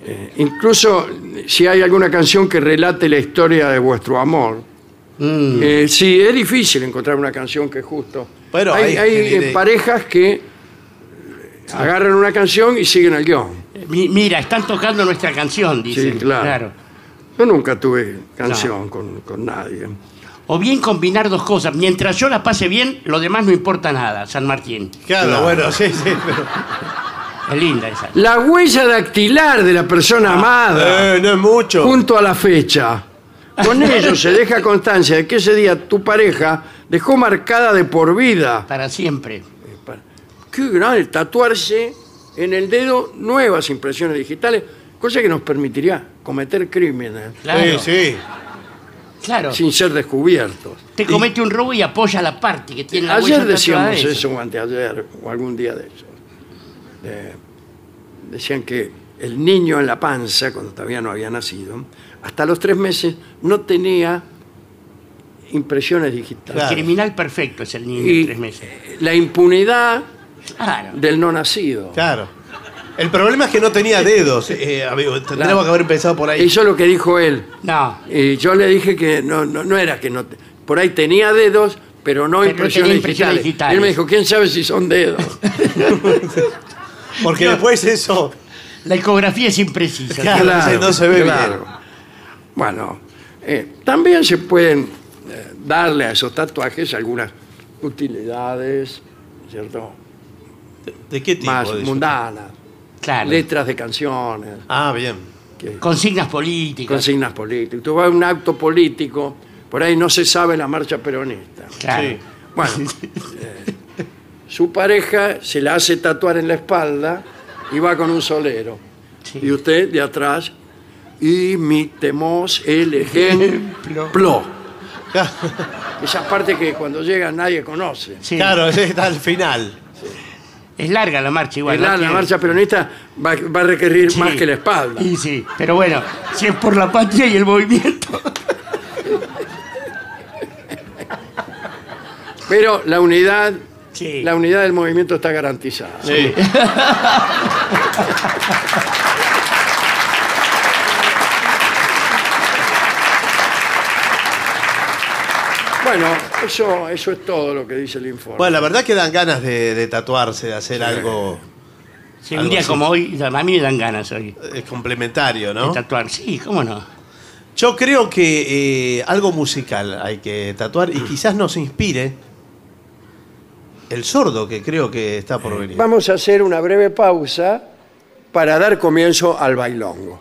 [SPEAKER 1] Eh, incluso si hay alguna canción que relate la historia de vuestro amor.
[SPEAKER 2] Mm.
[SPEAKER 1] Eh, sí, es difícil encontrar una canción que justo.
[SPEAKER 2] Pero
[SPEAKER 1] hay
[SPEAKER 2] hay
[SPEAKER 1] hay,
[SPEAKER 2] que
[SPEAKER 1] eh,
[SPEAKER 2] le-
[SPEAKER 1] parejas que agarran una canción y siguen el guión.
[SPEAKER 3] Mi- mira, están tocando nuestra canción, dicen.
[SPEAKER 1] Sí, claro. Yo nunca tuve canción con, con nadie.
[SPEAKER 3] O bien combinar dos cosas. Mientras yo la pase bien, lo demás no importa nada, San Martín.
[SPEAKER 2] Claro, bueno, sí,
[SPEAKER 1] [laughs]
[SPEAKER 2] sí. pero-
[SPEAKER 3] Es linda esa.
[SPEAKER 1] La huella dactilar de la persona amada
[SPEAKER 2] Eh, no es mucho.
[SPEAKER 1] junto a la fecha. Con ello se deja constancia de que ese día tu pareja dejó marcada de por vida.
[SPEAKER 3] Para siempre.
[SPEAKER 1] Qué grande tatuarse en el dedo nuevas impresiones digitales, cosa que nos permitiría cometer crímenes
[SPEAKER 2] Sí,
[SPEAKER 3] Claro.
[SPEAKER 2] sí.
[SPEAKER 3] claro.
[SPEAKER 1] sin ser descubiertos.
[SPEAKER 3] Te comete un robo y apoya la parte que tiene la
[SPEAKER 1] Ayer
[SPEAKER 3] huella tatuada
[SPEAKER 1] decíamos
[SPEAKER 3] de
[SPEAKER 1] eso, o anteayer, o algún día de eso. Eh, decían que el niño en la panza, cuando todavía no había nacido, hasta los tres meses no tenía impresiones
[SPEAKER 3] El
[SPEAKER 1] digitales.
[SPEAKER 3] criminal perfecto es el niño de
[SPEAKER 1] Y
[SPEAKER 3] tres meses.
[SPEAKER 1] la impunidad
[SPEAKER 3] Claro.
[SPEAKER 1] del no nacido.
[SPEAKER 2] Claro. El problema es que no tenía dedos, eh, amigo. Tendríamos
[SPEAKER 1] Claro.
[SPEAKER 2] que haber empezado por ahí.
[SPEAKER 1] Eso es lo que dijo él.
[SPEAKER 3] No.
[SPEAKER 1] Y yo le dije que no, no, no era que no. te- Por ahí tenía dedos, pero no
[SPEAKER 3] Pero
[SPEAKER 1] impresiones,
[SPEAKER 3] tenía impresiones
[SPEAKER 1] digitales.
[SPEAKER 3] digitales.
[SPEAKER 1] Y Él me dijo, ¿quién sabe si son dedos?
[SPEAKER 2] Porque después eso.
[SPEAKER 3] La ecografía es
[SPEAKER 1] [laughs]
[SPEAKER 3] imprecisa.
[SPEAKER 2] Claro. se- no se ve bien.
[SPEAKER 1] Bueno, eh, también se pueden eh, darle a esos tatuajes algunas utilidades, ¿cierto?
[SPEAKER 2] ¿De qué tipo?
[SPEAKER 1] Más
[SPEAKER 2] de eso?
[SPEAKER 1] mundanas.
[SPEAKER 3] Claro.
[SPEAKER 1] Letras de canciones,
[SPEAKER 2] Ah, bien.
[SPEAKER 1] que-
[SPEAKER 3] Consignas políticas.
[SPEAKER 1] consignas políticas. Tú vas a un acto político, por ahí no se sabe la marcha peronista.
[SPEAKER 3] Claro.
[SPEAKER 2] Sí.
[SPEAKER 1] Bueno,
[SPEAKER 3] [laughs]
[SPEAKER 1] eh, su pareja se la hace tatuar en la espalda y va con un solero.
[SPEAKER 3] Sí.
[SPEAKER 1] Y usted de atrás, imitemos el
[SPEAKER 3] [laughs]
[SPEAKER 1] ejemplo. [laughs] Esa parte que cuando llega nadie conoce.
[SPEAKER 3] Sí.
[SPEAKER 2] Claro, [laughs] ese está al final.
[SPEAKER 3] Es larga la marcha igual.
[SPEAKER 1] la,
[SPEAKER 3] ¿no?
[SPEAKER 1] la
[SPEAKER 3] Tiene-
[SPEAKER 1] marcha peronista va, va a requerir
[SPEAKER 3] Sí.
[SPEAKER 1] más que la espalda.
[SPEAKER 3] Y sí, pero bueno, si es por la patria y
[SPEAKER 1] [laughs]
[SPEAKER 3] el movimiento.
[SPEAKER 1] Pero la unidad,
[SPEAKER 3] Sí.
[SPEAKER 1] la unidad del movimiento está garantizada.
[SPEAKER 2] Sí.
[SPEAKER 1] Bueno, eso, eso es todo lo que dice el informe.
[SPEAKER 2] Bueno, la verdad que dan ganas de, de tatuarse, de hacer algo
[SPEAKER 3] Sí, un
[SPEAKER 2] Algo
[SPEAKER 3] día
[SPEAKER 2] así.
[SPEAKER 3] como hoy, a mí me dan ganas hoy
[SPEAKER 2] eh, complementario,
[SPEAKER 3] de
[SPEAKER 2] ¿no?
[SPEAKER 3] tatuar. Sí, cómo no.
[SPEAKER 2] Yo creo que eh, algo musical hay que tatuar y quizás nos inspire el sordo que creo que está por venir.
[SPEAKER 1] Vamos a hacer una breve pausa para dar comienzo al bailongo.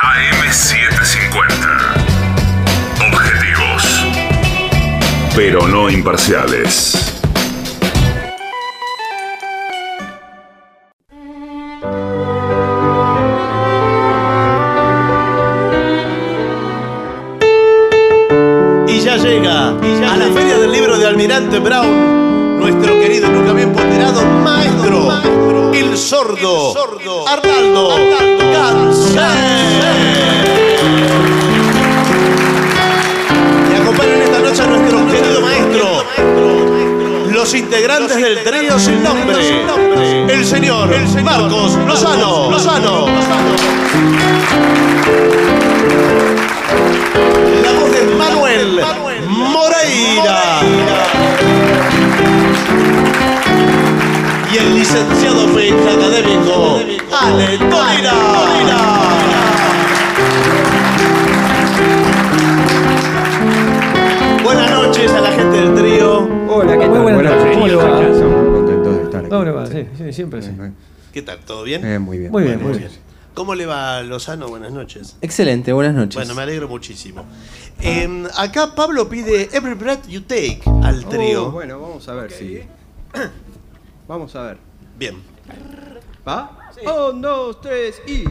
[SPEAKER 5] AM750. Objetivos. Pero no imparciales.
[SPEAKER 2] Y ya llega a la Feria del Libro de Almirante Brown nuestro querido y nunca bien ponderado maestro, el sordo, Arnaldo, Gansé. Y acompañan esta noche a nuestro querido maestro, los integrantes del trío sin nombre, el señor Marcos Lozano. Lozano. La voz de Manuel Moreira. Y el licenciado Feita académico Ale Dolina. Buenas noches a la gente del trío.
[SPEAKER 10] Hola, ¿qué tal?
[SPEAKER 6] buenas noches.
[SPEAKER 10] ¿Cómo le va?
[SPEAKER 6] ¿Cómo
[SPEAKER 10] Estamos muy contentos de estar aquí.
[SPEAKER 6] Ahora va, sí, sí, siempre sí.
[SPEAKER 10] Eh,
[SPEAKER 2] ¿Qué tal? ¿Todo bien?
[SPEAKER 10] eh, muy bien.
[SPEAKER 6] Muy bien, muy bien.
[SPEAKER 2] ¿Cómo le va, Lozano? Buenas noches.
[SPEAKER 11] Excelente, buenas noches.
[SPEAKER 2] Bueno, me alegro muchísimo. Eh, acá Pablo pide Every Breath You Take al trío.
[SPEAKER 11] Oh, bueno, vamos a ver si. Vamos a ver.
[SPEAKER 2] Bien.
[SPEAKER 11] ¿Va? Oh, no, tres y.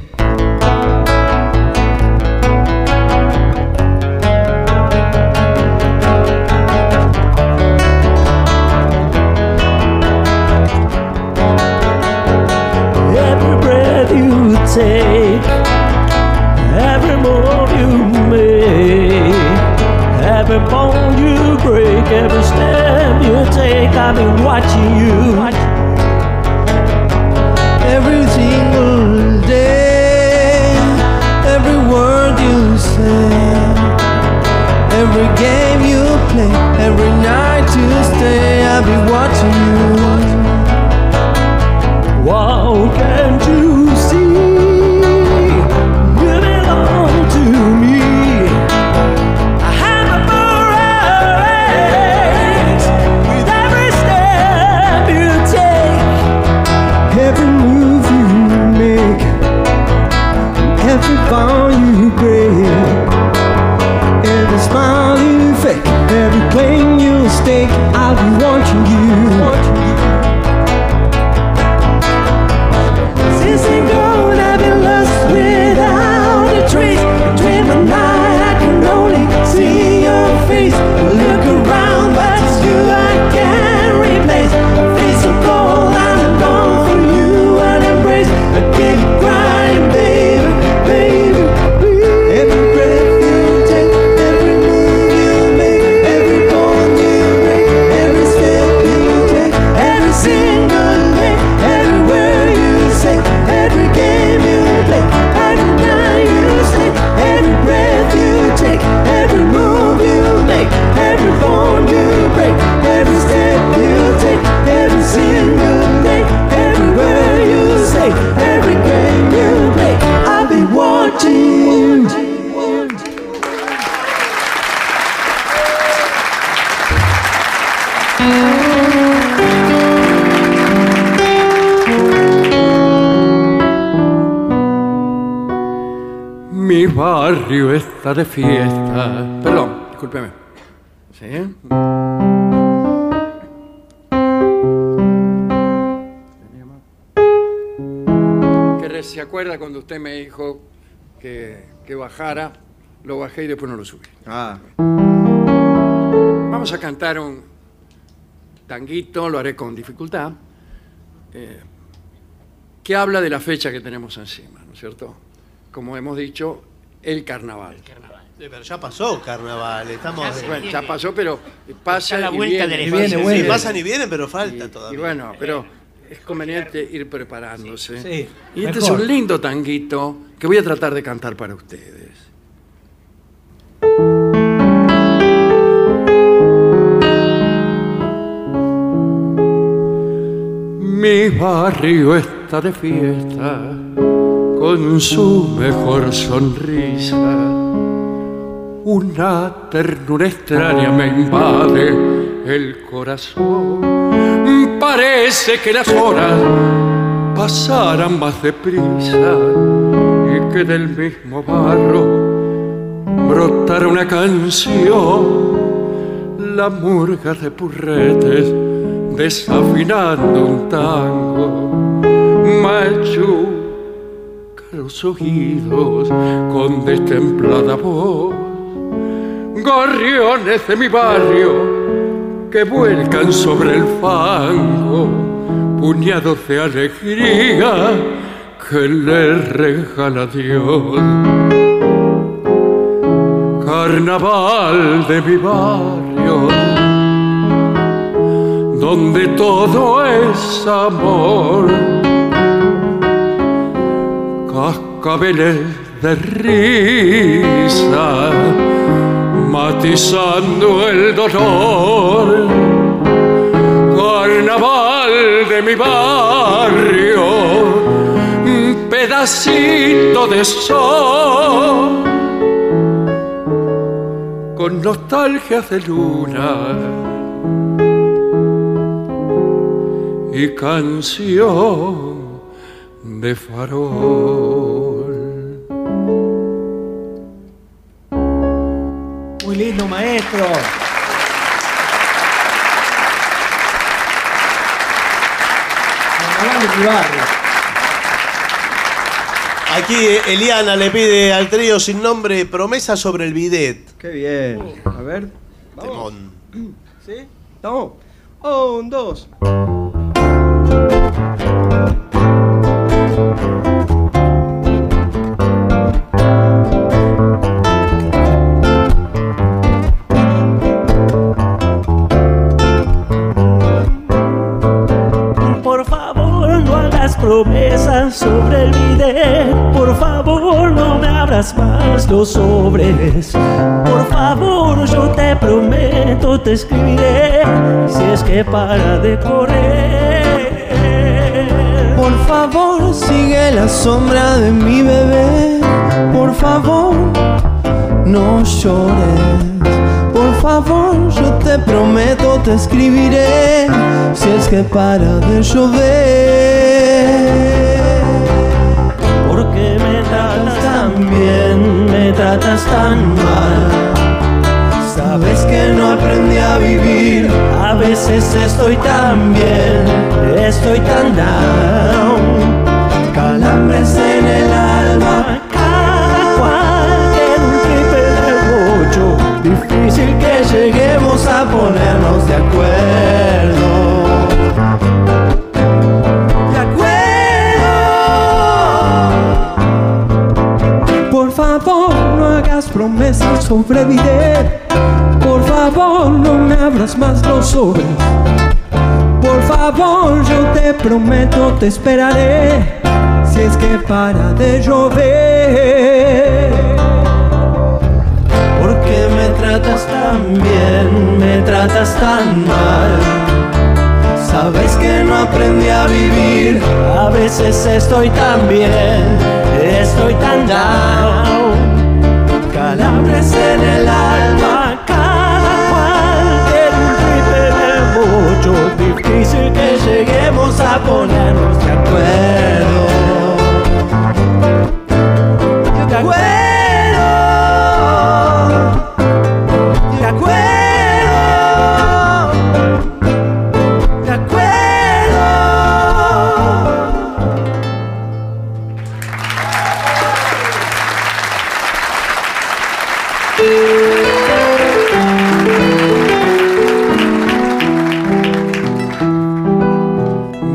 [SPEAKER 12] Every breath you take, every move you make, every bone you break, every step you take, I've been watching you.
[SPEAKER 6] every single day, every word you say, every game you play, every night you stay. I'll be watching you.
[SPEAKER 12] Wow, can't you see? You belong to me. I have a parade with every step you take.
[SPEAKER 6] Every move you make, every bond you break, every smile you fake, every claim you stake, I'll be watching you.
[SPEAKER 12] Since I'm gone, I've been lost without a trace. Between my night, I can only see your face. Look around, but you I can't replace. A face so cold, I'm gone for you and embrace. I keep crying, baby, baby,
[SPEAKER 6] Every breath you take, every move you make, every bond you break, every step you take, every single day, every word you say, every game you play, every night you stay, every breath you take, every move you make, every bond you break, every step you take, every single day, every word you say, every game you play, I'll be watching.
[SPEAKER 1] Mi barrio está de fiesta.
[SPEAKER 13] Perdón, discúlpeme. ¿Sí?
[SPEAKER 1] Que re- se acuerda cuando usted me dijo que, que bajara, lo bajé y después no lo subí.
[SPEAKER 11] Ah.
[SPEAKER 1] Vamos a cantar un tanguito, lo haré con dificultad, eh, que habla de la fecha que tenemos encima, ¿no es cierto? Como hemos dicho, el carnaval.
[SPEAKER 2] Eh, Pero ya pasó carnaval, estamos.
[SPEAKER 1] Bueno, ya pasó, pero pasa
[SPEAKER 2] Está la
[SPEAKER 1] y
[SPEAKER 2] vuelta
[SPEAKER 1] viene.
[SPEAKER 2] de la Y viene, infancia. vuelve. Sí, pasan y vienen, pero falta todavía. Eh,
[SPEAKER 1] Y bueno, pero es conveniente ir preparándose.
[SPEAKER 2] Sí, sí,
[SPEAKER 1] y este
[SPEAKER 2] mejor.
[SPEAKER 1] es un lindo tanguito que voy a tratar de cantar para ustedes. Mi barrio está de fiesta con su mejor sonrisa. Una ternura extraña me invade el corazón. Parece que las horas pasaran más deprisa y que del mismo barro brotara una canción. La murga de purretes desafinando un tango machuca los oídos con destemplada voz gorriones de mi barrio que vuelcan sobre el fango, puñados de alegría que le regala Dios. Carnaval de mi barrio, donde todo es amor, cascabeles de risa matizando el dolor. Carnaval de mi barrio, un pedacito de sol, con nostalgias de luna y canción de farol.
[SPEAKER 6] lindo, maestro.
[SPEAKER 2] Carnaval de mi barrio. Aquí eh, Eliana le pide al trío sin nombre promesa sobre el bidet.
[SPEAKER 14] Qué bien.
[SPEAKER 12] Uh.
[SPEAKER 14] A ver.
[SPEAKER 2] Temón.
[SPEAKER 14] ¿Sí? Vamos. Un, dos.
[SPEAKER 6] Por favor, no hagas promesas sobre el bidet. Por favor, no me abras más los sobres. Por favor, yo te prometo, te escribiré si es que para de correr.
[SPEAKER 12] Por favor, sigue la sombra de mi bebé. Por favor, no llores. Por favor, yo te prometo, te escribiré. Si es que para de llover.
[SPEAKER 6] Porque me tratas tan bien, me tratas tan mal. Sabes que no aprendí a vivir. A veces estoy tan bien, estoy tan down. Calambres en el alma, cada cual en un
[SPEAKER 12] mucho
[SPEAKER 6] triple
[SPEAKER 12] difícil que lleguemos a ponernos de acuerdo. De acuerdo. Por favor, no hagas promesas sobre bidet. Por favor, no me abras más los sobres. Por favor, yo te prometo, te esperaré. Si es que para de llover.
[SPEAKER 6] Porque me tratas tan bien, me tratas tan mal. Sabes que no aprendí a vivir. A veces estoy tan bien, estoy tan down. Calambres en el alma, cada cual tiene un ritmo de mucho difícil que lleguemos a ponernos de acuerdo.
[SPEAKER 12] De acuerdo. De acuerdo. De acuerdo.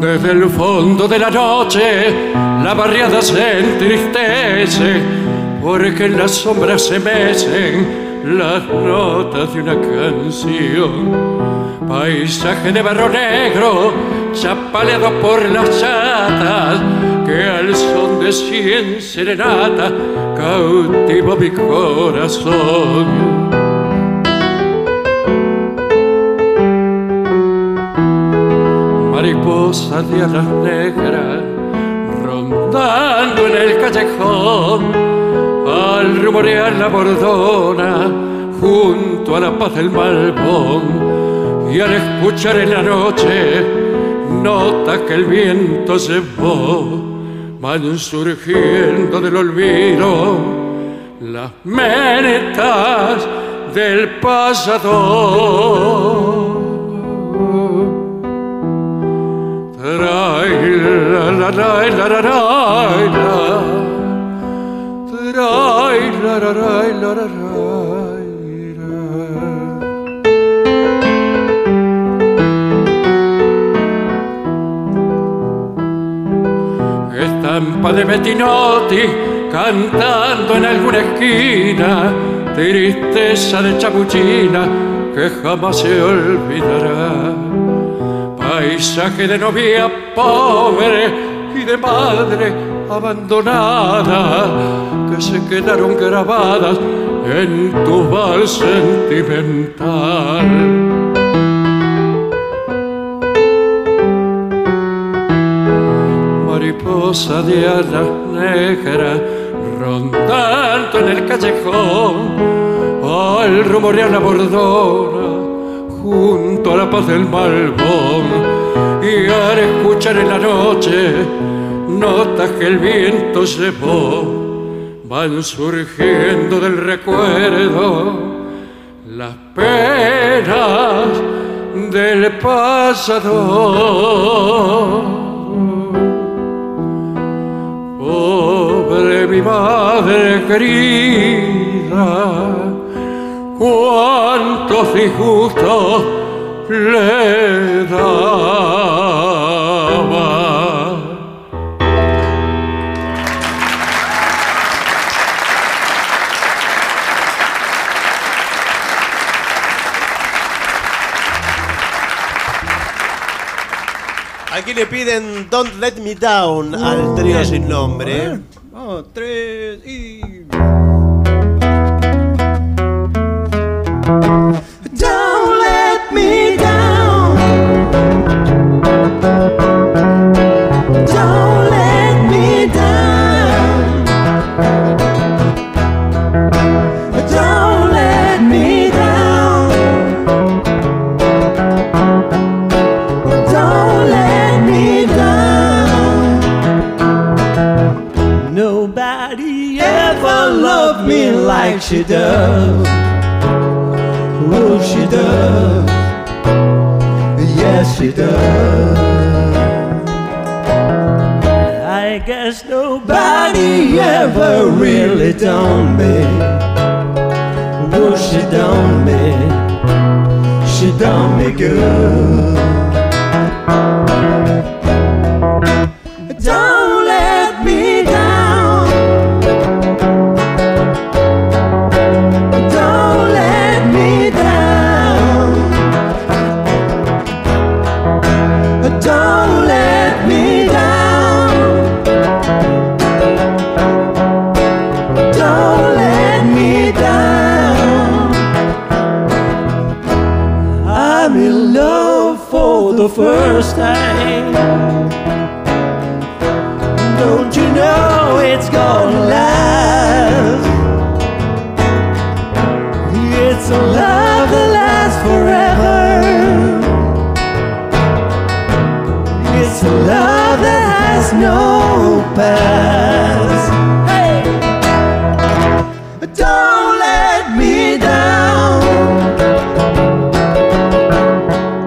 [SPEAKER 1] Desde el fondo de la noche la barriada se entristece porque en las sombras se mecen las notas de una canción. Paisaje de barro negro chapaleado por las chatas que al son de cien serenata cautiva mi corazón. mariposa de alas negras rondando en el callejón al rumorear la bordona junto a la paz del malvón y al escuchar en la noche nota que el viento llevó van surgiendo del olvido las metas del pasado Trai, la, la, la, la, la, la, la. Trai, la, la, la, la, la, la. Estampa de Bettinotti cantando en alguna esquina, tristeza de chapuchina que jamás se olvidará. Paisaje de novia pobre y de madre abandonada que se quedaron grabadas en tu vals sentimental. Mariposa de alas negras rondando en el callejón al rumorear la bordona junto a la paz del malvón y al escuchar en la noche notas que el viento llevó van surgiendo del recuerdo las penas del pasado. Pobre mi madre querida, cuántos disgustos le daba.
[SPEAKER 2] Aquí le piden Don't Let Me Down
[SPEAKER 1] Uh,
[SPEAKER 2] al trío sin nombre. ¿eh?
[SPEAKER 15] Vamos, tres y.
[SPEAKER 12] Don't let me down. Don't let me down. Don't let me down. Don't let me down. Nobody ever loved me like she does. Oh, she does. Yes, she does. I guess nobody ever really done me. Oh, she done me. She done me good. Don't let me down. Don't let me down. Don't let me down. Don't let me down. I'm in love for the first time. Don't you know it's gonna last? It's a love that lasts forever. It's a love that has no past. Hey! Don't let me down.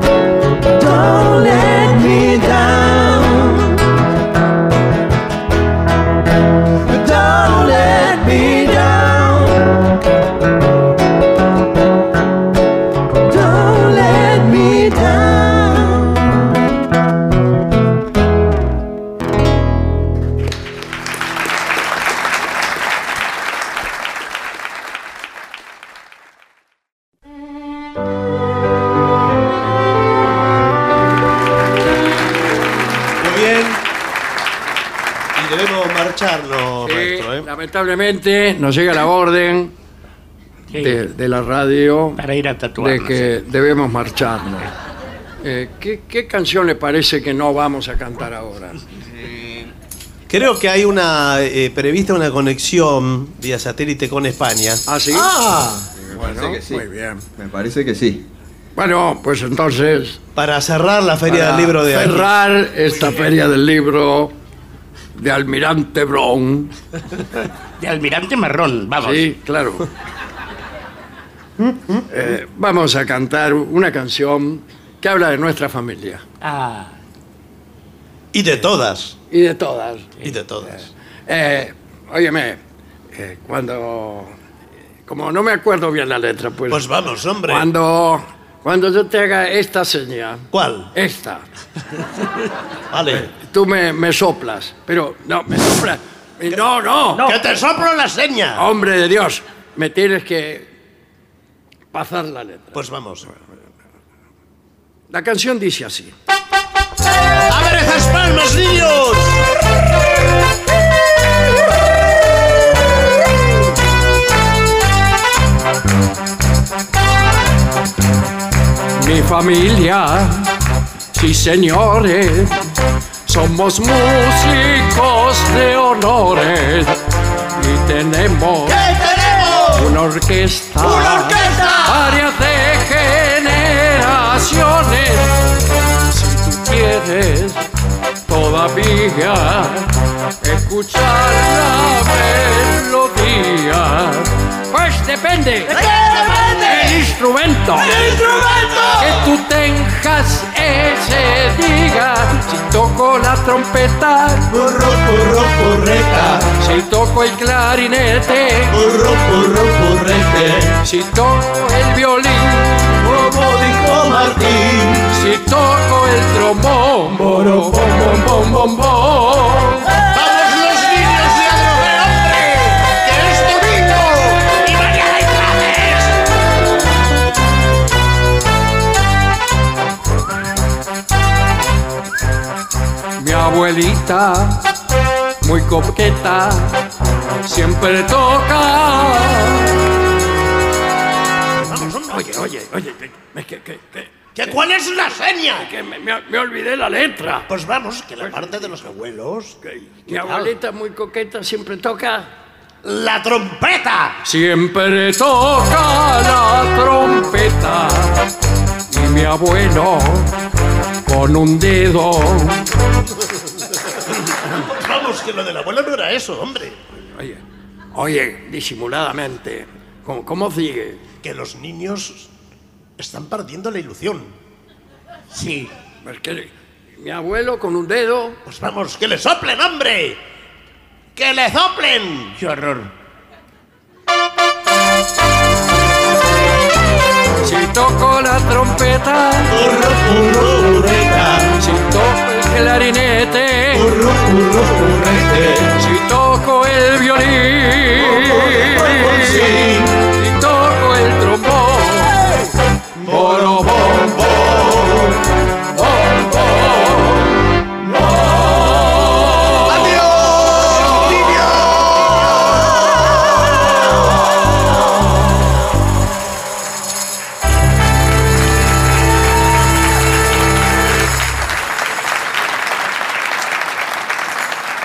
[SPEAKER 12] Don't let me down. Don't let me down. Don't let me down.
[SPEAKER 2] Muy bien. Y debemos marcharnos,
[SPEAKER 1] Sí,
[SPEAKER 2] maestro. ¿eh?
[SPEAKER 1] Lamentablemente nos llega la orden de, de la radio para ir a de
[SPEAKER 3] tatuarnos.
[SPEAKER 1] que debemos marcharnos. Eh, ¿qué, qué canción le parece que no vamos a cantar ahora?
[SPEAKER 2] Creo que hay una eh, prevista una conexión vía satélite con España.
[SPEAKER 1] ¿Ah, sí?
[SPEAKER 2] Ah,
[SPEAKER 1] bueno, muy bien.
[SPEAKER 15] Me parece que sí.
[SPEAKER 1] Bueno, pues entonces.
[SPEAKER 2] Para cerrar la Feria
[SPEAKER 1] para
[SPEAKER 2] del Libro de aquí.
[SPEAKER 1] Cerrar esta Feria del Libro de Almirante Brown.
[SPEAKER 3] De Almirante Marrón, vamos.
[SPEAKER 1] Sí,
[SPEAKER 2] [laughs]
[SPEAKER 1] claro. Eh, vamos a cantar una canción que habla de nuestra familia.
[SPEAKER 3] Ah,
[SPEAKER 2] Y de todas.
[SPEAKER 1] Y de todas.
[SPEAKER 2] Y de todas.
[SPEAKER 1] Eh, óyeme, eh, cuando... Como no me acuerdo bien la letra, pues...
[SPEAKER 2] Pues vamos, hombre.
[SPEAKER 1] Cuando, cuando yo te haga esta señal,
[SPEAKER 2] ¿Cuál?
[SPEAKER 1] esta,
[SPEAKER 2] Vale.
[SPEAKER 1] tú me, me soplas. Pero, no, me soplas. Eh, No, no.
[SPEAKER 2] ¡Que te soplo la seña!
[SPEAKER 1] Hombre de Dios, me tienes que pasar la letra.
[SPEAKER 2] Pues vamos.
[SPEAKER 1] La canción dice así.
[SPEAKER 2] ¡A ver esas palmas, niños!
[SPEAKER 1] Mi familia, sí señores, somos músicos de honores y tenemos una orquesta, varias de generaciones. Si tú quieres todavía escuchar la melodía, Pues depende. ¿De qué
[SPEAKER 3] depende?
[SPEAKER 1] El instrumento.
[SPEAKER 3] ¡El instrumento!
[SPEAKER 1] Que tú tengas ese diga. Si toco la trompeta. Burro, burro, burreta. Si toco el clarinete. Burro, burro, burrete. Si toco el violín. Como dijo Martín. Si toco el trombón. Boro, bom, bom, bom, bom, bom.
[SPEAKER 3] ¡Vamos los niños de Adrogué, hombre! ¡Que es bonito! ¡Y mañana hay clases!
[SPEAKER 1] Mi abuelita, muy coqueta, siempre toca. Oye, oye, oye, que- me- que- que- que-
[SPEAKER 2] ¿Que ¿Cuál es la seña?
[SPEAKER 1] Que me, me- me olvidé la letra.
[SPEAKER 2] Pues vamos, que la parte de los abuelos.
[SPEAKER 1] Mi abuelita muy coqueta siempre toca.
[SPEAKER 2] ¡La trompeta!
[SPEAKER 1] Siempre toca la trompeta y mi abuelo con un dedo.
[SPEAKER 2] Pues Vamos, que lo del abuelo no era eso, hombre.
[SPEAKER 1] Oye, oye, disimuladamente. ¿Cómo, cómo sigue?
[SPEAKER 2] Que los niños están perdiendo la ilusión.
[SPEAKER 1] Sí.
[SPEAKER 16] Pues
[SPEAKER 1] mi abuelo con un dedo.
[SPEAKER 2] Pues vamos, que le soplen, hombre. Que le soplen.
[SPEAKER 16] Qué horror.
[SPEAKER 1] Si toco la trompeta, burro, burro, burreta. Si toco el clarinete, burro, burro, burrete. Si toco el violín, si toco el trombón, boro, bom, bom, bom, bom, bom.